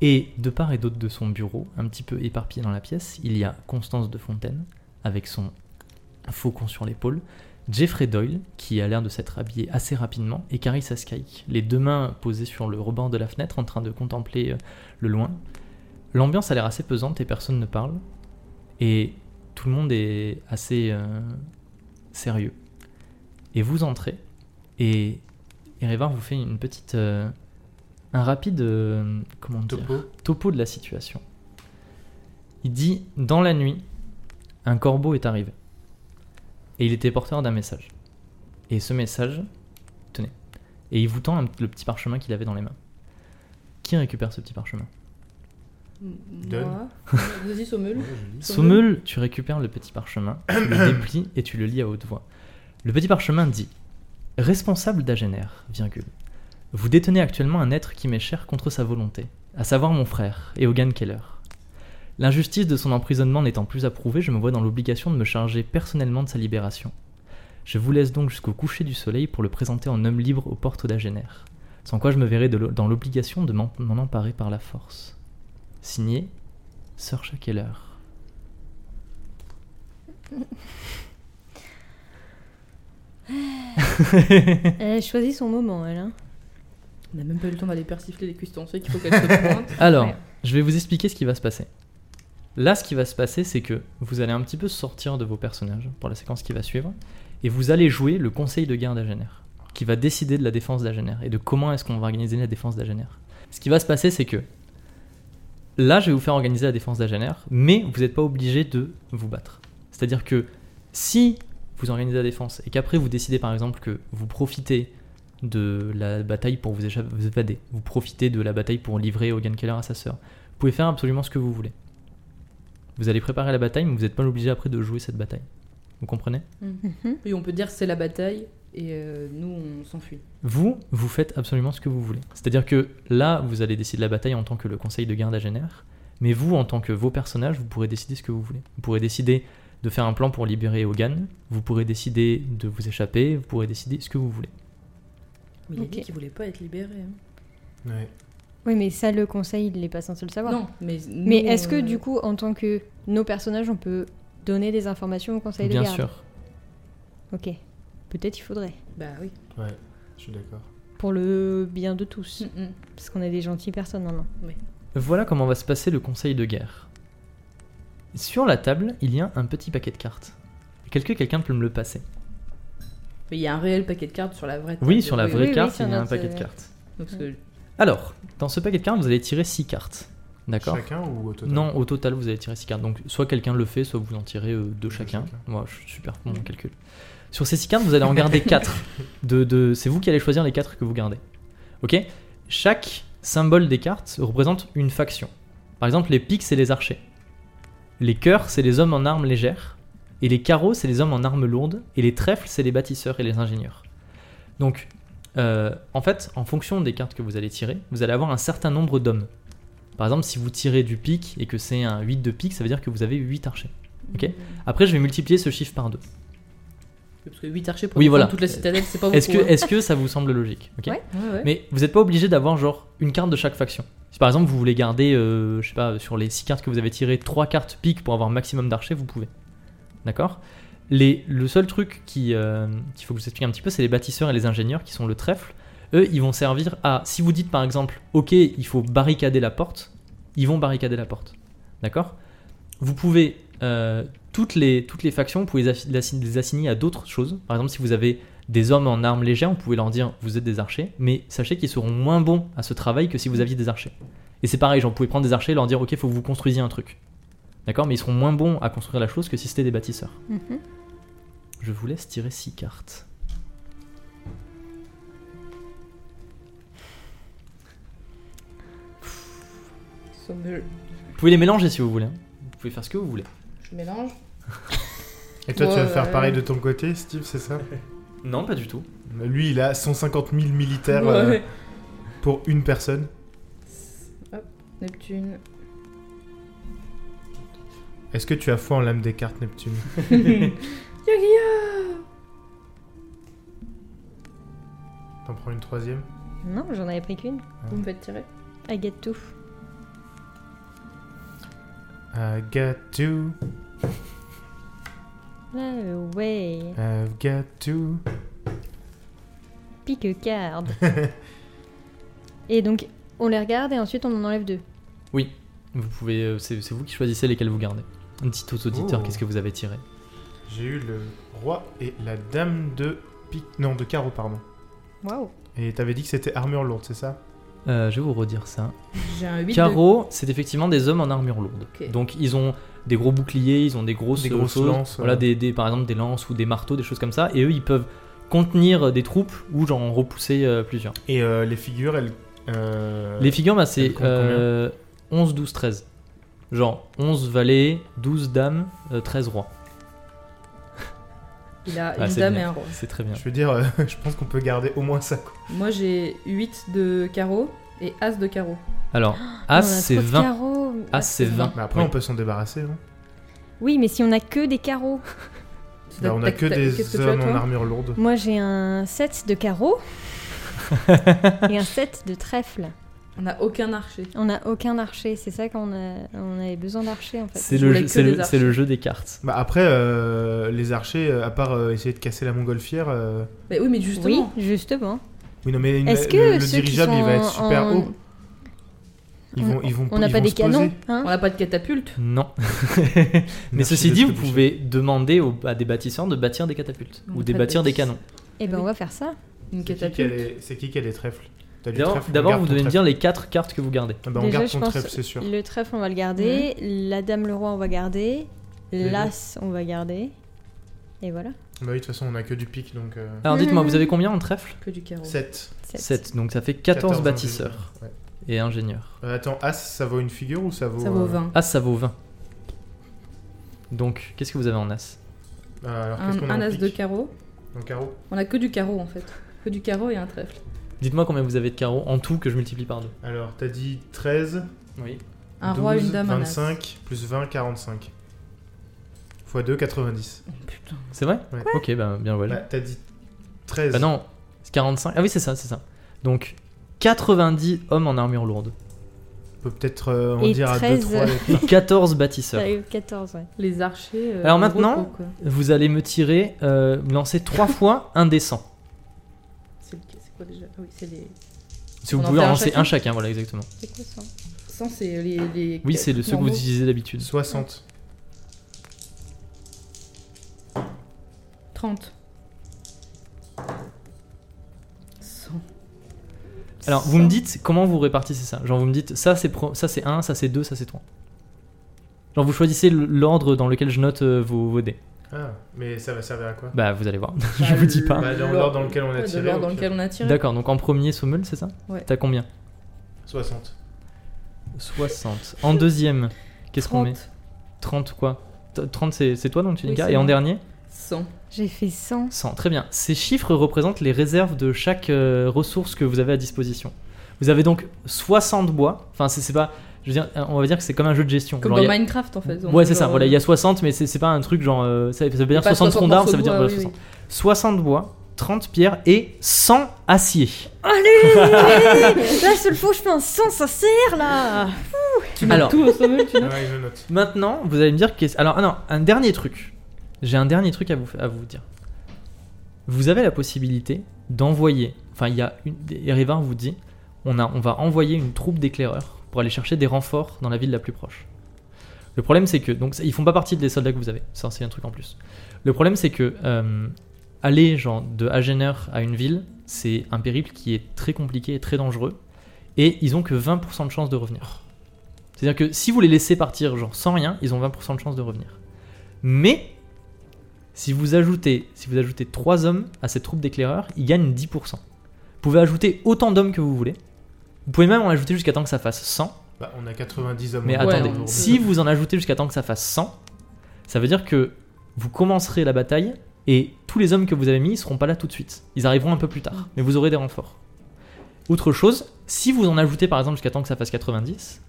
A: Et de part et d'autre de son bureau, un petit peu éparpillé dans la pièce, il y a Constance de Fontaine avec son faucon sur l'épaule, Jeffrey Doyle qui a l'air de s'être habillé assez rapidement et Carissa Skyke, les deux mains posées sur le rebord de la fenêtre en train de contempler euh, le loin. L'ambiance a l'air assez pesante et personne ne parle. Et tout le monde est assez euh, sérieux. Et vous entrez. Et Erevar vous fait une petite. euh, un rapide. euh, comment dire
B: Topo.
A: topo de la situation. Il dit Dans la nuit, un corbeau est arrivé. Et il était porteur d'un message. Et ce message, tenez. Et il vous tend un- le petit parchemin qu'il avait dans les mains. Qui récupère ce petit parchemin
B: Donne.
D: Moi. Vas-y, Sommel.
B: Ouais, joli.
A: Sommel, tu récupères le petit parchemin, tu le déplies et tu le lis à haute voix. Le petit parchemin dit Responsable d'Agener, virgule. Vous détenez actuellement un être qui m'est cher contre sa volonté, à savoir mon frère, Eogan Keller. L'injustice de son emprisonnement n'étant plus approuvée, je me vois dans l'obligation de me charger personnellement de sa libération. Je vous laisse donc jusqu'au coucher du soleil pour le présenter en homme libre aux portes d'Agener, sans quoi je me verrai de l'o- dans l'obligation de m'en m'en emparer par la force. Signé, Sir Keller.
C: Elle a choisi son moment, elle. hein.
D: On n'a même pas eu le temps d'aller persifler les cuisses, on sait qu'il faut qu'elle se pointe.
A: Alors,
C: Ouais.
A: je vais vous expliquer ce qui va se passer. Là, ce qui va se passer, c'est que vous allez un petit peu sortir de vos personnages pour la séquence qui va suivre, et vous allez jouer le conseil de guerre d'Agener, qui va décider de la défense d'Agener et de comment est-ce qu'on va organiser la défense d'Agener. Ce qui va se passer, c'est que là, je vais vous faire organiser la défense d'Agener, mais vous n'êtes pas obligé de vous battre. C'est-à-dire que si vous organisez la défense et qu'après vous décidez par exemple que vous profitez de la bataille pour vous écha- vous évader, vous profitez de la bataille pour livrer Hogan Keller à sa sœur, vous pouvez faire absolument ce que vous voulez. Vous allez préparer la bataille, mais vous n'êtes pas obligé après de jouer cette bataille. Vous comprenez
D: Oui, on peut dire que c'est la bataille et euh, nous on s'enfuit.
A: Vous, vous faites absolument ce que vous voulez. C'est-à-dire que là, vous allez décider la bataille en tant que le conseil de garde d'Agener, mais vous, en tant que vos personnages, vous pourrez décider ce que vous voulez. Vous pourrez décider de faire un plan pour libérer Hogan, vous pourrez décider de vous échapper, vous pourrez décider ce que vous voulez.
D: Mais il a
C: Ok.
D: dit qu'il voulait pas être libéré. hein.
B: Ouais.
C: Oui, mais ça, le conseil, il n'est pas censé le savoir.
D: Non, mais. nous,
C: Mais est-ce que
D: euh,
C: du coup, en tant que nos personnages, on peut donner des informations au conseil
A: Bien
C: de garde
A: sûr.
C: Ok. Peut-être il faudrait.
D: Bah oui.
B: Ouais, je suis d'accord.
C: Pour le bien de tous.
D: Mm-mm.
C: Parce qu'on est des gentilles personnes maintenant.
A: Voilà comment va se passer le conseil de guerre. Sur la table, il y a un petit paquet de cartes. Quelqu'un, quelqu'un peut me le passer.
D: Mais il y a un réel paquet de cartes sur la vraie table.
A: Oui, sur la
C: oui,
A: vraie
C: oui,
A: carte,
C: sur
A: il y a un
C: notre,
A: paquet de
C: euh,
A: cartes.
D: Donc, ce que-
A: Alors, dans ce paquet de cartes, vous allez tirer 6 cartes. D'accord
B: Chacun ou au total
A: Non, au total, vous allez tirer 6 cartes. Donc, soit quelqu'un le fait, soit vous en tirez euh, 2 chacun.
B: chacun.
A: Moi, je suis super bon en calcul. Sur ces 6 cartes, vous allez en garder 4. De, de- c'est vous qui allez choisir les 4 que vous gardez. Ok Chaque symbole des cartes représente une faction. Par exemple, les piques, c'est les archers. Les cœurs, c'est les hommes en armes légères. Et les carreaux, c'est les hommes en armes lourdes. Et les trèfles, c'est les bâtisseurs et les ingénieurs. Donc, euh, en fait, en fonction des cartes que vous allez tirer, vous allez avoir un certain nombre d'hommes. Par exemple, si vous tirez du pique et que c'est un 8 de pique, ça veut dire que vous avez 8 archers. Ok. Après, je vais multiplier ce chiffre par 2.
D: Parce que 8 archers pour
A: Oui,
D: défendre
A: voilà.
D: toute la citadelle, c'est pas beaucoup.
A: Est-ce que,
D: hein.
A: est que ça vous semble logique Ok.
C: Ouais.
D: Ouais, ouais.
A: Mais vous n'êtes pas obligé d'avoir genre une carte de chaque faction. Si par exemple vous voulez garder, euh, je sais pas, sur les 6 cartes que vous avez tirées, 3 cartes pique pour avoir maximum d'archers, vous pouvez. D'accord les, Le seul truc qui, euh, qu'il faut que je vous explique un petit peu, c'est les bâtisseurs et les ingénieurs qui sont le trèfle. Eux, ils vont servir à. Si vous dites par exemple, ok, il faut barricader la porte, ils vont barricader la porte. D'accord Vous pouvez. euh, toutes, les, toutes les factions, vous pouvez les affi- les assign- les assigner à d'autres choses. Par exemple, si vous avez des hommes en armes légères, vous pouvez leur dire vous êtes des archers, mais sachez qu'ils seront moins bons à ce travail que si vous aviez des archers. Et c'est pareil, genre vous pouvez prendre des archers et leur dire ok, faut que vous construisiez un truc. D'accord Mais ils seront moins bons à construire la chose que si c'était des bâtisseurs.
C: Mhm.
A: Je vous laisse tirer 6 cartes.
D: Sommel,
A: Vous pouvez les mélanger si vous voulez. hein. Vous pouvez faire ce que vous voulez.
D: je mélange.
B: Et toi, tu vas
D: Ouais,
B: faire
D: ouais.
B: pareil de ton côté, Steve, c'est ça
A: Non, pas du tout.
B: Lui, il a 150 000 militaires euh,
D: Ouais.
B: pour une personne.
D: Neptune.
B: Est-ce que tu as foi en l'âme des cartes, Neptune
D: Yu-Gi-Oh
B: T'en prends une troisième
C: Non, j'en avais pris qu'une.
D: Vous me faites tirer
C: I get two.
B: I've got two,
C: No way.
B: I've got two.
C: Pique card. et donc, on les regarde et ensuite on en enlève deux.
A: Vous pouvez, euh, c'est c'est vous qui choisissez lesquels vous gardez. Un petit aux auditeurs,
B: Oh.
A: qu'est-ce que vous avez tiré
B: J'ai eu le roi et la dame de pique. Non, de carreau, pardon.
C: Waouh.
B: Et t'avais dit que c'était armure lourde, c'est ça
A: Euh, Je vais vous redire ça.
D: J'ai un 8
A: Carreau, c'est effectivement des hommes en armure lourde.
D: Ok.
A: Donc ils ont des gros boucliers, ils ont des grosses,
B: Des grosses
A: choses,
B: lances,
A: voilà,
B: ouais.
A: des, des- par exemple des lances ou des marteaux, des choses comme ça, et eux ils peuvent contenir des troupes ou genre en repousser euh, plusieurs.
B: Et euh, les figures, elles. euh,
A: Les figures, bah,
B: elles
A: c'est
B: comptent combien
A: euh, 11, 12, 13. Genre 11 valets, 12 dames, euh, 13 rois.
D: de- Il a
A: Ah,
D: une
A: c'est
D: dame
A: bien.
D: et un roi.
A: C'est très bien.
B: Je veux dire, euh, je pense qu'on peut garder au moins ça. quoi.
D: Moi j'ai 8 de carreau et as de carreau.
A: Alors, As Ah, c'est 20. As c'est 20.
B: Mais après,
A: Oui.
B: on peut s'en débarrasser. hein. non
C: Oui, mais si on a que des carreaux.
B: Là, Bah, on a
D: Tac,
B: que
D: tac,
B: des
D: qu'est-ce que tu as,
B: hommes en
D: toi
B: armure lourde.
C: Moi j'ai un 7 de carreaux. et un 7 de trèfle.
D: On n'a aucun archer.
C: On n'a aucun archer, c'est ça qu'on a... on avait besoin d'archer en fait.
A: C'est
D: Je
A: le,
D: voulais
A: jeu-
D: que
A: c'est
D: des
A: le- c'est le
D: archers.
A: jeu des cartes.
B: Bah après, euh, les archers, euh, à part euh, essayer de casser la montgolfière. euh,
D: Bah oui, mais justement.
C: Oui, justement.
B: Oui, non, mais une-
C: Est-ce que
B: le, le
C: ceux qui
B: dirigeable, il
C: sont
B: va être super
C: en-
B: haut. Ils vont, ils vont,
C: On n'a
B: ils
C: pas
B: vont
C: des
B: se poser.
C: canons, hein
D: On n'a pas de catapulte.
A: Non. Mais
B: Merci
A: ceci
B: de
A: dit,
B: ce
A: vous
B: boucher.
A: pouvez demander aux- à des bâtisseurs de bâtir des catapultes
D: On
A: ou
D: va
A: de
D: pas
A: bâtir des
D: bâtir.
A: canons.
C: Eh ben
D: Oui.
C: on va faire ça.
D: Une
B: C'est qui qui a
D: catapulte.
B: les- C'est qui qui a les trèfles T'as du
A: D'abord,
B: trèfle, on
A: d'abord,
B: garde
A: vous
B: ton
A: devez me dire
B: trèfle.
A: les quatre cartes que vous gardez.
B: Ah bah, on
C: Déjà,
B: garde
C: je
B: ton
C: pense-
B: trèfle, c'est sûr.
C: Le trèfle on va le garder, la dame le roi on va garder,
B: Les deux.
C: l'as on va garder. Et voilà.
B: Bah oui, de toute façon, on a que du pic, donc. Euh...
A: Alors dites-moi, vous avez combien en trèfle
D: Que du carreau.
B: 7.
C: 7.
A: 7. Donc ça fait 14, Ah. bâtisseurs et ingénieurs.
B: Euh, attends, As, ça vaut une figure ou ça vaut.
D: Ça vaut
B: euh,
D: 20.
A: As, ça vaut 20. Donc, qu'est-ce que vous avez en As
B: euh, alors, qu'est-ce
D: Un,
B: qu'on a
D: un
B: en
D: as
B: pique
D: de carreau.
B: En carreau
D: On a que du carreau en fait. Que du carreau et un trèfle.
A: Dites-moi combien vous avez de carreaux en tout que je multiplie par 2.
B: Alors, t'as dit 13,
A: Oui.
D: Un roi,
B: 12,
D: une dame, un as.
B: 25, plus 20, 45. Fois 2, 90.
D: Oh, putain.
A: C'est vrai
B: Ouais.
A: Ok, bah, bien voilà.
B: Bah, t'as dit 13.
A: Bah non, c'est 45. Ah oui, c'est ça, c'est ça. Donc, 90 hommes en armure lourde
B: On peut peut-être euh, en
C: Et
B: dire à
C: 13.
B: 2, 3.
A: et 14 bâtisseurs.
C: 14, ouais.
D: Les archers. euh,
A: Alors
D: en
A: maintenant-
D: repos, quoi.
A: Vous allez me tirer, euh, me lancer 3 fois un des 100.
D: C'est le- c'est quoi déjà Ah oui, c'est les.
A: Si vous
D: On en
A: pouvez
D: fait
A: en
D: un
A: lancer
D: chacun
A: un chacun, voilà, exactement.
C: C'est quoi ça
D: Sans, c'est les, les.
A: Oui, c'est le ceux que vous
D: normaux.
A: utilisez d'habitude.
B: 60.
D: 30. 100.
A: Alors, vous me dites comment vous répartissez ça. Genre, vous me dites ça c'est pro- ça c'est 1, ça c'est 2, ça c'est 3. Genre, vous choisissez l- l'ordre dans lequel je note euh, vos, vos dés.
B: Ah, mais ça va servir à quoi
A: Bah, vous allez voir, je vous dis pas.
B: Bah, dans l'ordre dans lequel on a
D: Ouais, de
B: tiré,
D: l'ordre
B: au
D: dans
B: pire.
D: lequel on a tiré.
A: D'accord, donc en premier, Sommel, c'est ça
D: Ouais.
A: T'as combien
B: 60.
A: 60. En deuxième, qu'est-ce qu'on met
D: 30,
A: 30 quoi T- 30 c'est c'est toi donc tu
D: Oui,
A: dis
D: c'est
A: Et en
D: moi.
A: dernier
D: 100.
C: J'ai fait 100.
A: 100. Très bien. Ces chiffres représentent les réserves de chaque euh, ressource que vous avez à disposition. Vous avez donc 60 bois. Enfin, c'est c'est pas. Je veux dire, on va dire que c'est comme un jeu de gestion.
D: Comme
A: Genre, il y
D: dans
A: a-
D: Minecraft en fait. On
A: Ouais,
D: peut
A: c'est ça.
D: genre,
A: Voilà, il
D: euh,
A: y a 60, mais c'est c'est pas un truc genre. euh, ça, ça veut dire
D: pas
A: 60 troncs d'arbres, ça veut dire
D: morceaux de
A: voilà, 60.
D: bois, oui,
A: 60 bois, 30 pierres et 100 acier.
C: là, seul faux, je fais un 100, ça sert là
D: oui. Tu mets
A: Alors.
D: tout au sommet, tu notes.
B: Ouais, je note.
A: Maintenant, vous allez me dire. qu'est-ce- Alors, ah non, un dernier truc. J'ai un dernier truc à vous, à vous dire. Vous avez la possibilité d'envoyer. Enfin, il y a une. Erivar vous dit on, a, on va envoyer une troupe d'éclaireurs pour aller chercher des renforts dans la ville la plus proche. Le problème, c'est que. Donc, ils font pas partie des soldats que vous avez. Ça, c'est un truc en plus. Le problème, c'est que. euh, aller, genre, de Agener à une ville, c'est un périple qui est très compliqué et très dangereux. Et ils ont que 20% de chance de revenir. C'est-à-dire que si vous les laissez partir genre sans rien, ils ont 20% de chance de revenir. Mais si vous ajoutez si vous ajoutez 3 hommes à cette troupe d'éclaireurs, ils gagnent 10%. Vous pouvez ajouter autant d'hommes que vous voulez. Vous pouvez même en ajouter jusqu'à temps que ça fasse 100.
B: Bah, on a 90 hommes.
A: Mais
B: en
D: Ouais,
A: attendez,
B: armure lourde.
A: si vous en ajoutez jusqu'à temps que ça fasse 100, ça veut dire que vous commencerez la bataille et tous les hommes que vous avez mis ne seront pas là tout de suite. Ils arriveront un peu plus tard, mais vous aurez des renforts. Autre chose, si vous en ajoutez par exemple jusqu'à temps que ça fasse 90,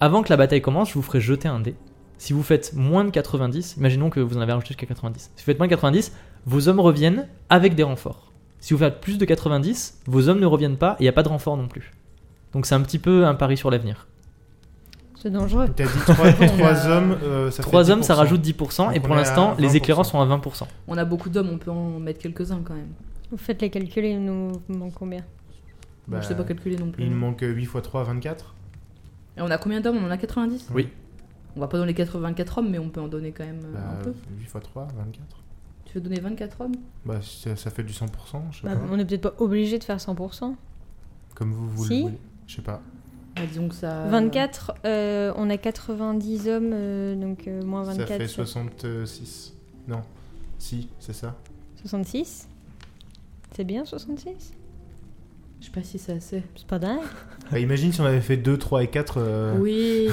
A: avant que la bataille commence, je vous ferai jeter un dé Si vous faites moins de 90, imaginons que vous en avez rajouté jusqu'à 90. Si vous faites moins de 90, vos hommes reviennent avec des renforts. Si vous faites plus de 90, vos hommes ne reviennent pas et il n'y a pas de renfort non plus. Donc c'est un petit peu un pari sur l'avenir.
C: C'est dangereux.
B: T'as dit 3,
D: On a-
B: hommes, euh, ça fait
A: Trois hommes, ça
B: 10%.
A: rajoute 10%, et
B: Donc
A: pour
B: on est à
A: l'instant, les
B: 20%.
A: éclairants sont à 20%.
D: On a beaucoup d'hommes, on peut en mettre quelques-uns quand même.
C: Vous faites les calculs et nous manque combien
B: Bah,
D: je sais pas calculer non plus.
B: Il me manque 8 x 3, 24.
D: Et on a combien d'hommes On en a 90
A: Oui.
D: On va pas donner 84 hommes, mais on peut en donner quand même euh,
B: Bah,
D: un peu.
B: 8 x 3, 24.
D: Tu veux donner 24 hommes
B: Bah, ça, ça fait du 100%, je sais
C: Bah,
B: pas.
C: On n'est peut-être pas obligé de faire 100%.
B: Comme vous, vous
C: Si.
B: le voulez. Je sais pas.
D: Ah, Disons que ça.
C: 24, euh, on a 90 hommes, euh, donc euh, moins
B: Ça
C: 24,
B: fait
C: ça-
B: 66. Non. Si, c'est ça.
C: 66. C'est bien 66
D: Je sais pas si c'est assez.
C: C'est pas dingue.
A: Ah.
B: Bah, imagine si on avait fait 2, 3 et euh, 4.
D: Oui,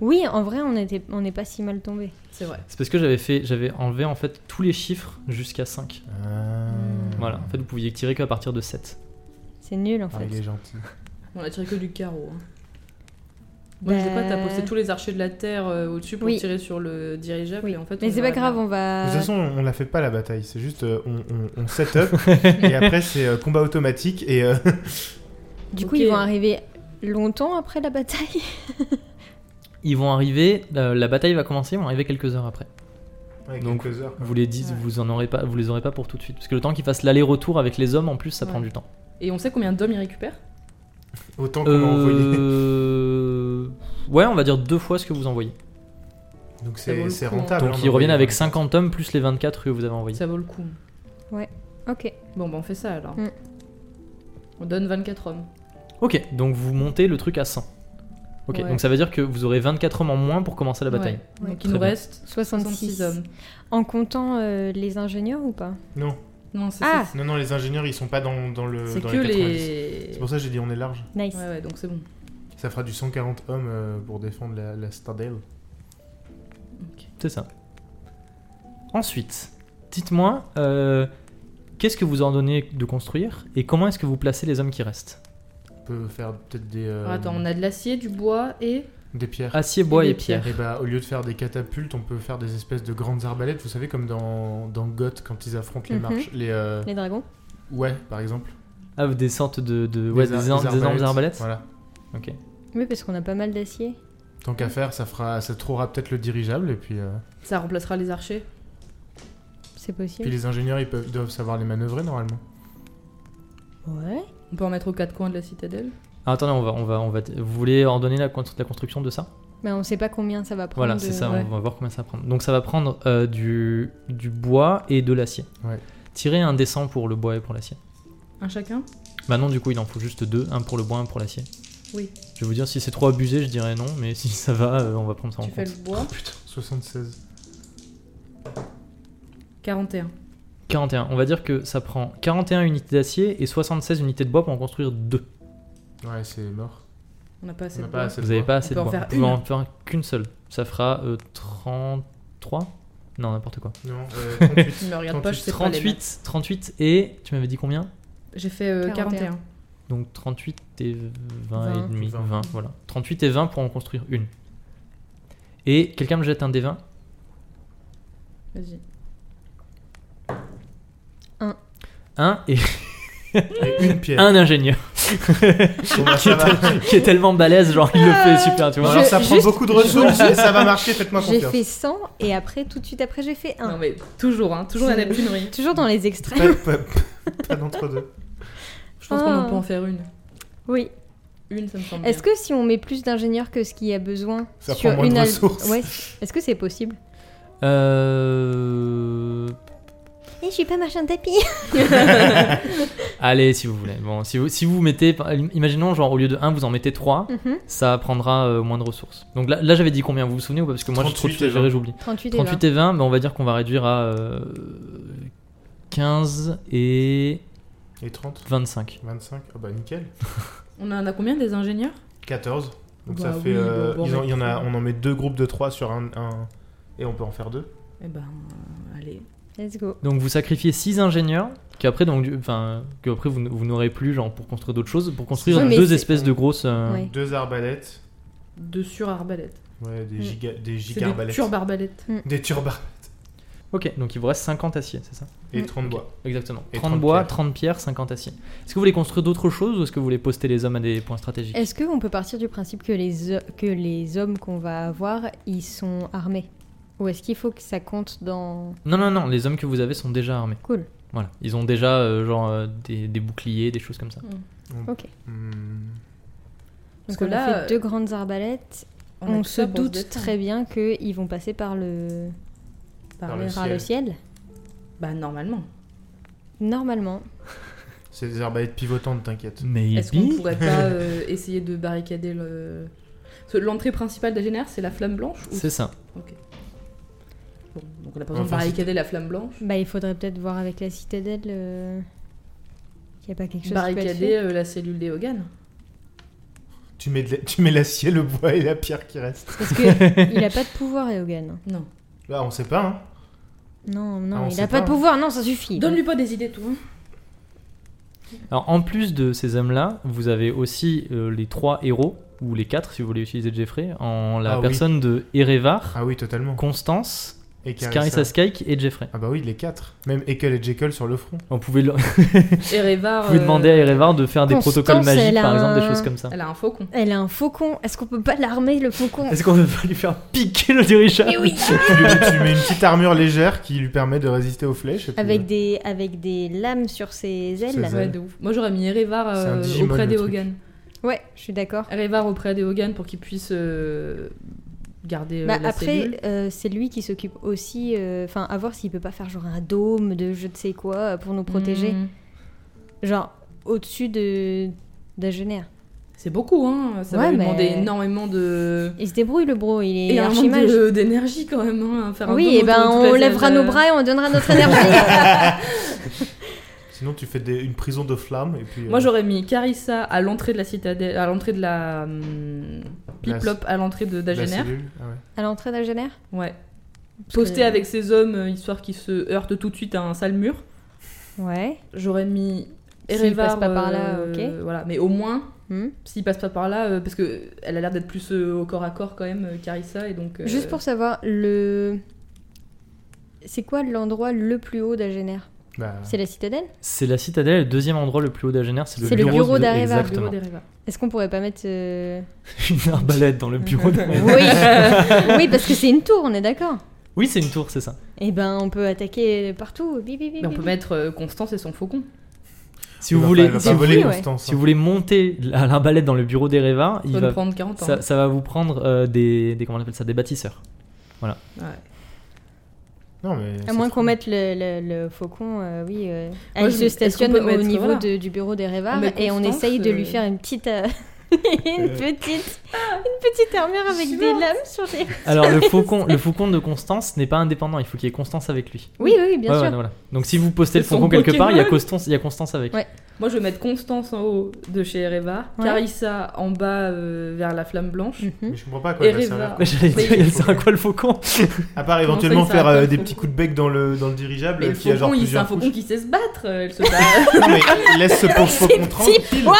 C: Oui, en vrai, on était, on n'est pas si mal tombé.
D: c'est vrai.
A: C'est parce que j'avais fait, j'avais enlevé en fait tous les chiffres jusqu'à 5.
B: euh,
D: Hmm.
A: Voilà, en fait vous pouviez tirer qu'à partir de 7.
C: C'est nul en fait.
B: Ah, il est gentil.
D: On a tiré que du carreau. hein. Moi, je sais
C: Bah,
D: pas, t'as posté tous les archers de la terre euh, au-dessus pour
C: Oui.
D: tirer sur le dirigeable.
C: Oui.
D: Et en fait,
C: Mais
D: on
C: c'est
D: va
C: pas
D: à la
C: grave,
D: merde.
C: on va.
B: De
D: Euh.
B: toute façon, on la fait pas la bataille. C'est juste, euh, on, on, on set up et après c'est euh, combat automatique et euh,
C: Du coup,
D: Ok.
C: ils vont arriver longtemps après la bataille.
A: Ils vont arriver, la, la bataille va commencer, ils vont arriver quelques heures après.
B: ouais,
A: Donc,
B: quelques heures.
A: Vous les dites,
D: Ouais.
A: vous en aurez pas, vous les aurez pas pour tout de suite, parce que le temps qu'ils fassent l'aller-retour avec les hommes en plus, ça
D: Ouais.
A: prend du temps.
D: Et on sait combien d'hommes ils récupèrent
B: Autant qu'on a envoyé.
A: Euh... Ouais, on va dire deux fois ce que vous envoyez.
B: Donc
D: Ça vaut
B: c'est
D: le
B: c'est
D: coup, hein.
B: rentable.
A: Donc
B: hein,
A: ils
B: d'envoyer
A: reviennent avec
B: un-
A: 50 hommes plus les 24 que vous avez envoyés.
D: Ça vaut le coup.
C: ok.
D: Bon, bah on fait ça alors.
C: Mm.
D: On donne 24 hommes.
A: Ok, donc vous montez le truc à 100. Ok,
D: Ouais.
A: donc ça veut dire que vous aurez 24 hommes en moins pour commencer la bataille.
D: Ouais.
C: Ouais.
D: Donc
A: Très
D: il nous
A: bien.
D: reste
C: 66,
D: 66 hommes.
C: En comptant euh, les ingénieurs ou pas
B: Non,
D: Non, c'est
C: Ah,
D: c'est-
B: non, non, les ingénieurs ils sont pas dans, dans le.
D: c'est
B: Euh, dans
D: que
B: C'est
D: les.
B: pour ça que j'ai dit on est large.
C: nice.
D: Ouais, ouais, donc c'est bon.
B: Ça fera du 140 hommes euh, pour défendre la, la Stardale.
A: C'est ça. Ensuite, dites-moi, euh, qu'est-ce que vous ordonnez de construire et comment est-ce que vous placez les hommes qui restent
B: On peut faire peut-être des, euh,
D: Alors, attends, on a de l'acier, du bois et.
B: des pierres.
A: Acier, bois
D: Et
A: et,
D: des
A: pierre.
B: Et bah, au lieu de faire des catapultes, on peut faire des espèces de grandes arbalètes, vous savez, comme dans, dans Goth quand ils affrontent les
C: Mhm.
B: marches. Les, euh,
C: Les dragons
B: Ouais, par exemple.
A: Ah, des sortes de. de ouais, des,
B: ar-
A: énormes- des énormes arbalètes
B: Voilà.
A: Ok.
C: Oui, parce qu'on a pas mal d'acier.
B: Tant
C: Mhm.
B: qu'à faire, ça fera, ça trouvera peut-être le dirigeable et puis, euh,
D: Ça remplacera les archers.
C: C'est
B: puis
C: possible.
B: les ingénieurs ils peuvent, doivent savoir les manœuvrer normalement.
C: Ouais.
D: On peut en mettre aux quatre coins de la citadelle.
A: Ah, attendez, on va, on va, on va. Vous voulez ordonner la, con- la construction de ça
C: Mais on sait pas combien ça va prendre.
A: Voilà,
C: de-
A: c'est ça,
D: ouais.
A: on va voir combien ça va prendre. Donc ça va prendre euh, du, du bois et de l'acier.
B: Ouais.
A: Tirez un dessin pour le bois et pour l'acier.
D: Un chacun
A: Bah non, du coup, il en faut juste deux, un pour le bois, un pour l'acier.
D: Oui.
A: Je vais vous dire, si c'est trop abusé, je dirais non, mais si ça va, euh, on va prendre ça en
D: Tu fais
A: compte.
D: le bois.
B: 76.
D: 41.
A: 41, on va dire que ça prend 41 unités d'acier et 76 unités de bois pour en construire deux.
B: Ouais, c'est mort.
D: On n'a pas assez
B: On n'a
D: de
B: pas
D: bois.
B: assez de
A: Vous n'avez
B: bois.
A: pas assez
D: peut
A: de
D: en
A: bois.
D: faire
A: Vous pouvez
D: une.
A: en faire qu'une seule. Ça fera euh, 33 Non, n'importe quoi.
B: Non, euh, 38.
D: Tu me regardes pas, je sais pas. les maths.
A: 38, 38 et tu m'avais dit combien
D: J'ai fait euh, 41.
C: 41.
A: Donc 38 et 20, et
C: Vingt.
A: demi,
B: Vingt.
A: 20, voilà. 38 et 20 pour en construire une. Et quelqu'un me jette un des 20
D: Vas-y.
A: 1 et
B: Et une pierre.
A: un ingénieur
B: Bon, bah,
A: qui
B: ça
A: est,
B: va.
A: tel- qui est tellement balèze, genre il le
D: Ah.
A: fait super, tu
B: Bon,
A: vois.
B: alors,
C: Je-
B: ça prend
C: juste-
B: beaucoup de ressources,
C: je-
B: et ça va marcher, faites-moi
C: J'ai
B: confiance.
C: fait 100 et après, tout de suite après, j'ai fait 1.
D: Non, mais toujours, hein. Toujours la
C: Je-
D: Neptunerie.
C: Toujours dans les extrêmes.
B: Pas, pas- pas d'entre deux.
D: Je pense qu'on
C: Ah.
D: en peut en faire une.
C: Oui.
D: Une, ça me semble.
C: Est-ce que si on met plus d'ingénieurs que ce qu'il y a besoin
B: Ça
C: sur
B: prend moins de
C: une al-
B: ressources.
C: Ouais. Est-ce que c'est possible
A: Euh...
C: Eh, je suis pas machin de tapis.
A: Allez, si vous voulez. Bon, si vous, si vous mettez, par- imaginons, genre au lieu de 1, vous en mettez 3,
C: Mhm.
A: ça prendra euh, moins de ressources. Donc là, là j'avais dit combien, vous vous souvenez ou pas Parce que moi, je suis trop
B: 38 et
A: suggéré,
B: 20.
A: j'oublie.
C: 38 et 20.
A: 38 et 20, mais on va dire qu'on va réduire à euh, 15 et
B: Et 30
A: 25.
B: 25 Ah bah nickel.
D: On en a combien des ingénieurs
B: 14. Donc
D: Bah
B: ça
D: oui,
B: fait. euh,
D: bon,
B: ils
D: bon,
B: en- il y en a,
D: bon.
B: on en met deux groupes de 3 sur un, un- Et on peut en faire deux.
D: Eh ben, euh, allez.
C: Let's go.
A: Donc vous sacrifiez 6 ingénieurs qu'après donc du- enfin que après vous, n- vous n'aurez plus genre pour construire d'autres choses pour construire
C: Oui, mais
A: deux
C: c'est-
A: espèces de grosses euh,
C: Ouais.
B: Deux arbalètes.
D: Deux sur arbalète.
B: Ouais, des
C: Mm.
B: giga, des
D: C'est
B: giga
D: des
B: arbalètes.
D: turbarbalettes.
B: Des turbas
A: Ok, donc il vous reste 50 aciers, c'est ça
B: et
C: Mm.
B: 30
A: Ok,
B: bois.
A: Exactement.
B: Et
A: 30,
B: 30
A: bois,
B: pierres.
A: 30 pierres, 50 aciers. Est-ce que vous voulez construire d'autres choses ou est-ce que vous voulez poster les hommes à des points stratégiques
C: Est-ce qu'on peut partir du principe que les, ho- que les hommes qu'on va avoir, ils sont armés Ou est-ce qu'il faut que ça compte dans...
A: Non, non, non, les hommes que vous avez sont déjà armés.
C: Cool.
A: Voilà, ils ont déjà euh, genre euh, des, des boucliers, des choses comme ça.
C: Ok.
B: Hmm.
C: Donc
D: Parce que
C: on
D: là,
C: a
D: euh,
C: fait deux grandes arbalètes.
D: a
C: On,
D: que
C: se
D: ça pour
C: doute
D: détendre.
C: très bien qu'ils vont passer par le...
D: Par
B: Par
D: les-
B: le
C: par le ciel.
D: Bah normalement.
C: Normalement.
B: C'est des arbalètes pivotantes, t'inquiète.
D: Est-ce qu'on
A: Maybe
D: pourrait pas euh, essayer de barricader le... Parce que L'entrée principale d'Agener, c'est la flamme blanche ou...
A: C'est ça.
D: Bon, donc on a pas besoin de
B: Enfin,
D: barricader la flamme blanche.
C: Bah, il faudrait peut-être voir avec la citadelle euh, qu'il n'y a pas quelque chose qui peut
D: Barricader
C: être fait.
D: euh, la cellule des Hogan.
B: Tu mets, de la- tu mets l'acier, le bois et la pierre qui reste.
C: Parce qu'il n'a pas de pouvoir, Eogan.
D: Non.
B: Là, on sait pas, hein.
C: Non, non,
B: Ah, on
C: il
B: sait
C: n'a pas,
B: pas.
C: de pouvoir, non, ça suffit.
D: Donne-lui pas des idées, tout. hein.
A: Alors en plus de ces hommes-là, vous avez aussi euh, les trois héros, ou les quatre si vous voulez utiliser Jeffrey, en la
B: Ah oui.
A: personne de Erevar,
B: Ah oui, totalement.
A: Constance,
B: Et
A: Scarissa
B: Carissa.
A: Skyke et Jeffrey.
B: Ah bah oui, les quatre. Même Ekel et Jekyll sur le front.
A: On pouvait le-
D: Erevar.
A: vous pouvez
D: euh,
A: demander à Erevar de faire des
C: Constance,
A: protocoles magiques,
C: elle a
A: par exemple, des
C: un-
A: choses comme ça.
D: Elle a un faucon.
C: Elle a un faucon. Est-ce qu'on peut pas l'armer, le faucon
A: Est-ce qu'on peut pas lui faire piquer le dirigeable
C: Mais oui
B: tu, lui mets, tu lui mets une petite armure légère qui lui permet de résister aux flèches. et puis,
C: avec
B: euh,
C: des, avec des lames sur ses ailes.
B: Ses
D: Ouais, de ouf. Moi j'aurais mis Erevar
B: C'est un
D: euh,
B: Digimon,
D: auprès
B: le
D: des
B: truc.
D: Hogan.
C: Ouais, je suis d'accord.
D: Erevar auprès des Hogan pour qu'ils puissent euh, garder euh,
C: Bah,
D: la cellule.
C: après, euh, c'est lui qui s'occupe aussi. euh, Enfin, à voir s'il peut pas faire genre un dôme de je ne sais quoi euh, pour nous protéger.
D: Mhm.
C: Genre au-dessus de d'Agener.
D: C'est beaucoup, hein. Ça va
C: Ouais,
D: lui
C: mais-
D: demander énormément de.
C: Il se débrouille le bro, il est
D: énormément
C: archimage.
D: de- d'énergie quand même, hein, à faire un
C: Oui,
D: dôme
C: et ben
D: autour de toute
C: on
D: la
C: lèvera
D: salle,
C: nos
D: euh.
C: bras et on donnera notre énergie.
B: euh, Sinon, tu fais des- une prison de flammes et puis. euh,
D: Moi j'aurais mis Carissa à l'entrée de la citadelle, à l'entrée de la. hum, Piplop à l'entrée de
B: la
D: d'Agener.
B: cellule. Ah ouais.
C: à l'entrée d'Agener
D: Ouais.
C: Parce
D: Poster
C: que-
D: avec ses hommes, euh, histoire qu'ils se heurtent tout de suite à un sale mur.
C: Ouais.
D: J'aurais mis
C: S'il
D: Erevar.
C: passe pas par là,
D: euh, Voilà, mais au moins,
C: Hmm.
D: s'il passe pas par là, euh, parce que elle a l'air d'être plus euh, au corps à corps quand même, euh, Carissa, et donc. euh,
C: Juste pour savoir, le. C'est quoi l'endroit le plus haut d'Agener
B: Bah,
C: C'est la citadelle
A: C'est la citadelle, le deuxième endroit le plus haut d'Agener, c'est le,
C: C'est le bureau
A: de-
C: d'Areva.
D: le bureau
A: Exactement.
D: d'Erevar.
C: Est-ce qu'on pourrait pas mettre. euh,
A: Une arbalète dans le bureau d'Areva.
C: Oui Oui, parce que c'est une tour, on est d'accord
A: Oui, c'est une tour, c'est ça.
C: Eh ben, on peut attaquer partout. Bi, bi, bi,
D: Mais on
C: bi,
D: peut
C: bi.
D: mettre euh, Constance et son faucon.
A: Si vous
B: elle va
A: voulez,
B: pas- elle va
A: si
B: pas
A: vous
B: voler hein.
A: voulez,
C: ouais.
B: Constance.
A: si vous voulez monter la- l'arbalète dans le bureau d'Ereva, il
D: Ça va
A: va,
D: nous prendre
C: hein.
D: 40 ans.
A: ça, ça va vous prendre euh, des, des comment on appelle ça, des bâtisseurs.
B: Non, mais.
C: À
D: Ah,
B: c'est
C: moins
B: trop
C: qu'on mette le, le- le faucon, euh, oui. euh,
D: Moi,
C: elle
D: je-
C: se
D: est-ce qu'on
C: stationne
D: peut
C: au
D: mettre,
C: niveau
D: voilà.
C: de- du bureau des
D: On
C: Révards
D: met
C: et on
D: Constance,
C: essaye de
D: euh,
C: lui faire une petite. euh, une
B: Euh.
C: petite. une petite armure avec des lames sur les.
A: Alors le faucon, le faucon de Constance n'est pas indépendant, il faut qu'il y ait Constance avec lui.
C: Oui, oui, oui, bien
A: Ouais,
C: sûr.
A: ouais, voilà. Donc si vous postez le
D: C'est son
A: faucon quelque part, il y a
D: Pokémon.
A: Constance, il y a Constance avec.
C: Ouais.
D: Moi, je vais mettre Constance en haut de chez Ereva,
C: Ouais.
D: Carissa en bas euh, vers la flamme blanche.
B: con.
C: Mhm.
B: Mais je comprends pas à quoi elle va
D: Ereva.
B: servir.
A: Mais J'allais dire,
D: Mais-
A: il sert à quoi le faucon
B: À part
D: Comment ça,
B: éventuellement
D: il sert à
B: faire
D: quoi,
B: euh,
D: le
B: des
D: faucon
B: petits coups de bec dans le, dans le dirigeable
D: Mais le
B: euh, qui a genre
D: faucon, il- c'est un
B: plusieurs
D: faucon
B: couches.
D: qui sait se battre. euh, Elle se bat.
B: Non, mais laisse ce pauvre faucon tranquille.
C: One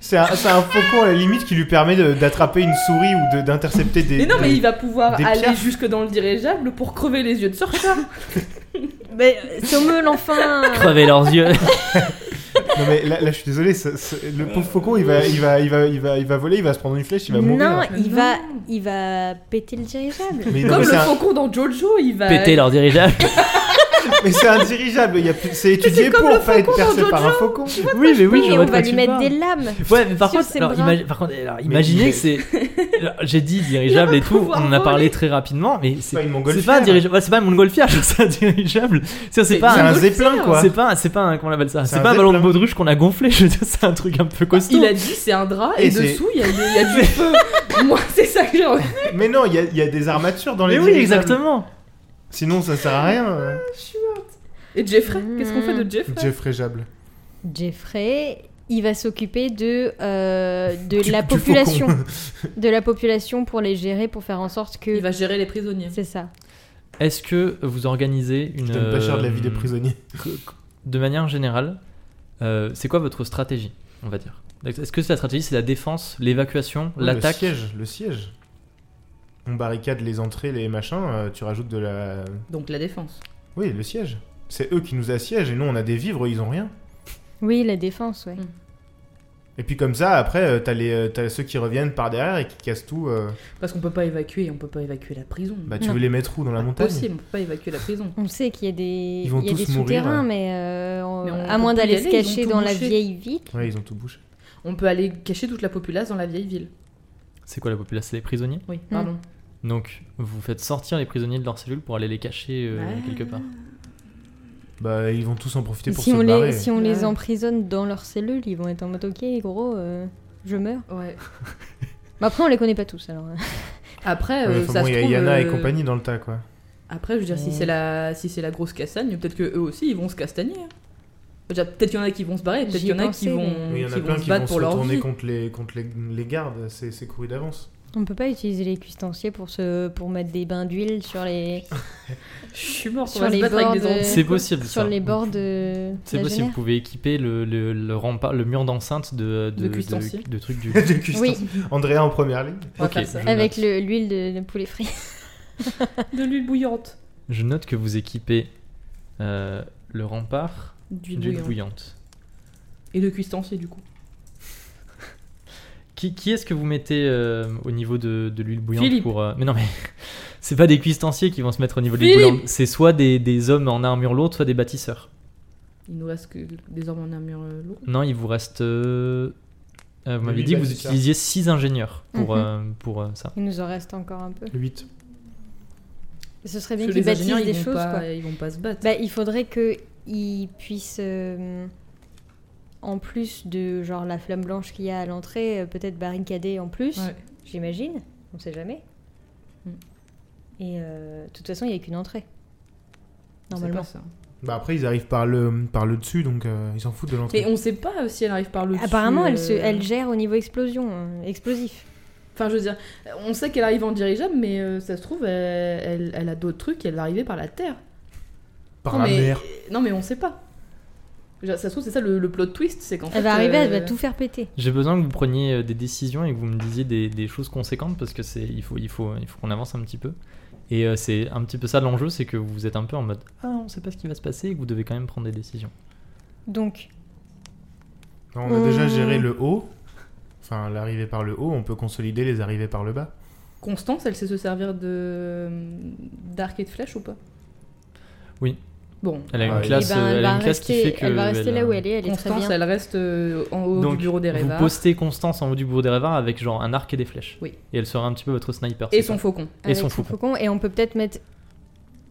B: C'est un, c'est un faucon à la limite qui lui permet de- d'attraper une souris ou de- d'intercepter des.
D: mais non, mais il va pouvoir
B: des
D: aller
B: pierres.
D: jusque dans le dirigeable pour crever les yeux de Sorcha.
C: Mais euh, Sommel, enfin
A: Crever leurs yeux.
B: Non, mais là, là, je suis désolé, ce- ce- le pauvre faucon il va, il, va, il, va, il, va, il va voler, il va se prendre une flèche, il va mourir.
C: Non, il
D: Non.
C: va, il va péter le dirigeable.
B: Mais, non,
D: Comme
B: mais
D: le
B: c'est un-
D: faucon dans Jojo, il va.
A: Péter leur dirigeable.
B: mais c'est un dirigeable, il y a plus- c'est étudié
D: comme
B: pour
D: le
B: pas être
D: faucon dans
B: percé par un faucon.
A: Oui, mais oui, je
C: et
A: vois
C: on
A: de quoi
C: va
A: tu
C: lui mettre
A: parles.
C: des lames.
A: Ouais, mais par
C: sur
A: contre,
C: ses
A: alors,
C: bras.
A: imagi- par contre, alors, imaginez que c'est. alors, J'ai dit dirigeable et tout,
D: pouvoir
A: on en a parlé
D: voler.
A: très rapidement, mais
B: C'est pas
A: c'est c'est pas
B: une
A: un
B: montgolfière.
A: dirigeable, ouais, c'est pas un montgolfière, je trouve ça un dirigeable. C'est c'est
D: C'est
B: C'est
A: pas un.
B: un
D: montgolfière.
B: zeppelin quoi.
A: C'est pas, c'est pas un, comment on appelle ça
B: C'est
A: C'est
B: un
A: pas un ballon de
B: zeppelin.
A: baudruche qu'on a gonflé, je veux dire, c'est un truc un peu costaud.
D: Il a dit c'est un drap et,
B: Et c'est-
D: dessous il y a, il y a du feu. Moi c'est ça que j'ai envie.
B: Mais non, il y, a- il y a des armatures dans
A: Mais
B: les
A: oui,
B: dirigeables.
A: exactement.
B: Sinon ça sert à rien. euh,
D: Et Jeffrey,
C: Mmh.
D: qu'est-ce qu'on fait
B: Hmm.
D: de Jeffrey
B: Jeffreyable.
C: Jeffrey, il va s'occuper de, euh, de
B: Du-
C: la
B: du
C: population.
B: faucon.
C: de la population pour les gérer, pour faire en sorte que.
D: Il va gérer les prisonniers.
C: C'est ça.
A: Est-ce que vous organisez une.
B: Je donne pas cher de la vie des
A: euh,
B: prisonniers.
A: de manière générale, euh, c'est quoi votre stratégie, on va dire Est-ce que la stratégie, c'est la défense, l'évacuation,
B: Le
A: l'attaque
B: siège, le siège. on barricade les entrées, les machins, euh, tu rajoutes de la...
D: Donc la défense.
B: Oui, le siège. C'est eux qui nous assiègent et nous on a des vivres, ils ont rien.
C: Oui, la défense,
D: Mm.
C: ouais.
B: Et puis comme ça, après, euh, t'as les, euh, t'as ceux qui reviennent par derrière et qui cassent tout. euh,
D: Parce qu'on peut pas évacuer, on peut pas évacuer la prison.
B: Bah tu
C: Non.
B: veux les mettre où dans la
D: Pas
B: montagne
D: Possible, on peut pas évacuer la prison.
C: On sait qu'il y a des,
B: Ils vont
C: il y a
B: tous
C: des
B: mourir,
C: souterrains,
B: ouais.
C: mais, euh, on-
D: Mais on
C: à
D: peut
C: moins
D: plus y
C: d'aller
D: aller,
C: se
D: ils ont
C: cacher
D: tout
C: dans la
D: bouché.
C: vieille ville.
B: Ouais, ils ont tout bouché.
D: On peut aller cacher toute la populace dans la vieille ville.
A: C'est quoi la population C'est les prisonniers
D: Oui, pardon.
A: Donc, vous faites sortir les prisonniers de leur cellule pour aller les cacher euh,
D: Ouais.
A: quelque part.
B: Bah ils vont tous en profiter pour
C: Si
B: se
C: on,
B: barrer.
C: les, si on les
D: Ouais.
C: emprisonne dans leur cellule, ils vont être en mode ok, gros, euh, je meurs.
D: Ouais.
C: Mais après, on les connaît pas tous alors. hein.
D: Après,
B: Ouais,
D: euh,
B: enfin,
D: ça
B: bon,
D: se
B: il y a
D: trouve,
B: Yana et
D: euh,
B: compagnie dans le tas quoi.
D: Après, je veux dire, si
A: Mm.
D: c'est la, si c'est la grosse castagne, peut-être que eux aussi, ils vont se castagner. hein. Je veux dire, Peut-être qu'il y en a qui vont se barrer, peut-être
C: J'y
D: qu'il y en a
C: ai
D: qui
C: pensé,
D: vont,
B: Mais il y en a
D: qui
B: plein
D: vont se
B: qui
D: battre
B: vont se
D: pour leur
B: retourner
D: vie.
B: contre les, contre les, les gardes, c'est c'est couru d'avance.
C: on peut pas utiliser les cuistanciers pour, se, pour mettre des bains d'huile sur les,
D: Je suis mort,
C: Sur
D: on va se
C: les
D: battre avec des
C: bords de-
D: zombies.
A: C'est possible.
C: sur
A: ça.
C: les bords de.
A: C'est
C: la
A: possible,
C: Genère.
A: vous pouvez équiper le, le, le rempart, le mur d'enceinte de,
D: De cuistancier.
A: de trucs du.
B: Des cuissons.
C: Oui,
B: Andrea en première ligne.
D: On va
A: Ok.
D: faire ça.
A: je
C: avec
A: note.
C: le- l'huile de, de poulet frit.
D: De l'huile bouillante.
A: Je note que vous équipez euh, le rempart
D: D'huile
A: d'huile
D: bouillante.
A: bouillante.
D: Et de cuistancier, du coup.
A: Qui, qui est-ce que vous mettez euh, au niveau de, de l'huile bouillante
D: Philippe.
A: pour. euh, Mais non, mais. C'est pas des cuistanciers qui vont se mettre au niveau de l'huile
D: Philippe.
A: bouillante. C'est soit des, des hommes en armure lourde, soit des bâtisseurs.
D: Il nous reste que des hommes en armure euh, lourde.
A: Non, il vous reste. euh, euh, vous
B: Huit
A: m'avez dit que vous
B: bâtisseurs.
A: utilisiez 6 ingénieurs pour,
C: Mhm.
A: euh, pour euh, ça.
C: Il nous en reste encore un peu.
B: 8.
C: Ce serait bien
D: Parce
C: qu'ils
D: que les
C: bâtissent
D: ingénieurs, ils
C: des
D: vont
C: choses, quoi.
D: pas- ils vont pas se battre.
C: Bah, il faudrait que ils puissent, euh, en plus de genre la flamme blanche qu'il y a à l'entrée, euh, peut-être barricader en plus,
D: Ouais.
C: j'imagine. On sait jamais.
D: Mm.
C: Et euh, de toute façon, il n'y a qu'une entrée.
D: On sait
C: Normalement.
D: pas ça.
B: Bah après ils arrivent par le, par le dessus donc euh, ils s'en foutent de l'entrée.
D: Mais on sait pas euh, si elle arrive par le dessus,
C: Apparemment, elle, se,
D: euh,
C: elle gère au niveau explosion, hein, explosif.
D: Enfin, je veux dire, on sait qu'elle arrive en dirigeable, mais euh, ça se trouve, elle, elle- elle a d'autres trucs, elle est arrivée par la terre.
B: Par
D: non,
B: la
D: mais,
B: mer.
D: Non, mais on sait pas. Je veux dire, Ça se trouve, c'est ça le, le plot twist, c'est qu'en fait.
C: Elle va arriver, elle va
D: euh,
C: tout faire péter.
A: J'ai besoin que vous preniez euh, des décisions et que vous me disiez des, des choses conséquentes parce que c'est il faut il faut il faut qu'on avance un petit peu. Et euh, c'est un petit peu ça l'enjeu, c'est que vous êtes un peu en mode ah on sait pas ce qui va se passer et que vous devez quand même prendre des décisions.
C: Donc,
B: Non, on a déjà
C: Hum.
B: géré le haut. Enfin, l'arrivée par le haut, on peut consolider les arrivées par le bas.
D: Constance, elle sait se servir de. euh, d'arc et de flèche ou pas
A: Oui.
D: Bon.
A: Elle a une
B: Ouais.
A: classe,
C: eh ben,
A: euh, elle,
C: va
A: a une classe qui
C: rester-
A: fait que
C: elle va rester
A: elle,
C: là
A: euh,
C: où elle est, elle est très
D: Constance,
C: bien.
D: elle reste euh, en haut
A: Donc,
D: du bureau des
A: vous
D: rêvards.
A: postez Constance en haut du bureau des rêvards avec genre un arc et des flèches.
D: Oui.
A: Et elle sera un petit peu votre sniper.
D: Et
A: c'est
D: son
A: ça
D: faucon.
A: Et
C: avec
A: son faucon.
C: Et on peut peut-être mettre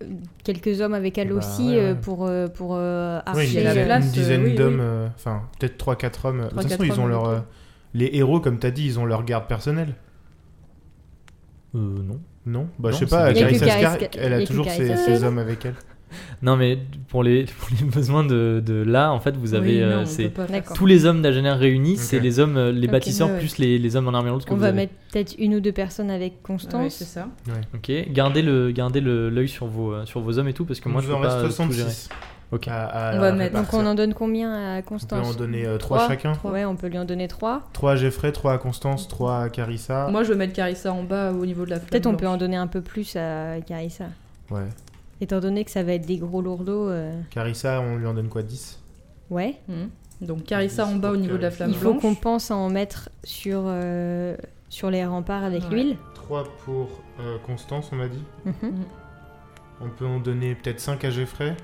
C: euh, quelques hommes avec elle
B: Bah,
C: aussi
B: ouais, ouais.
C: euh, pour, euh, pour euh,
B: Oui,
C: archer,
B: une,
D: elle a Ah, la
C: euh,
B: dizaine-
D: place,
B: une dizaine
D: euh, oui,
B: d'hommes,
D: oui.
B: euh, enfin peut-être 3-4 hommes. De
D: Trois,
B: toute façon,
D: quatre
B: ils ont
D: hommes,
B: leur.
D: oui.
B: euh, les héros, comme t'as dit, ils ont leur garde personnelle.
A: Euh, non.
B: Non Bah,
A: Non,
B: je sais
A: c'est
B: pas,
A: des- Y a que
B: Carissa Scar,
C: Caris-
B: elle
C: y a
B: a
C: que
B: toujours ses,
C: Carissa.
B: ses hommes avec elle.
A: Non mais pour les pour les besoins de, de là en fait vous avez
D: Oui,
A: euh,
D: non, on
A: c'est-
D: peut pas faire
C: D'accord.
D: ça.
A: tous les hommes d'Agener réunis,
B: Ok.
A: c'est les hommes euh, les
C: Ok,
A: bâtisseurs
D: ouais, ouais.
A: plus les, les hommes en armure lourde que
C: On
A: vous
C: va
A: avez.
C: mettre peut-être une ou deux personnes avec
D: Ouais,
C: Constance.
D: c'est ça.
A: Ok, gardez le gardez le l'œil sur vos euh, sur vos hommes et tout parce que moi
B: Il
A: je
B: nous
A: peux
B: en
A: pas
B: reste
A: euh, tout gérer.
B: 66.
A: Ok.
B: à- à
D: On va mettre-
C: Donc
B: répartir.
C: on en donne combien à
B: On peut en
C: Constance
B: donner euh,
C: Trois.
B: 3 chacun.
C: Ouais, on peut lui en donner trois.
B: 3 à Geoffrey, 3 à Constance, 3 à Carissa.
D: Moi, je vais mettre Carissa en bas au niveau de la flamme.
C: Peut-être on peut en
D: blanche.
C: donner un peu plus à Carissa.
B: Ouais.
C: Étant donné que ça va être des gros lourdeaux, euh,
B: Carissa, on lui en donne quoi 10
C: ouais.
D: Mhm. Donc Carissa en bas au
B: Donc,
D: niveau de la
B: euh,
D: flamme
C: Il faut
D: blanche.
C: qu'on pense à en mettre sur, euh, sur les remparts avec
D: Ouais.
C: l'huile.
B: 3 pour euh, Constance, on m'a dit.
C: Mhm.
B: On peut en donner peut-être 5 à Geoffrey.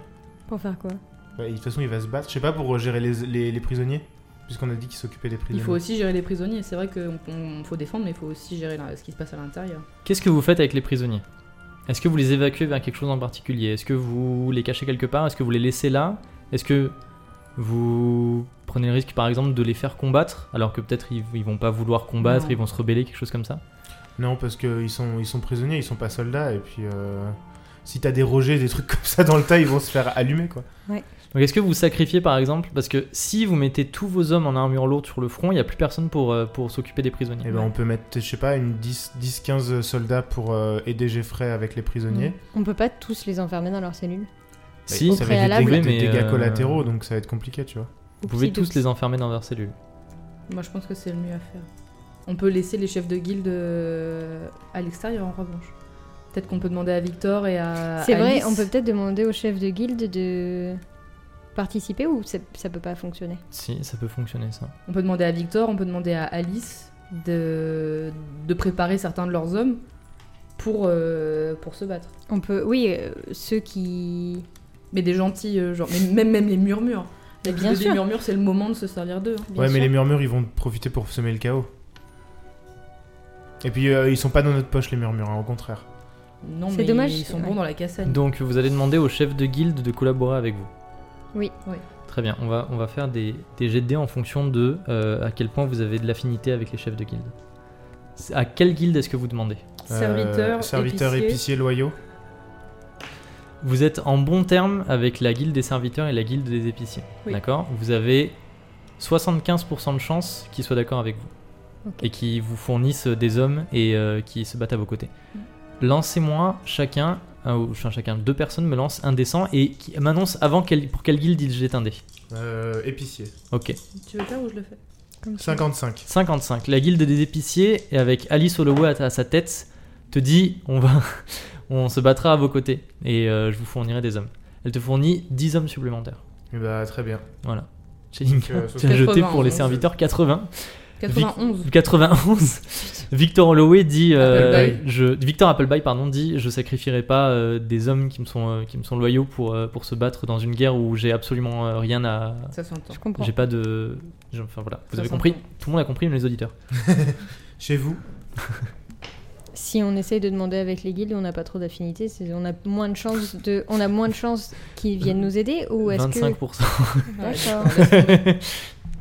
C: Pour faire quoi
B: Bah, de toute façon, il va se battre. Je sais pas pour euh, gérer les, les- les prisonniers, puisqu'on a dit qu'il s'occupait des
D: Il
B: prisonniers.
D: faut aussi gérer les prisonniers. C'est vrai qu'on on- faut défendre, mais il faut aussi gérer la- ce qui se passe à l'intérieur.
A: Qu'est-ce que vous faites avec les prisonniers Est-ce que vous les évacuez vers quelque chose en particulier Est-ce que vous les cachez quelque part Est-ce que vous les laissez là Est-ce que vous prenez le risque par exemple de les faire combattre alors que peut-être ils, ils vont pas vouloir combattre,
D: Non.
A: ils vont se rebeller, quelque chose comme ça
B: Non, parce qu'ils sont, ils sont prisonniers, ils sont pas soldats, et puis euh, si t'as des rogers, des trucs comme ça dans le tas, ils vont se faire allumer, quoi.
A: Donc est-ce que vous sacrifiez par exemple Parce que si vous mettez tous vos hommes en armure lourde sur le front, il n'y a plus personne pour, euh, pour s'occuper des prisonniers.
C: Eh
B: Et ben on peut mettre, je sais pas, une 10-15 soldats pour euh, aider Geoffrey avec les prisonniers.
C: On peut pas tous les enfermer dans leur cellule.
A: si,
C: Au
B: ça va être des
C: préalable.
B: dégâts,
A: Oui, mais,
B: des dégâts
A: euh,
B: collatéraux, donc ça va être compliqué, tu vois.
A: vous pouvez
C: Oupsie
A: tous
C: doupsie.
A: les enfermer dans leur cellule.
D: Moi, je pense que c'est le mieux à faire. On peut laisser les chefs de guilde euh, à l'extérieur en revanche. Peut-être qu'on peut demander à Victor et à.
C: C'est vrai,
D: Alice.
C: on peut peut-être demander au chef de guilde de participer ou c'est- ça peut pas fonctionner
A: Si, ça peut fonctionner ça.
D: On peut demander à Victor, on peut demander à Alice de, de préparer certains de leurs hommes pour, euh, pour se battre.
C: On peut, oui, euh, ceux qui.
D: Mais des gentils, euh, genre. Mais même, même les murmures. La
C: Bien
D: guilde des
C: sûr.
D: murmures, c'est le moment de se servir d'eux. hein.
C: bien
B: Ouais, mais
C: sûr.
B: les murmures, ils vont profiter pour semer le chaos. Et puis, euh, ils sont pas dans notre poche, les murmures, hein, au contraire.
D: Non,
C: C'est
D: mais
C: dommage,
D: ils sont
C: ouais.
D: bons dans la cassagne.
A: Donc vous allez demander au chef de guilde de collaborer avec vous.
C: Oui.
D: Oui.
A: Très bien, on va, on va faire des, des jets de dés en fonction de euh, à quel point vous avez de l'affinité avec les chefs de guilde. C'est- À quelle guilde est-ce que vous demandez
D: Serviteurs,
B: Euh, serviteurs,
D: épiciers.
B: épiciers, loyaux.
A: Vous êtes en bon terme avec la guilde des serviteurs et la guilde des épiciers.
D: Oui.
A: D'accord Vous avez 75% de chances qu'ils soient d'accord avec vous.
C: Ok.
A: Et qui vous fournissent des hommes et euh, qui se battent à vos côtés.
D: Mm.
A: Lancez-moi chacun, un, ou- enfin, chacun, deux personnes me lancent un dessin et qui m'annoncent avant quelle- pour quelle guilde ils jettent un dé.
B: Euh, épiciers.
A: Ok.
D: Tu veux faire ou je le fais
C: Comme ça.
B: 55.
A: 55. La guilde des épiciers, et avec Alice Holloway à, ta- à sa tête, te dit on va, on se battra à vos côtés et euh, je vous fournirai des hommes. Elle te fournit 10 hommes supplémentaires.
B: Eh bah, très bien.
A: Voilà. Shelinka,
B: euh,
A: tu as jeté pour les
D: 91.
A: serviteurs 80.
D: 91.
A: 91. Victor Holloway dit euh,
D: Appleby.
A: je, Victor Appleby pardon dit je sacrifierai pas euh, des hommes qui me sont euh, qui me sont loyaux pour euh, pour se battre dans une guerre où j'ai absolument euh, rien à
D: Ça s'entend.
C: Je comprends.
A: j'ai pas de j'ai- enfin voilà, vous
D: Ça
A: avez
D: s'entend.
A: compris, tout le monde a compris même les auditeurs.
B: Chez vous
C: Si on essaye de demander avec les guildes, on n'a pas trop d'affinité. c'est- On a moins de chances de, on a moins de chances
A: Euh,
C: qu'ils viennent nous aider ou est-ce que
A: 25
C: D'accord.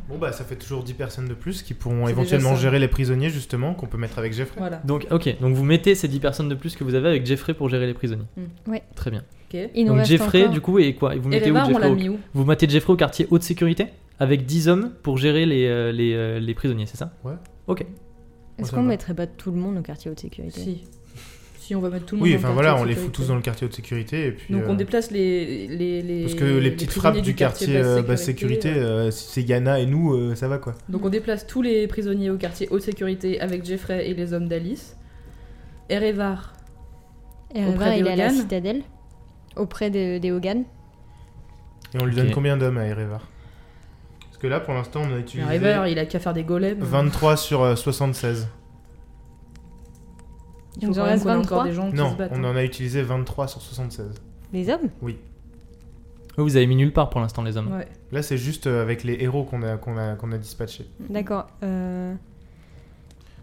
B: Bon, bah, ça fait toujours 10 personnes de plus qui pourront
D: C'est
B: éventuellement
D: déjà ça.
B: gérer les prisonniers, justement, qu'on peut mettre avec Jeffrey.
D: Voilà.
A: Donc, ok, donc vous mettez ces 10 personnes de plus que vous avez avec Jeffrey pour gérer les prisonniers.
C: Mm. Ouais.
A: Très bien.
D: Ok. Et
C: il nous
A: donc
C: reste
A: Jeffrey,
C: encore- Eh ben
A: du coup, et quoi Et Vous mettez
D: Reva,
A: où
D: on
A: Jeffrey
D: l'a
A: au...
D: mis où
A: Vous mettez Jeffrey au quartier haute sécurité avec 10 hommes pour gérer les, euh, les, euh, les prisonniers, c'est ça
C: Est-ce
B: Ça
C: qu'on
B: va.
C: mettrait pas tout le monde au quartier haute sécurité
D: Si. Si, on va mettre tout le monde
B: Oui,
D: dans
B: enfin
D: le
B: voilà, on
D: quartier
B: les
D: de
B: fout tous
D: sécurité.
B: dans le quartier de sécurité. Et puis,
D: Donc on
B: euh,
D: déplace les. les, les
B: Parce que les petites frappes
D: prisonniers
B: du quartier euh, basse sécurité,
D: euh,
B: euh, si c'est Yana et nous, euh, ça va quoi.
D: Donc on déplace tous les prisonniers au quartier haute sécurité avec Jeffrey et les hommes d'Alice. Erevar,
C: Et
D: Auprès
C: Reva,
D: des
C: il est à la
D: Hogan.
C: citadelle, auprès de- des Hogan.
B: Et on lui
A: Ok.
B: donne combien d'hommes à Erevar Parce que là, pour l'instant, on a utilisé
D: Erevar, il a qu'à faire des golems.
B: 23 sur euh, 76.
D: Il faut
C: Nous en
D: quand même
C: reste
D: qu'on ait
C: 23.
D: encore des gens qui
B: Non,
D: se battent.
B: on
D: hein.
B: en a utilisé 23 sur 76.
C: Les hommes
A: Oui, Vous avez mis nulle part pour l'instant les hommes.
D: Ouais.
B: Là, c'est juste euh, avec les héros qu'on a, qu'on a, qu'on a dispatchés.
C: D'accord. euh,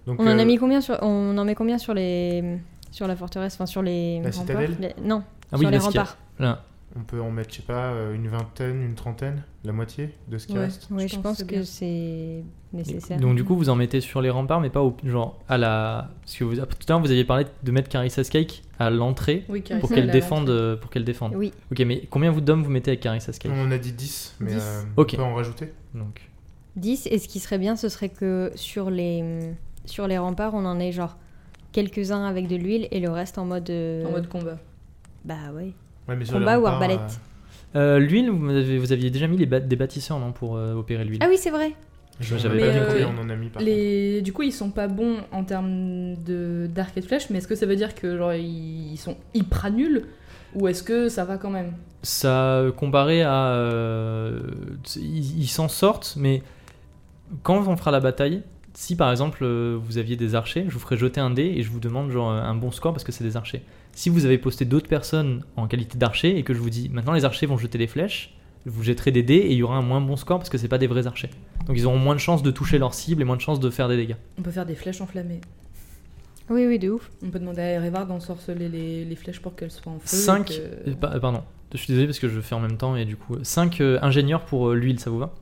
B: Donc,
C: on
B: euh,
C: en a mis combien sur, on en met combien sur les, sur la forteresse, enfin sur les,
B: La citadelle
C: les- non,
A: Ah oui,
C: sur les
A: parce qu'il y a-
C: remparts.
A: Là.
B: On peut en mettre, je sais pas, euh, une vingtaine, une trentaine, la moitié de ce qui
D: Ouais.
B: reste.
C: Oui, je,
D: Je pense
C: pense
D: que
C: que c'est nécessaire.
A: Donc, du coup, vous en mettez sur les remparts, mais pas au. Genre, à la. Parce que vous... ah, tout à l'heure, vous aviez parlé de mettre Carissa Skyke à l'entrée
D: Oui, Carissa,
A: pour
D: elle
A: qu'elle
D: a-
A: défende. euh, Pour qu'elle défende.
C: Oui,
A: Ok, mais combien vous d'hommes vous mettez avec Carissa Skyke
B: On en a dit 10, mais
D: 10.
B: euh,
A: Ok.
B: on peut en rajouter.
C: Mm.
A: Donc.
C: 10 et ce qui serait bien ce serait que sur les sur les remparts, on en ait genre quelques-uns avec de l'huile et le reste en mode euh,
D: En mode combat.
C: bah ouais.
B: Ouais, mais sur
C: Combat
B: les
C: ou
B: remparts,
C: arbalète
B: euh,
A: Euh, l'huile, vous, avez- vous aviez déjà mis les ba- des bâtisseurs non, pour euh, opérer l'huile.
C: Ah oui, c'est vrai.
B: je-
A: J'avais
B: j'avais
D: pas
B: pas
D: vu.
B: vu combien
D: Mais,
B: on en a mis par contre.
D: Les... Du coup, ils sont pas bons en termes de d'arc et de flèche, mais est-ce que ça veut dire que genre ils ils sont hyper nuls ou est-ce que ça va quand même
A: Ça, euh, comparé à. euh, t- ils ils s'en sortent, mais quand on fera la bataille, si par exemple euh, vous aviez des archers, je vous ferai jeter un dé et je vous demande genre euh, un bon score parce que c'est des archers. Si vous avez posté d'autres personnes en qualité d'archers et que je vous dis maintenant les archers vont jeter des flèches, vous jetterez des dés et il y aura un moins bon score parce que c'est pas des vrais archers. Donc ils auront moins de chances de toucher leur cible et moins de chances de faire des dégâts.
D: On peut faire des flèches enflammées.
C: Oui, oui, de ouf.
D: On peut demander à Erevar d'ensorceler les, les flèches pour qu'elles soient en feu.
A: 5
D: et que-
A: Euh,
C: Euh.
A: pardon je suis désolé parce que je fais en même temps et du coup 5 ingénieurs pour euh, l'huile ça vous va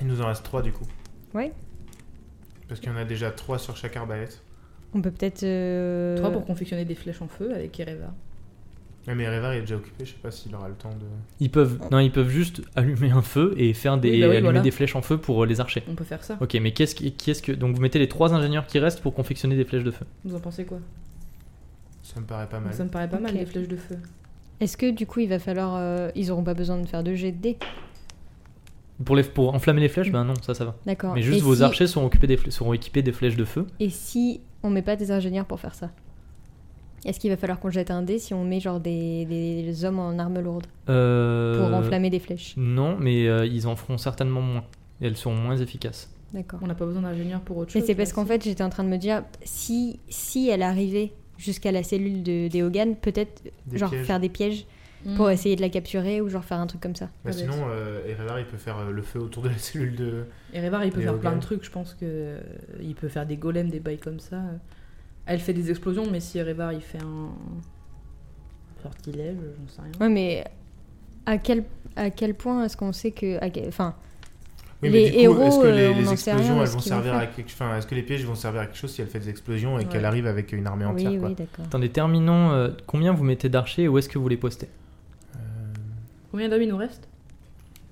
B: Il nous en reste 3 du coup.
C: Ouais.
B: Parce qu'il y en a déjà 3 sur chaque arbalète.
C: On peut peut-être euh,
D: Trois pour confectionner des flèches en feu avec Erevar.
B: Ouais, Ah, mais Erevar, il est déjà occupé, je sais pas s'il aura le temps de.
A: ils peuvent non ils peuvent juste allumer un feu et faire des
D: Oui, bah oui,
A: allumer
D: voilà.
A: des flèches en feu pour euh, les archers
D: On peut faire ça.
A: ok mais qu'est-ce qui, qui est-ce que donc vous mettez les 3 ingénieurs qui restent pour confectionner des flèches de feu
D: Vous en pensez quoi
B: Ça me paraît pas mal.
D: Ça me paraît pas mal
C: Ok.
D: les flèches de feu.
C: Est-ce que du coup, il va falloir euh, ils auront pas besoin de faire de jet de dés
A: Pour, les, pour enflammer les flèches, ben non, ça, ça va.
C: D'accord.
A: Mais juste
C: Et
A: vos
C: si-
A: archers seront, occupés des fle- seront équipés des flèches de feu.
C: Et si on met pas des ingénieurs pour faire ça Est-ce qu'il va falloir qu'on jette un dé si on met genre des, des hommes en armes lourdes
A: Euh,
C: pour enflammer des flèches
A: Non, mais euh, ils en feront certainement moins. Et elles seront moins efficaces.
C: D'accord.
D: On n'a pas besoin d'ingénieur pour autre chose.
C: Mais c'est parce
D: là,
C: qu'en fait, j'étais en train de me dire, si, si elle arrivait jusqu'à la cellule de, des Hogan, peut-être
B: Des
C: genre
B: pièges.
C: faire des pièges
D: Mm.
C: pour essayer de la capturer ou genre faire un truc comme ça.
B: Bah,
D: Ah,
B: sinon, euh, Erevar, il peut faire euh, le feu autour de la cellule de.
D: Et Révar, il peut
B: Et
D: faire
B: Hogan.
D: plein de trucs. Je pense que euh, il peut faire des golems, des bails comme ça. Elle fait des explosions, mais si Révar, il fait un sortilège, j'en sais rien.
C: Ouais, mais à quel, à quel point est-ce qu'on sait que. à quel- Enfin,
B: Oui,
C: Les
B: mais du coup,
C: héros,
B: est-ce que les,
C: euh, on
B: les
C: n'en sait rien
B: explosions,
C: de
B: elles
C: ce
B: vont
C: qu'ils vont
B: servir
C: faire.
B: à quelque enfin, Est-ce que les pièges vont servir à quelque chose si elle fait des explosions et
D: Ouais.
B: qu'elle arrive avec une armée
C: oui,
B: entière quoi.
C: oui, d'accord.
A: Attendez, terminons. euh, combien vous mettez d'archers et où est-ce que vous les postez
D: Combien d'hommes il nous reste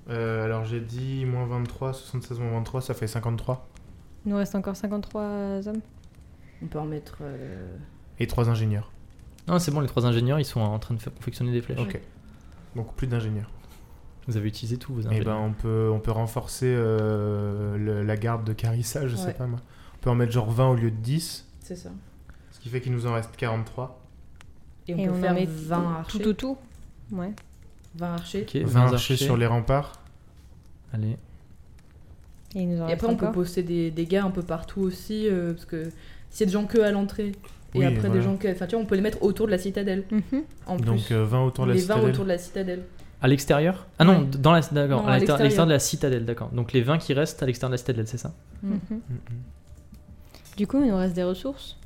B: Euh, alors j'ai dit moins 23, 76 moins 23, ça fait 53.
C: Il nous reste encore 53 hommes.
D: On peut en mettre. euh,
B: Et 3 ingénieurs.
A: Non, c'est bon, les trois ingénieurs, ils sont en train de faire confectionner des flèches.
B: Ok. Donc plus d'ingénieurs.
A: Vous avez utilisé tous vos
B: Et
A: ingénieurs.
B: ben on peut, on peut renforcer euh, le- la garde de Carissa, je sais
D: Ouais.
B: pas moi. On peut en mettre genre 20 au lieu de 10,
D: C'est ça.
B: ce qui fait qu'il nous en reste 43.
D: Et on peut
C: en
D: faire
C: met
D: 20 archers.
C: Tout autour. Ouais.
D: 20 archers.
A: Ok,
B: 20 archers sur les remparts.
A: Allez.
C: Et il nous en
D: Et
C: reste
D: après, on peut
C: encore.
D: poster des, des gars un peu partout aussi, euh, parce que s'il y a des gens que à l'entrée, et
B: Oui,
D: après
B: voilà.
D: des gens que. Enfin, tu vois, on peut les mettre autour de la citadelle.
C: Mhm.
D: En
B: Donc
D: plus,
B: euh, 20 autour de la
D: les 20
B: citadelle.
D: autour de la citadelle.
A: À l'extérieur Ah non,
D: Ouais.
A: d- dans la, d'accord,
D: Non,
A: à l'extérieur
D: à
A: à
D: l'extérieur.
A: l'extérieur de la citadelle, d'accord. Donc les 20 qui restent à l'extérieur de la citadelle, c'est ça
D: Mm.
C: Mhm.
B: Mhm.
C: Du coup, il nous reste des ressources.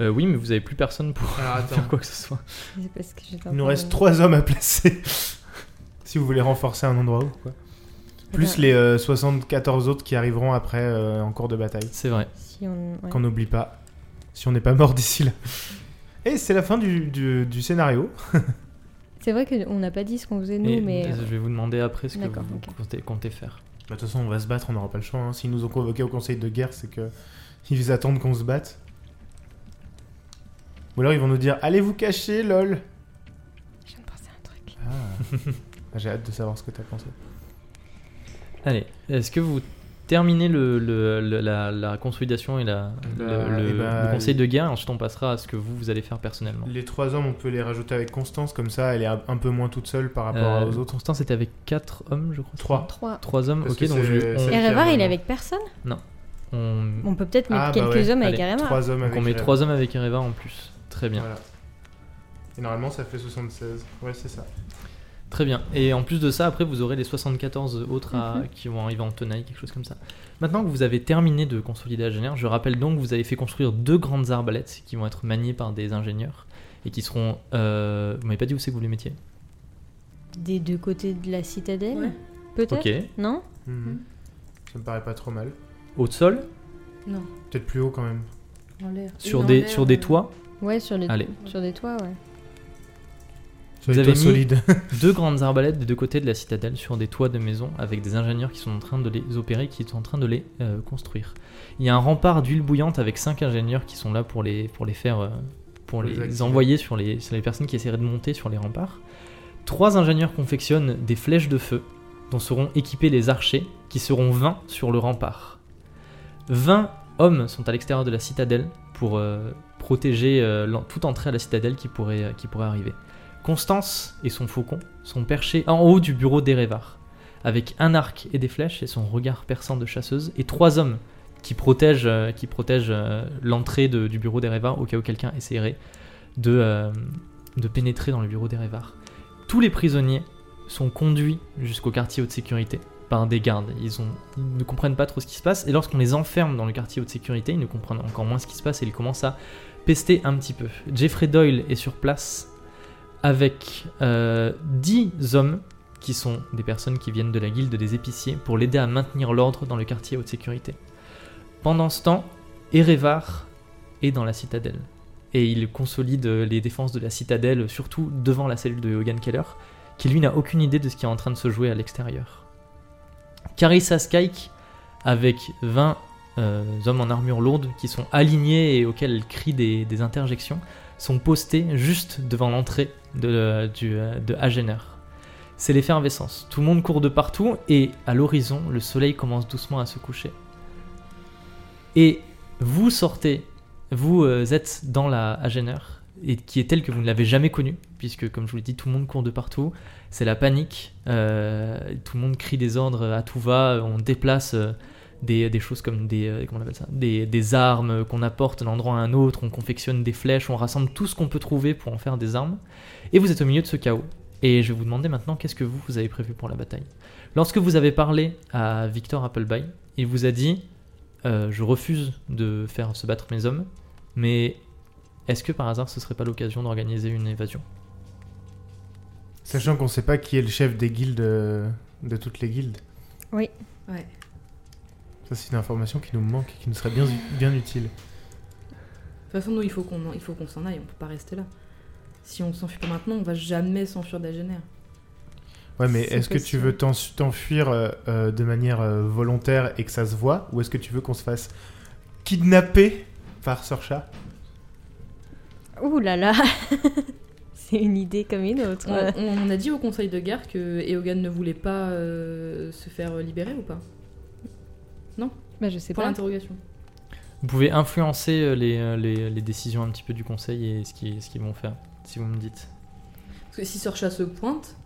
A: Euh, Oui, mais vous avez plus personne pour
B: Alors Ah, attends.
A: faire quoi que ce soit.
C: C'est parce que j'étais en
B: Il nous
C: train
B: reste
C: de-
B: 3 hommes à placer. si vous voulez renforcer un endroit ou quoi. Plus
C: Attends,
B: les euh, 74 autres qui arriveront après euh, en cours de bataille.
A: C'est vrai.
C: Si on... ouais.
B: Qu'on n'oublie pas. Si on n'est pas mort d'ici là. Et c'est la fin du, du- du scénario.
C: C'est vrai qu'on n'a pas dit ce qu'on faisait nous,
A: Et
C: mais. euh,
A: Je vais vous demander après ce que
C: D'accord,
A: vous
C: ok.
A: comptez, comptez faire.
B: Bah, De toute façon, on va se battre, on n'aura pas le choix. hein. S'ils nous ont convoqués au conseil de guerre, c'est que ils attendent qu'on se batte. Ou alors ils vont nous dire Allez vous cacher, lol
C: Je viens de penser à un truc.
B: J'ai hâte de savoir ce que t'as pensé.
A: Allez, est-ce que vous terminez le, le- le- la, la consolidation et la,
B: Eh
A: le-
B: bah,
A: le,
B: eh bah,
A: le conseil de guerre Ensuite, on passera à ce que vous, vous allez faire personnellement.
B: Les trois hommes, on peut les rajouter avec Constance, comme ça elle est un peu moins toute seule par rapport
A: Euh,
B: aux autres.
A: Constant, c'était avec 4 hommes, je crois.
B: Trois.
C: 3.
A: 3 hommes,
B: Parce
A: ok,
B: que
A: donc
B: c'est-
A: je- on-
B: c'est-
C: Et Révar, il est
B: Carrément.
C: avec personne
A: on,
C: On peut peut-être mettre
B: Ah, bah
C: quelques
B: ouais.
C: hommes avec
A: Allez,
C: Arema.
B: Trois hommes
A: donc
B: avec
A: on met
B: elle.
A: 3 hommes avec Ereva en plus. Très bien.
B: Voilà. Et normalement, ça fait 76. Ouais, c'est ça.
A: Très bien. Et en plus de ça, après, vous aurez les 74 autres à-
C: Mhm.
A: qui vont arriver en tenaille, quelque chose comme ça. Maintenant que vous avez terminé de consolider l'ingénieur, je rappelle donc que vous avez fait construire deux grandes arbalètes qui vont être maniées par des ingénieurs et qui seront. euh, vous m'avez pas dit où c'est que vous les mettiez
C: Des deux côtés de la citadelle
D: Ouais.
C: Peut-être
A: Ok.
C: Non
B: Mhm. Ça me paraît pas trop mal.
A: Au sol,
D: Non,
B: Peut-être plus haut quand même.
D: en l'air.
A: sur,
D: Une en
A: des,
D: l'air,
A: sur des
D: euh,
A: toits.
C: Ouais, sur les,
A: Allez.
C: sur des toits, ouais.
B: Sur
A: Vous
B: les
A: avez
B: toits
A: mis-
B: solides.
A: deux grandes arbalètes des deux côtés de la citadelle sur des toits de maisons avec des ingénieurs qui sont en train de les opérer, qui sont en train de les euh, construire. Il y a un rempart d'huile bouillante avec cinq ingénieurs qui sont là pour les, pour les faire, euh, pour
B: Les
A: les,
B: activer.
A: envoyer sur les, sur les personnes qui essaieraient de monter sur les remparts. Trois ingénieurs confectionnent des flèches de feu dont seront équipés les archers qui seront 20 sur le rempart. 20 hommes sont à l'extérieur de la citadelle pour euh, protéger euh, l'en- toute entrée à la citadelle qui pourrait, euh, qui pourrait arriver. Constance et son faucon sont perchés en haut du bureau d'Erevar, avec un arc et des flèches et son regard perçant de chasseuse, et trois hommes qui protègent, euh, qui protègent euh, l'entrée de- du bureau d'Erevar au cas où quelqu'un essaierait de, euh, de pénétrer dans le bureau d'Erevar. Tous les prisonniers sont conduits jusqu'au quartier haute sécurité par des gardes. Ils, ont- ils ne comprennent pas trop ce qui se passe, et lorsqu'on les enferme dans le quartier haute sécurité, ils ne comprennent encore moins ce qui se passe et ils commencent à pester un petit peu. Jeffrey Doyle est sur place avec euh, 10 hommes qui sont des personnes qui viennent de la guilde des épiciers pour l'aider à maintenir l'ordre dans le quartier haute sécurité. Pendant ce temps, Erevar est dans la citadelle et il consolide les défenses de la citadelle, surtout devant la cellule de Hogan Keller, qui lui n'a aucune idée de ce qui est en train de se jouer à l'extérieur. Carissa Skyke, avec 20 euh, hommes en armure lourde qui sont alignés et auxquels elle crie des- des interjections, sont postés juste devant l'entrée de, du, euh, de euh, Agener. c'est l'effervescence. Tout le monde court de partout et à l'horizon, le soleil commence doucement à se coucher. Et vous sortez, vous euh, êtes dans la Agener, et qui est telle que vous ne l'avez jamais connue, puisque comme je vous l'ai dit, tout le monde court de partout, c'est la panique, euh, tout le monde crie des ordres à tout va, on déplace euh, des, des choses comme des, euh, comment on appelle ça des, des armes qu'on apporte d'un endroit à un autre, on confectionne des flèches, on rassemble tout ce qu'on peut trouver pour en faire des armes, et vous êtes au milieu de ce chaos. Et je vais vous demander maintenant qu'est-ce que vous, vous avez prévu pour la bataille. Lorsque vous avez parlé à Victor Appleby, il vous a dit euh, Je refuse de faire se battre mes hommes, mais est-ce que par hasard ce serait pas l'occasion d'organiser une évasion
B: Sachant qu'on sait pas qui est le chef des guildes, euh, de toutes les guildes.
E: Ouais.
B: Ça, c'est une information qui nous manque et qui nous serait bien, bien utile.
D: De toute façon, nous, il faut qu'on il faut qu'on s'en aille, on peut pas rester là. Si on s'enfuit pas maintenant, on va jamais s'enfuir d'Agener.
B: Ouais, mais
D: C'est
B: est-ce que tu
D: possible.
B: veux t'en- t'enfuir euh, euh, de manière euh, volontaire et que ça se voit Ou est-ce que tu veux qu'on se fasse kidnapper par Sorcha
C: Ouh là là C'est une idée comme une autre.
D: On, on- on a dit au conseil de guerre que Eogan ne voulait pas euh, se faire euh, libérer ou pas
C: Bah, je sais
D: Pour
C: pas.
D: l'interrogation.
A: Vous pouvez influencer euh, les, euh, les- les décisions un petit peu du conseil et ce qu'ils ce qu'ils vont faire, si vous me dites.
D: Parce que si Sorcha se pointe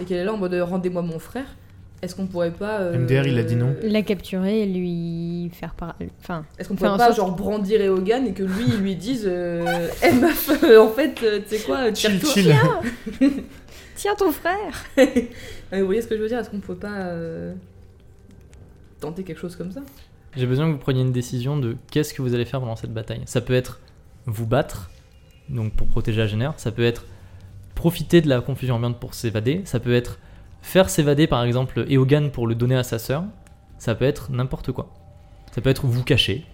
D: et qu'elle est là en mode euh, rendez-moi mon frère, est-ce qu'on pourrait pas. euh,
B: MDR, il a dit non.
C: La capturer et lui faire par... Enfin,
D: Est-ce qu'on
C: Faire
D: pourrait
C: en
D: pas
C: sorte-
D: genre brandir Eogan et que lui il lui dise euh, Eh, meuf, euh, en fait, euh, tu sais quoi,
B: Chill,
D: tire-toi.
B: chill
C: tiens ton frère
D: Ah, Vous voyez ce que je veux dire Est-ce qu'on peut pas euh, tenter quelque chose comme ça
A: J'ai besoin que vous preniez une décision de qu'est-ce que vous allez faire pendant cette bataille. Ça peut être vous battre, donc pour protéger Agener, ça peut être profiter de la confusion ambiante pour s'évader, ça peut être faire s'évader par exemple Eogan pour le donner à sa sœur, ça peut être n'importe quoi. Ça peut être vous cacher.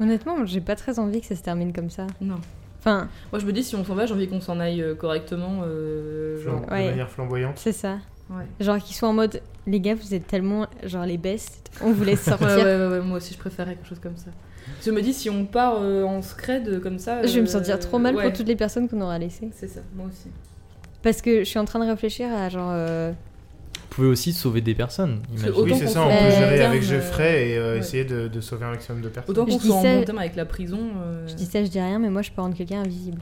C: Honnêtement, j'ai pas très envie que ça se termine comme ça.
D: Non.
C: Enfin,
D: Moi je me dis si on s'en va, j'ai envie qu'on s'en aille euh, correctement. euh, genre.
B: Flam-
C: Ouais.
B: De manière flamboyante.
C: c'est ça.
D: Ouais.
C: Genre qu'ils soient en mode, les gars, vous êtes tellement genre les best, on vous laisse sortir.
D: Ouais, ouais, ouais, ouais, moi aussi je préférais quelque chose comme ça. Je me dis si on part euh, en scred euh, comme ça.
C: Je vais me
D: euh,
C: sentir trop mal
D: ouais.
C: pour toutes les personnes qu'on aura laissées.
D: C'est ça, moi aussi.
C: Parce que je suis en train de réfléchir à genre. euh,
A: Vous pouvez aussi sauver des personnes.
D: que
A: imaginez.
D: autant
B: Oui, c'est
D: qu'on
B: ça, on
C: fait-
B: peut gérer
D: Euh,
B: avec
D: terme,
B: Geoffrey et euh,
D: ouais.
B: essayer de, de sauver un maximum de personnes.
D: Autant
C: Je
D: qu'on
C: dis
D: soit en
C: ça-
D: bon terme avec la prison. euh,
C: Je dis ça, je dis rien, mais moi je peux rendre quelqu'un invisible.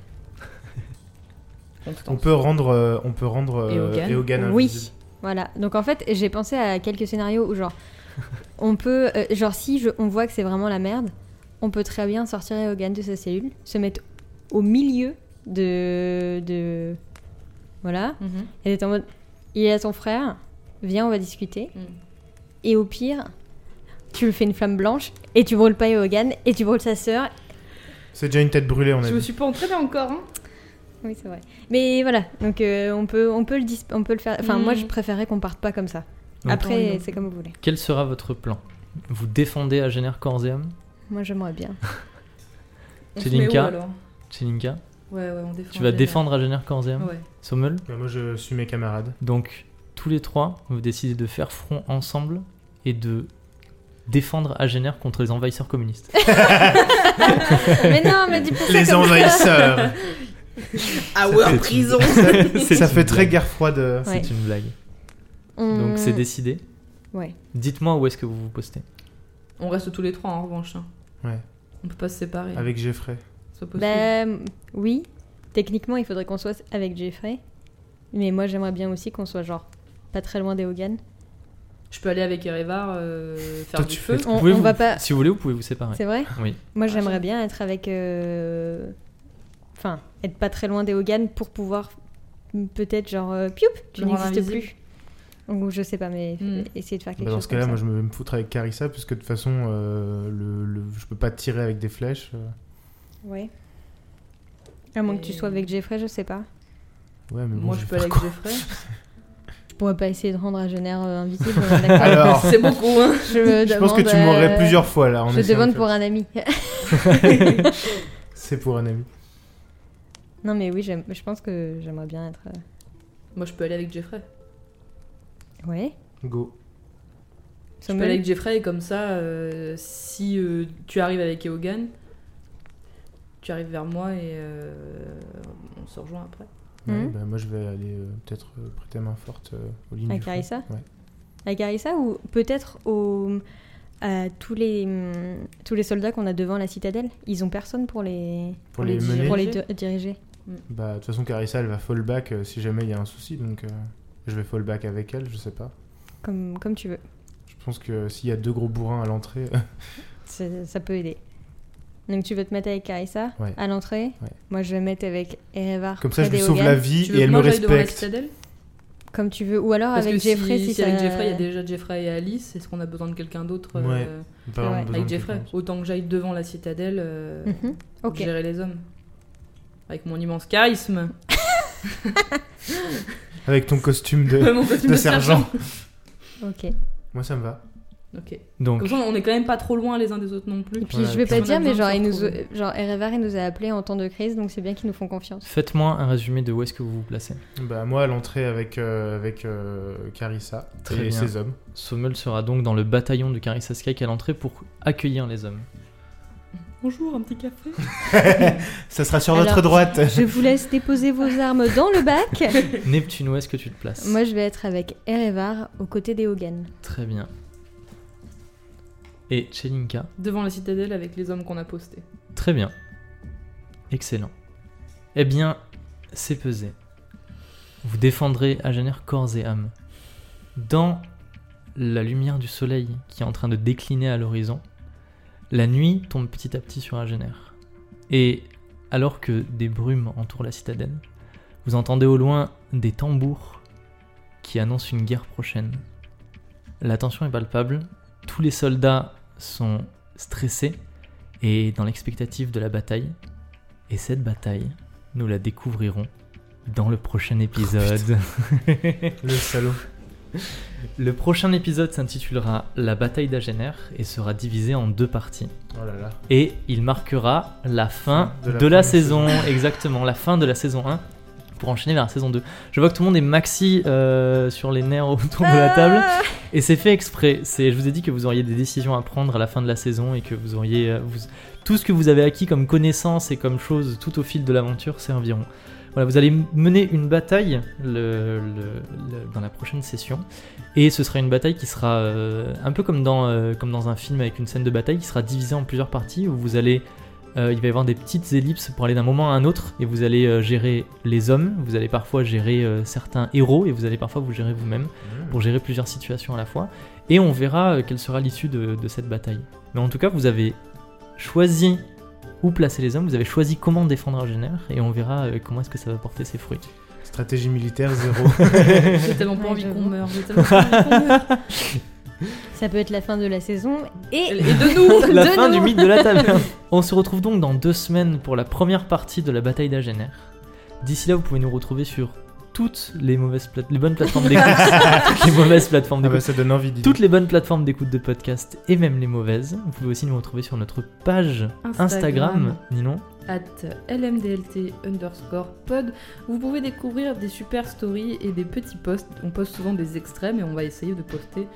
D: on se tente.
B: On peut rendre, euh, on peut rendre euh,
D: Eogan
B: Eogan
C: Oui,
B: invisible.
C: voilà. Donc en fait, j'ai pensé à quelques scénarios où genre, on peut, euh, genre si je- on voit que c'est vraiment la merde, on peut très bien sortir Eogan de sa cellule, se mettre au milieu de, de, voilà,
D: Mhm.
C: Elle est en mode il est à ton frère, viens, on va discuter.
D: Mm.
C: Et au pire, tu lui fais une flamme blanche et tu brûles pas Eogan et tu brûles sa sœur.
B: C'est déjà une tête brûlée, on a
D: Je me
B: dit.
D: suis pas entraînée encore. Hein.
C: Oui, c'est vrai. Mais voilà, donc euh, on peut on peut le dis- on peut le faire enfin
D: Mm.
C: moi je préférais qu'on parte pas comme ça.
A: Donc-
D: Oui,
C: Après
D: donc-
C: c'est comme vous voulez.
A: Quel sera votre plan Vous défendez Agener corps et âme
C: Moi j'aimerais bien.
D: On
A: C'est
D: se met où,
A: Linka.
D: alors
A: Tchelinka
D: Ouais, ouais, on défend.
A: Tu vas
D: Jenna.
A: défendre Agener corps et âme
D: Ouais.
A: Sommel
B: Bah, moi, je suis mes camarades.
A: Donc, tous les trois, vous décidez de faire front ensemble et de défendre Agener contre les envahisseurs communistes.
C: mais non, mais dis pas ça
B: Les
C: comme ça.
B: envahisseurs
D: Ah
A: fait une-
B: Ça
A: une
B: fait très
A: blague.
B: guerre froide. euh,
C: Ouais.
A: C'est une blague.
C: On-
A: Donc, c'est décidé.
C: Hmm. Ouais.
A: Dites-moi où est-ce que vous vous postez.
D: On reste tous les trois en revanche. hein.
B: Ouais.
D: On peut pas se séparer.
B: Avec Geoffrey.
D: C'est pas possible.
C: Bah oui, techniquement il faudrait qu'on soit avec Jeffrey. Mais moi j'aimerais bien aussi qu'on soit genre pas très loin d'Eogan.
D: Je peux aller avec Erevar euh, faire
B: Toi,
D: du
B: tu
D: feu.
B: fais-
C: On,
A: Pouvez
C: on
A: vous-
C: va pas
A: Si vous voulez, vous pouvez vous séparer.
C: C'est vrai
A: Oui.
C: Moi, j'aimerais bien être avec. euh, Enfin, être pas très loin des Hogan pour pouvoir mm, peut-être, genre, euh, pioup, tu
D: Le rendre
C: n'existes
D: invisible.
C: plus. Ou je sais pas, mais
D: Mm.
C: essayer de faire quelque
B: Bah, dans
C: chose.
B: ce cas-là,
C: comme
B: moi
C: ça.
B: je vais me foutre avec Carissa parce que de toute façon, euh, le, le- je peux pas tirer avec des flèches. euh.
C: Ouais. À moins que tu
D: Et-
C: sois avec Jeffrey, je sais pas.
B: Ouais, mais bon,
D: Moi,
B: je
D: je
B: vais
D: peux
B: faire
D: aller avec
B: quoi
D: Geoffrey.
C: Je pourrais pas essayer de rendre à Jenner euh, invisible. on est d'accord.
B: Alors,
D: C'est beaucoup, hein.
C: je, me
B: je pense que tu
C: demande,
B: mourrais
C: euh,
B: plusieurs fois là. en
C: Je
B: essayant de
C: demande
B: faire-
C: pour un ami.
B: C'est pour un ami.
C: non, mais oui, j'aime- je pense que j'aimerais bien être. euh,
D: Moi, je peux aller avec Geoffrey.
C: Ouais.
B: Go.
D: Je peux aller avec Geoffrey et comme ça, euh, si euh, tu arrives avec Eogan, tu arrives vers moi et euh, on se rejoint après.
B: Ouais,
C: Mhm.
B: bah, moi, je vais aller euh, peut-être euh, prêter main forte euh, aux lignes.
C: À
B: du front.
C: Carissa
B: Ouais.
C: À Carissa ou peut-être au- à tous les, hum, tous les soldats qu'on a devant la citadelle Ils ont personne pour les,
B: Pour les
F: diriger.
B: mener,
C: pour
B: bah,
C: les
F: Diriger
C: dir- diriger.
B: de toute façon, Carissa, elle va fall back euh, si jamais il y a un souci, donc euh, je vais fall back avec elle, je sais pas.
C: Comme, comme tu veux.
B: Je pense que s'il y a deux gros bourrins à l'entrée,
C: Ça, ça peut aider. Donc tu veux te mettre avec Carissa
B: Ouais.
C: à l'entrée
B: Ouais.
C: Moi je vais me mettre avec Erevar.
B: comme ça, je
C: près
B: lui
C: des
B: sauve la
C: Hogan,
B: vie
F: Tu veux
B: et elle
F: que
B: me
F: moi j'aille devant la
B: respecte.
F: citadelle
C: Comme tu veux. Ou alors
F: Parce
C: Ah, avec
F: que si-
C: Jeffrey si,
F: si,
C: ça-
F: avec Jeffrey, il y a déjà Jeffrey et Alice. Est-ce qu'on a besoin de quelqu'un d'autre euh,
B: Ouais, Pas vraiment
C: Ouais.
B: besoin
F: avec
B: de
F: Jeffrey
B: quelqu'un.
F: Autant que j'aille devant la citadelle, euh,
C: Mhm. Ok.
F: gérer les hommes. Avec mon immense charisme.
B: Avec ton costume de,
F: mon costume
B: de sergent.
C: Ok.
B: Moi, ça me va.
F: Ok.
A: Donc,
F: Comme ça, on est quand même pas trop loin les uns des autres non plus.
C: Et puis
B: Voilà,
C: je vais
F: puis
C: pas
F: on a
C: dire, mais genre,
F: besoin de
C: ils nous,
F: se
C: genre Erevar, il nous a appelés en temps de crise, donc c'est bien qu'ils nous font confiance.
A: faites-moi un résumé de où est-ce que vous vous placez.
B: Bah, moi, à l'entrée avec, euh, avec euh, Carissa
A: Très
B: et
A: bien.
B: ses hommes.
A: Sommel sera donc dans le bataillon de Carissa Skyke à l'entrée pour accueillir les hommes.
F: Bonjour, un petit café.
B: Ça sera sur
C: Alors-
B: votre droite.
C: Je vous laisse déposer vos armes dans le bac.
A: Neptune, où est-ce que tu te places
C: Moi, je vais être avec Erevar aux côtés des Hogan.
A: Très bien. Et Chelinka
F: Devant la citadelle avec les hommes qu'on a postés.
A: Très bien. Excellent. Eh bien, c'est pesé. Vous défendrez Agener corps et âme. Dans la lumière du soleil qui est en train de décliner à l'horizon, la nuit tombe petit à petit sur Agener. Et alors que des brumes entourent la citadelle, vous entendez au loin des tambours qui annoncent une guerre prochaine. La tension est palpable, tous les soldats sont stressés et dans l'expectative de la bataille. Et cette bataille, nous la découvrirons dans le prochain épisode.
B: Le salaud.
A: le prochain épisode s'intitulera La bataille d'Agener et sera divisé en deux parties.
B: Oh là là.
A: Et il marquera la fin de
B: De la
A: la,
B: première
A: saison, exactement, la fin de la saison 1 pour enchaîner vers la saison 2. Je vois que tout le monde est maxi euh, sur les nerfs autour de
C: Ah,
A: la table. Et c'est fait exprès. C'est, je vous ai dit que vous auriez des décisions à prendre à la fin de la saison et que vous auriez euh, vous- tout ce que vous avez acquis comme connaissances et comme choses tout au fil de l'aventure serviront. Voilà, vous allez m- mener une bataille le- le- le- dans la prochaine session et ce sera une bataille qui sera euh, un peu comme dans, euh, comme dans un film avec une scène de bataille qui sera divisée en plusieurs parties où vous allez euh, il va y avoir des petites ellipses pour aller d'un moment à un autre et vous allez euh, gérer les hommes, vous allez parfois gérer euh, certains héros et vous allez parfois vous gérer vous-même pour gérer plusieurs situations à la fois. Et on verra euh, quelle sera l'issue de, de cette bataille. Mais en tout cas, vous avez choisi où placer les hommes, vous avez choisi comment défendre Agener, et on verra euh, comment est-ce que ça va porter ses fruits.
B: Hmm. Stratégie militaire zéro. Ah
F: J'ai tellement pas
C: Ouais,
F: envie
C: j'avoue.
F: qu'on meure. J'ai tellement pas envie qu'on meure.
C: Ça peut être la fin de la saison
F: Et
C: et
F: de nous
A: la
C: De
A: fin
C: nous.
A: du mythe de la taverne. On se retrouve donc dans deux semaines pour la première partie de la bataille d'Agener. D'ici là, vous pouvez nous retrouver sur toutes les mauvaises plate- les bonnes plateformes d'écoute, Toutes les mauvaises plateformes
B: Ah
A: d'écoute.
B: bah, ça donne envie d'y
A: toutes les bonnes plateformes d'écoute de podcast et même les mauvaises. Vous pouvez aussi nous retrouver sur notre page Instagram, Ninon.
F: at lmdlt underscore pod. Vous pouvez découvrir des super stories et des petits posts. On poste souvent des extraits, mais on va essayer de poster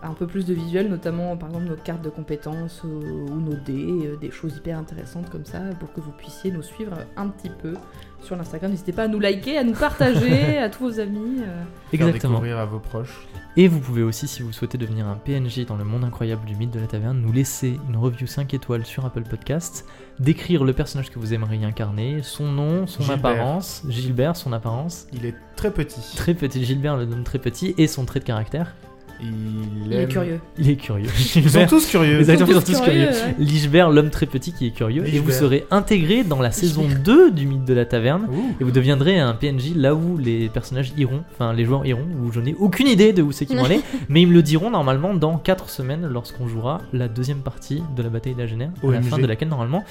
F: un peu plus de visuels, notamment par exemple nos cartes de compétences euh, ou nos dés, euh, des choses hyper intéressantes comme ça, pour que vous puissiez nous suivre un petit peu sur l'Instagram. N'hésitez pas à nous liker, à nous partager, à tous vos amis. euh.
B: Faire
A: Exactement.
B: découvrir à vos proches.
A: Et vous pouvez aussi, si vous souhaitez devenir un PNJ dans le monde incroyable du mythe de la taverne, nous laisser une review 5 étoiles sur Apple Podcasts, décrire le personnage que vous aimeriez incarner, son nom, son
B: Gilbert.
A: apparence, Gilbert, son apparence,
B: Il est très petit.
A: très petit Gilbert, le nomme très petit, et son trait de caractère.
B: Il,
F: Il est
B: aime-
F: curieux.
A: Il est curieux.
B: Ils sont
A: Gilbert,
B: tous curieux.
A: Exactement,
F: Ils sont
A: ils sont
F: tous
A: tous curieux.
F: curieux, ouais.
A: Gilbert, l'homme très petit qui est curieux, et vous
B: Gilbert.
A: serez intégré dans la saison 2 du mythe de la taverne.
B: Ouh.
A: Et vous deviendrez un PNJ là où les personnages iront, enfin les joueurs iront, où je n'ai aucune idée de où c'est qu'ils vont aller, mais ils me le diront normalement dans 4 semaines lorsqu'on jouera la deuxième partie de la bataille d'Agener, à la
B: OMG.
A: fin de laquelle normalement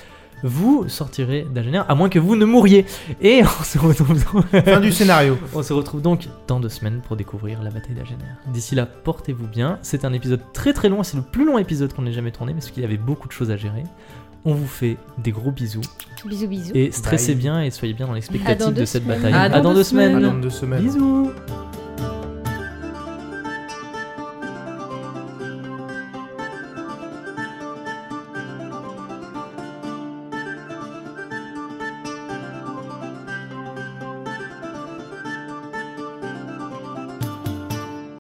A: vous sortirez d'Agener, à moins que vous ne mouriez. Et on se retrouve donc,
B: Fin du scénario.
A: on se retrouve donc dans deux semaines pour découvrir la bataille d'Agener. D'ici là, portez-vous bien. C'est un épisode très très long, c'est le plus long épisode qu'on ait jamais tourné, parce qu'il y avait beaucoup de choses à gérer. On vous fait des gros bisous
C: bisous bisous.
A: et stressez
B: Bye.
A: bien et soyez bien dans
C: À dans
A: l'expectative
C: deux
A: de cette
C: semaines.
A: bataille.
F: À dans deux semaines.
B: Dans deux semaines.
A: Bisous